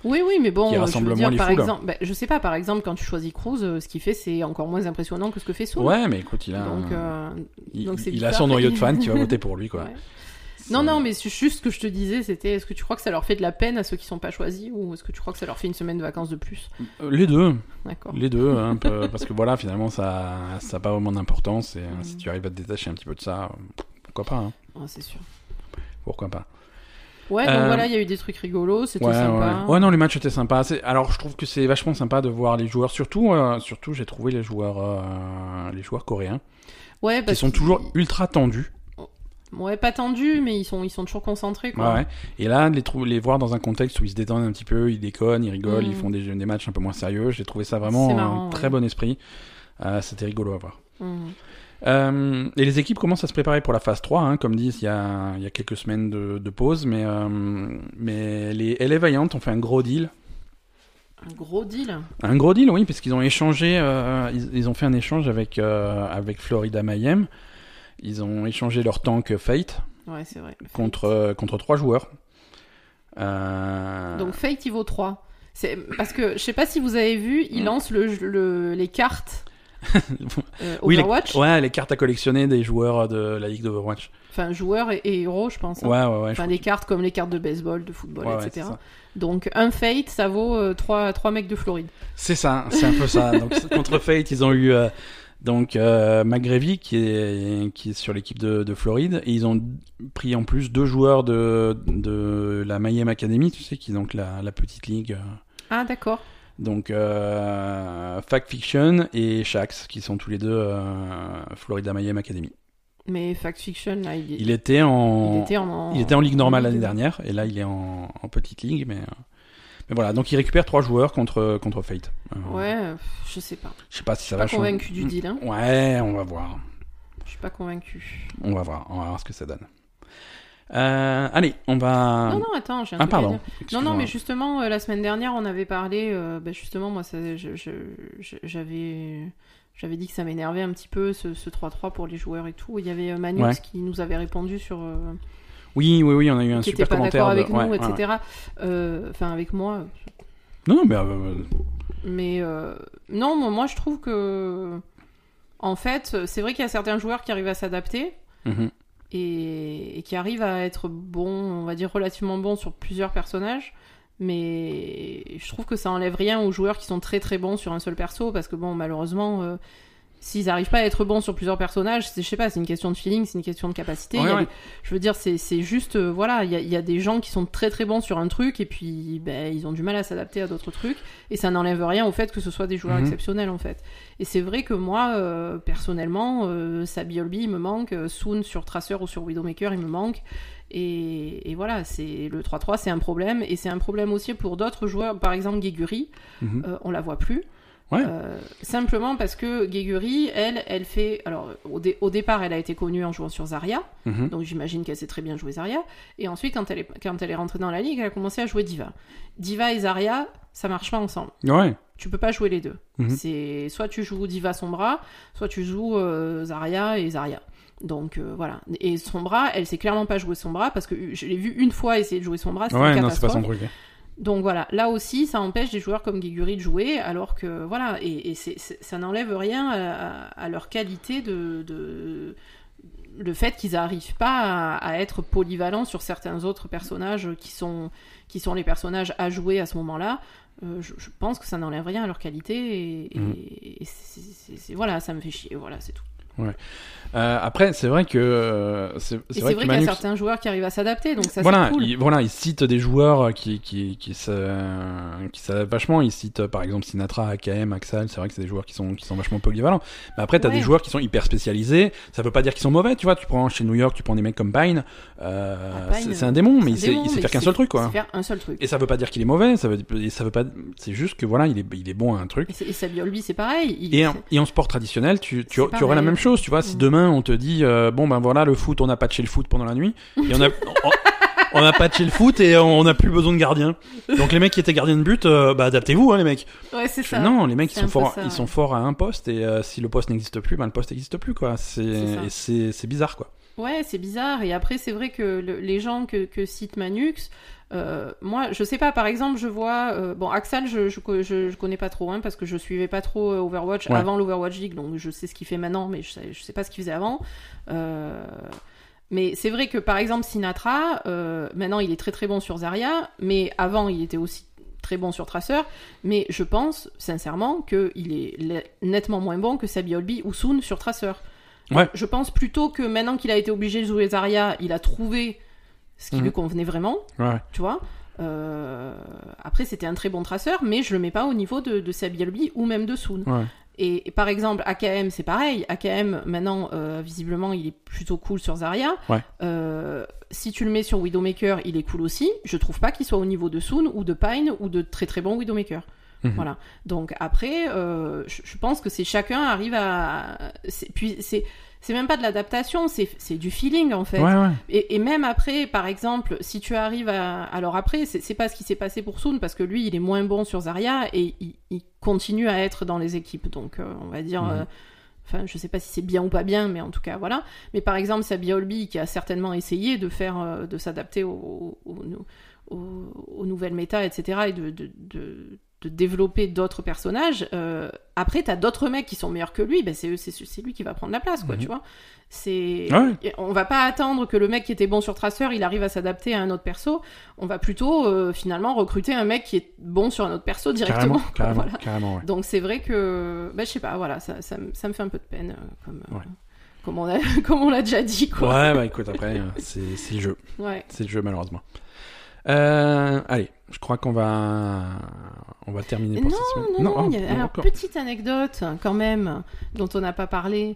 Oui, oui, mais bon,
Qui
euh, je
rassemble
veux
moins
dire,
les
par
foules.
exemple, bah, je sais pas, par exemple, quand tu choisis Cruz, euh, ce qu'il fait, c'est encore moins impressionnant que ce que fait Soul.
Ouais, mais écoute, il a,
Donc, euh,
il,
donc c'est
il a
bizarre.
son noyau de fans qui va voter pour lui, quoi.
Ouais.
C'est-
non, non, mais c'est juste ce que je te disais, c'était est-ce que tu crois que ça leur fait de la peine à ceux qui sont pas choisis ou est-ce que tu crois que ça leur fait une semaine de vacances de plus
Euh, Les deux,
D'accord.
les deux, hein, un peu, parce que voilà, finalement, ça n'a pas vraiment d'importance. Et euh,
Mm.
si tu arrives à te détacher un petit peu de ça, euh, pourquoi pas hein,
Ouais, c'est sûr.
Pourquoi pas
Ouais, donc
Euh,
voilà, il y a eu des trucs rigolos, c'était
ouais,
sympa.
ouais. Ouais, non, les matchs étaient sympas. C'est- Alors, je trouve que c'est vachement sympa de voir les joueurs, surtout, euh, surtout j'ai trouvé les joueurs, euh, les joueurs coréens,
Ouais,
qui
parce
sont
qu'ils-
toujours ultra tendus.
Ouais, pas tendus, mais ils sont, ils sont toujours concentrés.
Ouais,
Quoi.
ouais. Et là, les, trou- les voir dans un contexte où ils se détendent un petit peu, ils déconnent, ils rigolent,
Mm.
ils font des, des matchs un peu moins sérieux, j'ai trouvé ça vraiment
C'est
un
marrant,
très
ouais.
bon esprit. Euh, C'était rigolo à voir.
Mhm.
Euh, et les équipes commencent à se préparer pour la phase 3, hein, comme dit, il y a, il y a quelques semaines de, de pause, mais, euh, mais les LA Vaillants ont fait un gros deal.
Un gros deal.
Un gros deal, oui, parce qu'ils ont échangé, euh, ils, ils ont fait un échange avec, euh, avec Florida Mayhem. Ils ont échangé leur tank Fate
Ouais, c'est vrai. Fate.
contre, euh, contre trois joueurs. Euh,
Donc Fate, il vaut 3. C'est... Parce que je sais pas si vous avez vu, il
Mm.
lance le, le- les cartes euh,
oui, les,
Overwatch.
ouais, les cartes à collectionner des joueurs de la Ligue d'Overwatch.
Enfin, joueurs et, et héros, je pense. hein.
Ouais, ouais, ouais. je
Enfin,
crois-
des cartes comme les cartes de baseball, de football,
ouais, ouais, c'est
etc.
ça.
Donc, un Fate, ça vaut 3, mecs de Floride.
C'est ça, c'est un peu ça. Donc, c'est- contre Fate, ils ont eu euh, donc euh, McGrevy qui est, qui est sur l'équipe de, de Floride et ils ont pris en plus deux joueurs de, de la Mayhem Academy, tu sais, qui est donc la, la petite ligue. euh,
Ah, d'accord.
Donc euh, Fact Fiction et Shax qui sont tous les deux euh, Florida Mayhem Academy.
Mais Fact Fiction, là, il,
Il était en
il était en...
il était en ligue normale l'année
Ligue.
dernière et là il est en, en petite ligue mais euh, mais voilà donc il récupère trois joueurs contre contre Fate. Euh,
Ouais, euh, je sais pas.
Je sais pas si ça
Pas
va changer.
convaincu du deal, hein.
Ouais, on va voir.
Je suis pas convaincu.
On va voir, on va voir ce que ça donne. Euh, allez, on va.
Non, non, attends, j'ai un
ah,
truc à
pardon.
dire. Non, non,
Excuse-moi.
mais justement, euh, la semaine dernière, on avait parlé. euh, bah, justement, moi, ça- je- je- je- j'avais. J'avais dit que ça m'énervait un petit peu ce, ce 3-3 pour les joueurs et tout. Il y avait euh, Manix
Ouais.
qui nous avait répondu sur. euh,
Oui, oui, oui, on a eu un
qui était
super
pas
commentaire.
d'accord
de-
avec nous,
ouais, ouais, ouais.
etc. Euh, Enfin, avec moi.
Non, non, mais euh,
Mais euh, non, moi, moi, je trouve que. En fait, c'est vrai qu'il y a certains joueurs qui arrivent à s'adapter
euh, mhm.
et, et qui arrivent à être bons, on va dire relativement bons sur plusieurs personnages. Mais je trouve que ça enlève rien aux joueurs qui sont très très bons sur un seul perso parce que bon, malheureusement. euh, S'ils n'arrivent pas à être bons sur plusieurs personnages, c'est- je sais pas, c'est une question de feeling, c'est une question de capacité.
Ouais,
il y a
ouais.
des- je veux dire, c'est c'est juste, euh, voilà, il y a, il y a des gens qui sont très très bons sur un truc et puis ben, ils ont du mal à s'adapter à d'autres trucs et ça n'enlève rien au fait que ce soit des joueurs
Mhm.
exceptionnels en fait. Et c'est vrai que moi, euh, personnellement, euh, Sabi Olbi, il me manque, euh, Soon sur Tracer ou sur Widowmaker, il me manque. Et, et voilà, c'est le 3-3, c'est un problème. Et c'est un problème aussi pour d'autres joueurs, par exemple Guiguri,
Mhm.
euh, on la voit plus.
Ouais.
Euh, simplement parce que Geguri, elle, elle fait. Alors, au, dé- au départ, elle a été connue en jouant sur Zarya,
Mhm.
donc j'imagine qu'elle sait très bien jouer Zarya. Et ensuite, quand elle, est, quand elle est rentrée dans la ligue, elle a commencé à jouer Diva. Diva et Zarya, ça marche pas ensemble.
Ouais.
Tu peux pas jouer les deux.
Mhm.
C'est soit tu joues Diva Sombra, soit tu joues euh, Zarya et Zarya. Donc euh, voilà. Et Sombra, elle sait clairement pas jouer Sombra parce que je l'ai vu une fois essayer de jouer Sombra, c'était une
Ouais, non, c'est pas
catastrophe.
son truc. hein.
Donc voilà, là aussi, ça empêche des joueurs comme Guiguri de jouer, alors que voilà, et, et c'est- c'est- ça n'enlève rien à, à- à leur qualité de, de- le fait qu'ils n'arrivent pas à, à être polyvalents sur certains autres personnages qui sont qui sont les personnages à jouer à ce moment-là. Euh, je, je pense que ça n'enlève rien à leur qualité et, et-
Mhm.
et c'est- c'est- c'est- voilà, ça me fait chier. Voilà, c'est tout.
Euh, après, c'est vrai que. euh, c'est
Et
c'est
c'est vrai,
que
qu'il y a
Manux-
certains joueurs qui arrivent à s'adapter, donc ça
voilà,
c'est cool.
il, voilà, il cite des joueurs euh, qui, qui, qui, s'a- qui s'adaptent vachement. Il cite euh, par exemple Sinatra, AKM, Axal. C'est vrai que c'est des joueurs qui sont, qui sont vachement polyvalents. Mais après, t'as
Ouais.
des joueurs qui sont hyper spécialisés. Ça veut pas dire qu'ils sont mauvais, tu vois. Tu prends chez New York, tu prends des mecs comme Pine. euh,
Ah, Pine,
c'est- c'est un démon, mais il
C'est
sait,
bon,
il sait
mais
faire qu'un
c'est-
seul truc, quoi.
c'est faire un seul truc.
Et ça veut pas dire qu'il est mauvais. Ça veut, et ça veut pas. C'est juste que voilà, il est, il est bon à un truc.
Et, c'est- et Sabio, lui, c'est pareil. Il-
Et en, et en sport traditionnel, tu, tu,
C'est
tu aurais la
pareil.
même chose, tu vois. Si
Mm.
demain on te dit, euh, bon ben voilà, le foot, on a patché le foot pendant la nuit, et on a, on, on a patché le foot et on n'a plus besoin de gardien. Donc les mecs qui étaient gardiens de but, euh, bah adaptez-vous, hein, les mecs.
Ouais, c'est
Je fais,
ça.
non, les mecs ils
C'est
sont,
un peu
forts,
ça,
ils
ouais.
sont forts à un poste et euh, si le poste n'existe plus, ben le poste n'existe plus, quoi. C'est
C'est ça.
et c'est c'est bizarre, quoi.
Ouais, c'est bizarre. Et après, c'est vrai que le- les gens que, que cite Manux, euh, moi, je sais pas, par exemple, je vois. euh, bon, Axel, je, je, co- je, je connais pas trop, hein, parce que je suivais pas trop euh, Overwatch
Ouais.
avant l'Overwatch League, donc je sais ce qu'il fait maintenant, mais je sais, je sais pas ce qu'il faisait avant. Euh, mais c'est vrai que, par exemple, Sinatra, euh, maintenant, il est très très bon sur Zarya, mais avant, il était aussi très bon sur Tracer, mais je pense sincèrement qu'il est le- nettement moins bon que Sabi Olbi ou Soon sur Tracer.
Ouais.
Je pense plutôt que maintenant qu'il a été obligé de jouer Zarya, il a trouvé ce qui
Mhm.
lui convenait vraiment,
Ouais.
tu vois. Euh, Après, c'était un très bon traceur, mais je le mets pas au niveau de, de Sabi Albi ou même de Soon.
Ouais.
Et, et par exemple, AKM, c'est pareil. AKM, maintenant, euh, visiblement, il est plutôt cool sur Zarya.
Ouais.
Euh, si tu le mets sur Widowmaker, il est cool aussi. Je trouve pas qu'il soit au niveau de Soon ou de Pine ou de très très bon Widowmaker.
Mhm.
Voilà. Donc après, euh, je, je pense que c'est chacun arrive à. c'est- Puis c'est c'est même pas de l'adaptation, c'est c'est du feeling en fait.
Ouais, ouais.
Et, et même après, par exemple, si tu arrives à. Alors après, c'est c'est pas ce qui s'est passé pour Soon, parce que lui, il est moins bon sur Zarya et il, il continue à être dans les équipes. Donc, euh, on va dire.
Mhm.
euh, Enfin, je sais pas si c'est bien ou pas bien, mais en tout cas, voilà. Mais par exemple, Sabi Olbi, qui a certainement essayé de faire, euh, de s'adapter au- au- au- au- aux nouvelles méta, etc., et de, de- de- de développer d'autres personnages. euh, après, t'as d'autres mecs qui sont meilleurs que lui, ben c'est eux- c'est c'est lui qui va prendre la place, quoi,
Mhm.
tu vois. C'est,
Ah Ouais.
et on va pas attendre que le mec qui était bon sur Tracer, il arrive à s'adapter à un autre perso. On va plutôt euh, finalement recruter un mec qui est bon sur un autre perso directement.
Carrément, carrément,
Voilà.
carrément, ouais.
Donc c'est vrai que, bah, je sais pas, voilà, ça, ça, me- ça me fait un peu de peine, euh, comme, euh,
Ouais.
comme on a, comme on l'a déjà dit, quoi.
Ouais, bah écoute, après, euh, c'est c'est le jeu.
Ouais.
C'est le jeu, malheureusement. Euh, allez, je crois qu'on va, on va terminer pour
Non,
cette
Non,
semaine.
non,
ah,
il y a-
non,
alors,
encore.
petite anecdote quand même dont on n'a pas parlé.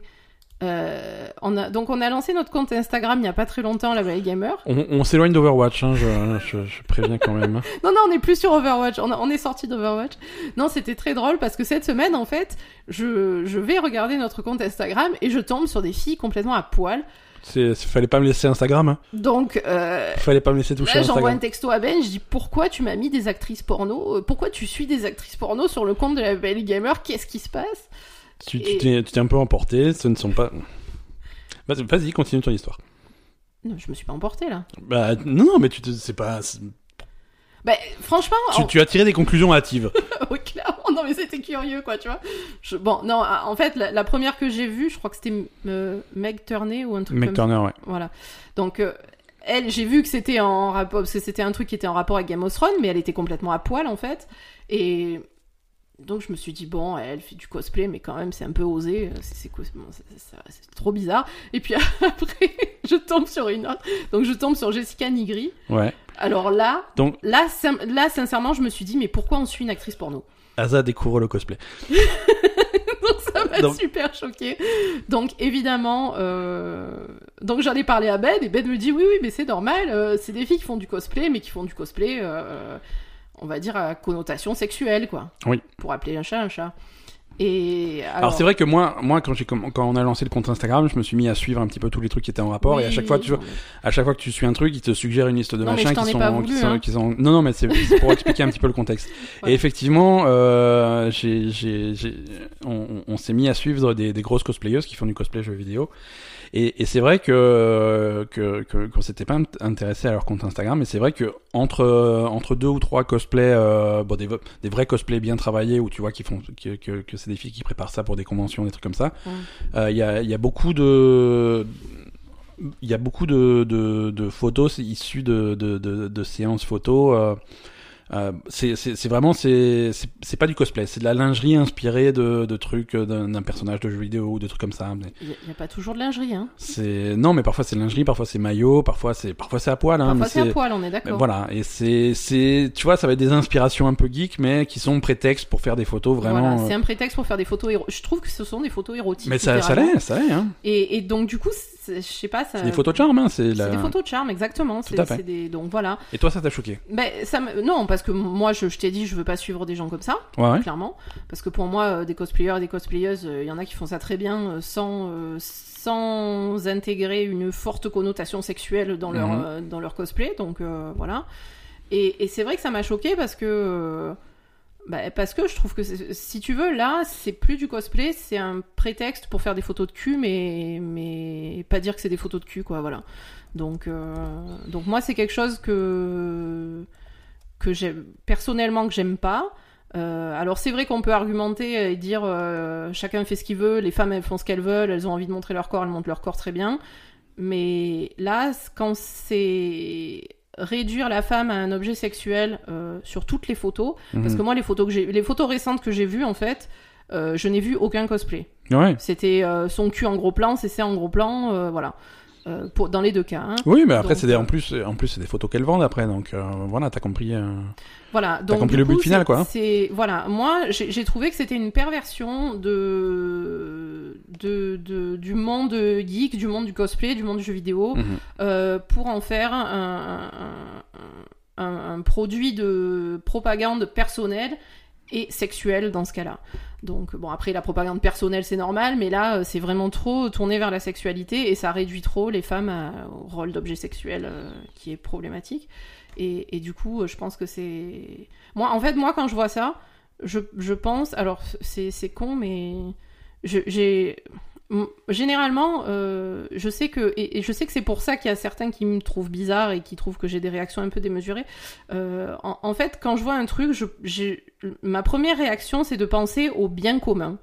Euh, on a, donc on a lancé notre compte Instagram il n'y a pas très longtemps, la Valley Gamer.
On, on s'éloigne d'Overwatch, hein, je, je- je préviens quand même. hein.
Non, non, on n'est plus sur Overwatch. On, a- on est sorti d'Overwatch. Non, c'était très drôle parce que cette semaine, en fait, je, je vais regarder notre compte Instagram et je tombe sur des filles complètement à poil.
C'est, c'est- fallait pas me laisser Instagram, hein.
Donc, euh,
fallait pas me laisser toucher
là, j'envoie un
Instagram.
texto à Ben. Je dis Pourquoi tu m'as mis des actrices porno Euh, Pourquoi tu suis des actrices porno sur le compte de la Belle Gamer Qu'est-ce qui se passe
Tu, tu t'es, tu t'es un peu emporté, ce ne sont pas. Vas- Vas-y, continue ton histoire.
Non, je me suis pas emportée là.
Bah non, non, mais tu te, c'est pas, c'est-
Ben, franchement,
tu, tu as tiré des conclusions hâtives.
Oui, clairement. Non, mais c'était curieux, quoi, tu vois. Je- Bon, non, en fait, la, la première que j'ai vue, je crois que c'était euh, Meg Turner ou un truc
Mec
comme
Turner, ouais.
Voilà. Donc, euh, elle, j'ai vu que c'était en rapport, parce que c'était un truc qui était en rapport avec Game of Thrones, mais elle était complètement à poil, en fait. Et donc, je me suis dit, bon, elle fait du cosplay, mais quand même, c'est un peu osé. euh, C'est c'est cos- bon, c'est- c'est- c'est- c'est trop bizarre. Et puis après, je tombe sur une autre. Donc, je tombe sur Jessica Nigri.
Ouais.
Alors là,
Donc-
là, sin- là, sincèrement, je me suis dit, mais pourquoi on suit une actrice porno
Asa découvre le cosplay.
Donc ça m'a
Donc-
super choqué. Donc évidemment, euh, donc j'en ai parlé à Ben et Ben me dit oui oui mais c'est normal, euh, c'est des filles qui font du cosplay mais qui font du cosplay, euh, on va dire à connotation sexuelle quoi.
Oui.
Pour appeler un chat un chat. Et alors,
Alors, c'est vrai que moi, moi quand, j'ai comm- quand on a lancé le compte Instagram, je me suis mis à suivre un petit peu tous les trucs qui étaient en rapport et à
oui,
chaque fois,
oui,
tu, à chaque fois que tu suis un truc, il te suggère une liste de
Non, mais je
machins
t'en
qui
ai
sont,
pas voulu,
qui sont-
hein.
qui sont- Non, non, mais c'est c'est pour expliquer un petit peu le contexte.
Ouais.
Et effectivement, euh, j'ai- j'ai- j'ai- on, on- on s'est mis à suivre des, des grosses cosplayeuses qui font du cosplay jeux vidéo. Et, et c'est vrai que que que- qu'on s'était pas int- intéressé à leur compte Instagram, mais c'est vrai que entre euh, entre deux ou trois cosplays, euh, bon des, v- des vrais cosplays bien travaillés où tu vois qu'ils font que, que, que c'est des filles qui préparent ça pour des conventions, des trucs comme ça.
Mm.
euh, Il y a il y a beaucoup de il y a beaucoup de, de, de photos issues de, de, de, de séances photos. euh, euh, c'est c'est- c'est vraiment c'est c'est- c'est pas du cosplay, c'est de la lingerie inspirée de, de trucs euh, d'un d'un personnage de jeu vidéo ou de trucs comme ça. mais-
Il n'y a, pas toujours de lingerie, hein.
c'est non, mais parfois c'est lingerie, parfois c'est maillot, parfois c'est parfois c'est à poil. Hein,
Parfois
mais
c'est à
c'est-
poil, on est
mais
d'accord.
Voilà, et c'est c'est tu vois, ça va être des inspirations un peu geek, mais qui sont prétexte pour faire des photos vraiment.
Voilà, c'est
euh,
un prétexte pour faire des photos érotiques. Je trouve que ce sont des photos érotiques.
Mais ça ça
littéralement.
l'est, ça l'est. Hein.
Et, et donc, du coup, c'est- je sais pas. Ça...
C'est des photos de charme, hein. C'est
Euh, C'est
la...
des photos de charme, exactement.
Tout
C'est-
à fait.
c'est des- Donc voilà.
Et toi, ça t'a choqué
Ben, ça me- Non, parce que moi, je, je t'ai dit, je veux pas suivre des gens comme ça,
Ouais. ouais.
clairement. Parce que pour moi, euh, des cosplayers et des cosplayeuses, euh, il y en a qui font ça très bien euh, sans, euh, sans intégrer une forte connotation sexuelle dans leur,
Mhm.
euh, dans leur cosplay. Donc euh, voilà. Et, et c'est vrai que ça m'a choqué parce que. euh, ben, parce que je trouve que c'est- si tu veux, là, c'est plus du cosplay, c'est un prétexte pour faire des photos de cul, mais, mais pas dire que c'est des photos de cul, quoi, voilà. Donc, euh, donc moi, c'est quelque chose que, que j'aime, personnellement, que j'aime pas. Euh, alors, c'est vrai qu'on peut argumenter et dire euh, chacun fait ce qu'il veut, les femmes, elles font ce qu'elles veulent, elles ont envie de montrer leur corps, elles montrent leur corps très bien. Mais là, c- quand c'est réduire la femme à un objet sexuel euh, sur toutes les photos, parce
Mhm.
que moi, les photos, que j'ai, les photos récentes que j'ai vues, en fait, euh, je n'ai vu aucun cosplay.
Ouais.
C'était euh, son cul en gros plan, c'est ça en gros plan, euh, voilà. Euh, pour, dans les deux cas. hein.
Oui, mais après
Donc,
c'est des...
euh,
en plus en plus c'est des photos qu'elles vendent après, donc euh, voilà, t'as compris. euh,
Voilà. Donc,
compris
du
le but
coup,
final,
c'est-
quoi, hein.
C'est voilà. Moi, j'ai j'ai trouvé que c'était une perversion de, de, de- du monde geek, du monde du cosplay, du monde du jeu vidéo,
Mhm.
euh, pour en faire un, un- un- un produit de propagande personnelle et sexuelle dans ce cas-là. Donc bon, après la propagande personnelle c'est normal, mais là euh, c'est vraiment trop tourné vers la sexualité et ça réduit trop les femmes à- au rôle d'objet sexuel euh, qui est problématique. Et, et du coup, euh, je pense que c'est. Moi, en fait, moi, quand je vois ça, je, je pense. Alors, c'est c'est con, mais. je- J'ai. m- Généralement, euh, je sais que. Et, et je sais que c'est pour ça qu'il y a certains qui me trouvent bizarre et qui trouvent que j'ai des réactions un peu démesurées. Euh, en, en fait, quand je vois un truc, je, j'ai- ma première réaction, c'est de penser au bien commun.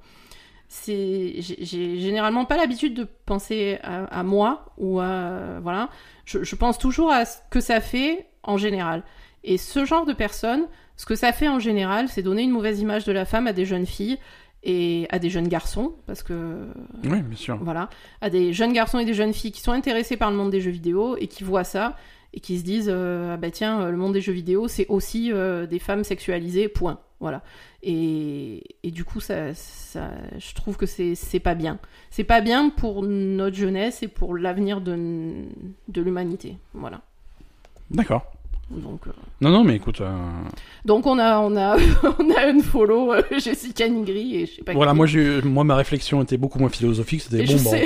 C'est, j'ai- j'ai généralement pas l'habitude de penser à, à moi ou à voilà je, je pense toujours à ce que ça fait en général. Et ce genre de personnes, ce que ça fait en général, c'est donner une mauvaise image de la femme à des jeunes filles et à des jeunes garçons, parce que
Oui, bien sûr.
voilà, à des jeunes garçons et des jeunes filles qui sont intéressés par le monde des jeux vidéo et qui voient ça et qui se disent euh, ah bah tiens euh, le monde des jeux vidéo c'est aussi euh, des femmes sexualisées point voilà et, et du coup ça, ça je trouve que c'est c'est pas bien c'est pas bien pour notre jeunesse et pour l'avenir de n- de l'humanité voilà
D'accord.
donc euh,
Non, non, mais écoute. euh,
donc on a on a on a un follow Jessica Nigri et je sais pas
Voilà,
qui.
moi, j'ai- moi, ma réflexion était beaucoup moins philosophique. C'était
Bah, Et
bon,
je
bon,
sais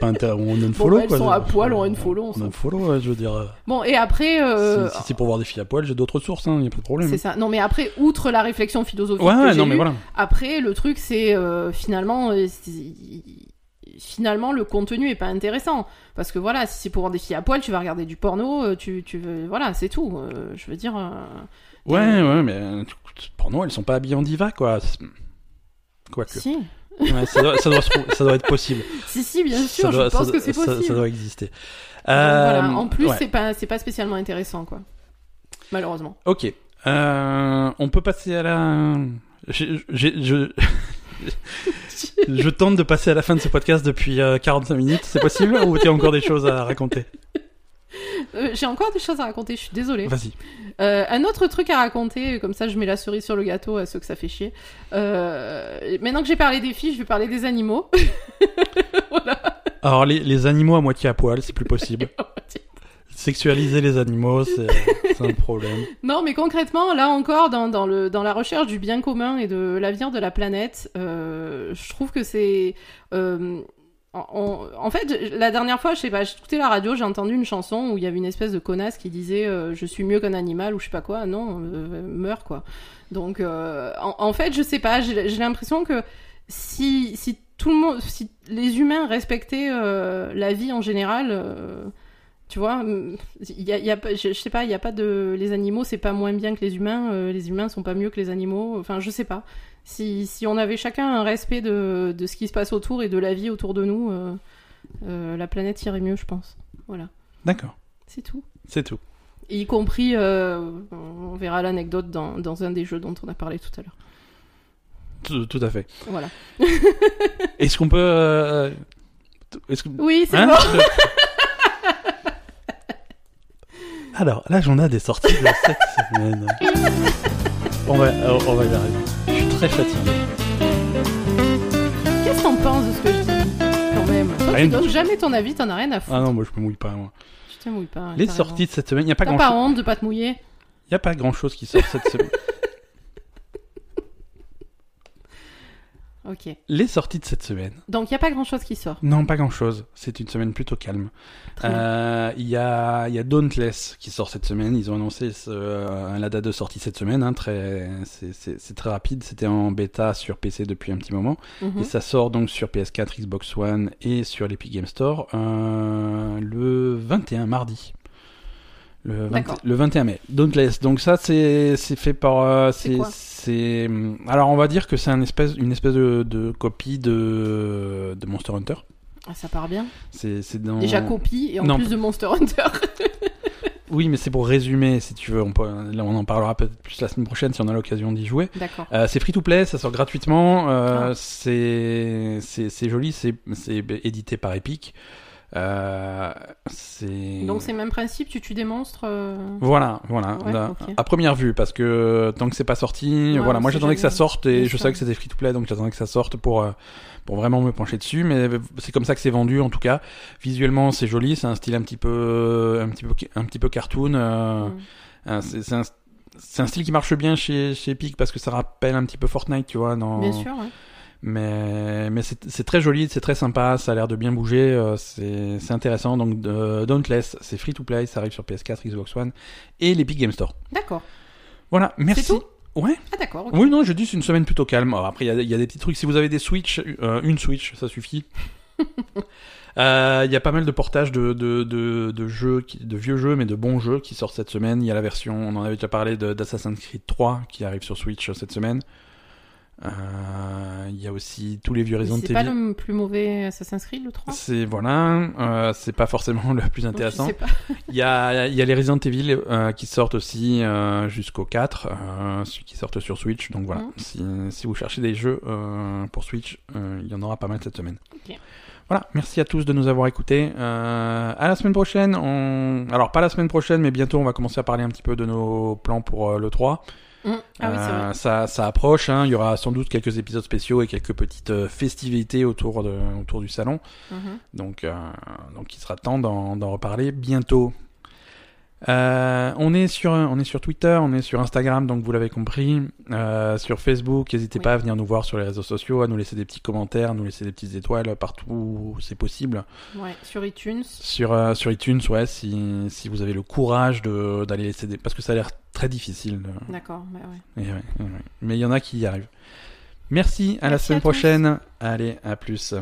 pas inter- on unfollow.
Bon, bah, elles
quoi,
sont à
je-
poil, on unfollow, on
On
s'en
unfollow, ouais, je veux dire. euh,
bon et après euh,
Si, si c'est pour voir des filles à poil, j'ai d'autres sources, hein, y a pas de problème.
C'est ça. Non, mais après, outre la réflexion philosophique,
Ouais,
que
ouais,
j'ai
non, mais
eue,
voilà.
après, le truc, c'est euh, finalement. euh, c'est- Finalement, le contenu est pas intéressant parce que voilà, si c'est pour voir des filles à poil, tu vas regarder du porno, euh, tu, tu veux, voilà, c'est tout. Euh, je veux dire, euh,
Ouais, ouais, mais euh, écoute, pour nous, elles sont pas habillées en diva, quoi. C'est- Quoique.
si,
Ouais, ça, doit, ça doit se trou- ça doit être possible.
si, si, bien
ça
sûr,
doit,
je pense
ça
que
doit-
c'est
ça-
possible.
Ça doit exister.
Donc, voilà.
Euh,
En plus,
ouais.
c'est pas, c'est pas spécialement intéressant, quoi. Malheureusement.
Ok. Euh, on peut passer à la. j'ai- j'ai- je... je tente de passer à la fin de ce podcast depuis euh, 45 minutes. C'est possible ou t'as encore des choses à raconter
Euh, J'ai encore des choses à raconter. Je suis désolée.
Vas-y.
Euh, un autre truc à raconter, comme ça je mets la cerise sur le gâteau à ceux que ça fait chier. Euh, maintenant que j'ai parlé des filles, je vais parler des animaux.
Alors les, les animaux à moitié à poil, c'est plus possible. Sexualiser les animaux, c'est c'est un problème.
Non, mais concrètement, là encore, dans, dans le, dans la recherche du bien commun et de l'avenir de la planète, euh, je trouve que c'est... euh, en, en- en fait, la dernière fois, je sais pas, j'écoutais la radio, j'ai entendu une chanson où il y avait une espèce de connasse qui disait euh, Je suis mieux qu'un animal » ou je sais pas quoi. Non, euh, meurs, quoi. Donc, euh, en, en fait, je sais pas, j'ai j'ai l'impression que si, si tout le monde... Si les humains respectaient euh, la vie en général... euh, tu vois, il y a, il y a pas- je, je sais pas, il y a pas de, les animaux, c'est pas moins bien que les humains, euh, les humains sont pas mieux que les animaux, enfin, je sais pas. Si, si on avait chacun un respect de, de ce qui se passe autour et de la vie autour de nous, euh, euh, la planète irait mieux, je pense. Voilà,
D'accord,
c'est tout.
c'est tout.
Et y compris, euh, on verra l'anecdote dans, dans un des jeux dont on a parlé tout à l'heure.
Tout, tout à fait.
Voilà.
Est-ce qu'on peut... euh, t- Est-ce que...
Oui, c'est
Hein
bon.
Alors, là, j'en ai des sorties de cette semaine. On va, on va y arriver. Je suis très fatigué.
Qu'est-ce que t'en penses de ce que je dis quand même Toi,
Rien
tu
du
donnes jamais ton avis, t'en as rien à foutre.
Ah non, moi, je me mouille pas, moi.
Je te mouille pas. ouais,
Les
Ah, t'as
sorties
raison.
de cette semaine, il n'y a pas
T'as pas
grand-chose
honte de pas te mouiller
y a pas grand-chose qui sort cette semaine.
Ok.
Les sorties de cette semaine.
Donc, il y a pas grand chose qui sort.
Non, pas grand-chose. C'est une semaine plutôt calme.
Très bien.
Euh, Il y, a, il y a Dauntless qui sort cette semaine. Ils ont annoncé ce- euh, la date de sortie cette semaine. hein, très, c'est- c'est c'est très rapide. C'était en bêta sur PC depuis un petit moment.
Mhm.
Et ça sort donc sur PS4, Xbox One et sur l'Epic Game Store euh, le 21 mardi. Le, 20
D'accord.
le 21 mai. Dauntless. Donc ça, c'est c'est fait par... euh,
C'est
c'est-
quoi
c'est- hum, Alors on va dire que c'est un espèce, une espèce de, de copie de, de Monster Hunter.
Ah, ça part bien.
C'est c'est dans...
Déjà copie et en
Non.
plus de Monster Hunter.
Oui, mais c'est pour résumer, si tu veux. On, peut- là, on en parlera peut-être plus la semaine prochaine si on a l'occasion d'y jouer.
D'accord.
Euh, c'est free to play, ça sort gratuitement, euh,
Ah.
c'est c'est- c'est joli, c'est c'est édité par Epic. Euh, c'est
Donc c'est le même principe, tu tues des monstres. euh,
voilà, voilà,
Ouais,
là,
ok.
à première vue, parce que euh, tant que c'est pas sorti,
Ouais,
voilà, moi
c'est
j'attendais que ça
jamais-
sorte et
bien
je
sûr.
savais que c'était free to play, donc j'attendais que ça sorte pour euh, pour vraiment me pencher dessus, mais c'est comme ça que c'est vendu en tout cas. Visuellement, c'est joli, c'est un style un petit peu un petit peu un petit peu cartoon. euh,
Mm.
euh, c'est c'est un c'est un style qui marche bien chez, chez Epic parce que ça rappelle un petit peu Fortnite, tu vois. Dans...
Bien sûr, ouais.
Mais, mais c'est c'est très joli, c'est très sympa, ça a l'air de bien bouger, euh, c'est c'est intéressant. Donc euh, Dauntless, c'est free to play, ça arrive sur PS4, Xbox One et l'Epic Game Store.
D'accord.
Voilà, merci.
tout
Ouais.
Ah d'accord. ok.
Oui, non, je dis c'est une semaine plutôt calme. Alors, après, il y a, il y a des petits trucs. Si vous avez des Switch, euh, une Switch, ça suffit. Euh, Il y a pas mal de portages de, de, de, de jeux, qui- de vieux jeux, mais de bons jeux qui sortent cette semaine. Il y a la version, on en avait déjà parlé, de- d'Assassin's Creed 3 qui arrive sur Switch euh, cette semaine. Euh, Il y a aussi tous les vieux
Mais
Resident
C'est pas
Evil.
le plus mauvais Assassin's Creed, le 3
C'est voilà, euh, c'est pas forcément le plus
Donc, je
intéressant.
sais pas.
Il y a, il y a les Resident Evil euh, qui sortent aussi euh, jusqu'au 4, euh, ceux qui sortent sur Switch. Donc voilà,
Mhm.
si, si vous cherchez des jeux euh, pour Switch, euh, il y en aura pas mal cette semaine.
Ok.
Voilà, merci à tous de nous avoir écoutés. Euh, à la semaine prochaine. On... Alors pas la semaine prochaine, mais bientôt on va commencer à parler un petit peu de nos plans pour euh, le 3.
Mm. Ah oui, c'est
Euh,
vrai.
ça, ça approche. hein. Il y aura sans doute quelques épisodes spéciaux et quelques petites euh, festivités autour de autour du salon.
Mhm.
Donc, euh, donc il sera temps d'en d'en reparler bientôt. Euh, on, est sur, on est sur Twitter, on est sur Instagram, donc vous l'avez compris. Euh, sur Facebook, n'hésitez
Oui.
pas à venir nous voir sur les réseaux sociaux, à nous laisser des petits commentaires, à nous laisser des petites étoiles partout où c'est possible.
Mmh. Ouais, sur iTunes.
Sur, euh, sur iTunes, ouais, si, si vous avez le courage de- d'aller laisser des. Parce que ça a l'air très difficile. de-
D'accord. bah ouais.
et ouais, et ouais. Mais il y en a qui y arrivent. Merci, à la
Merci
semaine
à tous.
prochaine. Allez, à plus.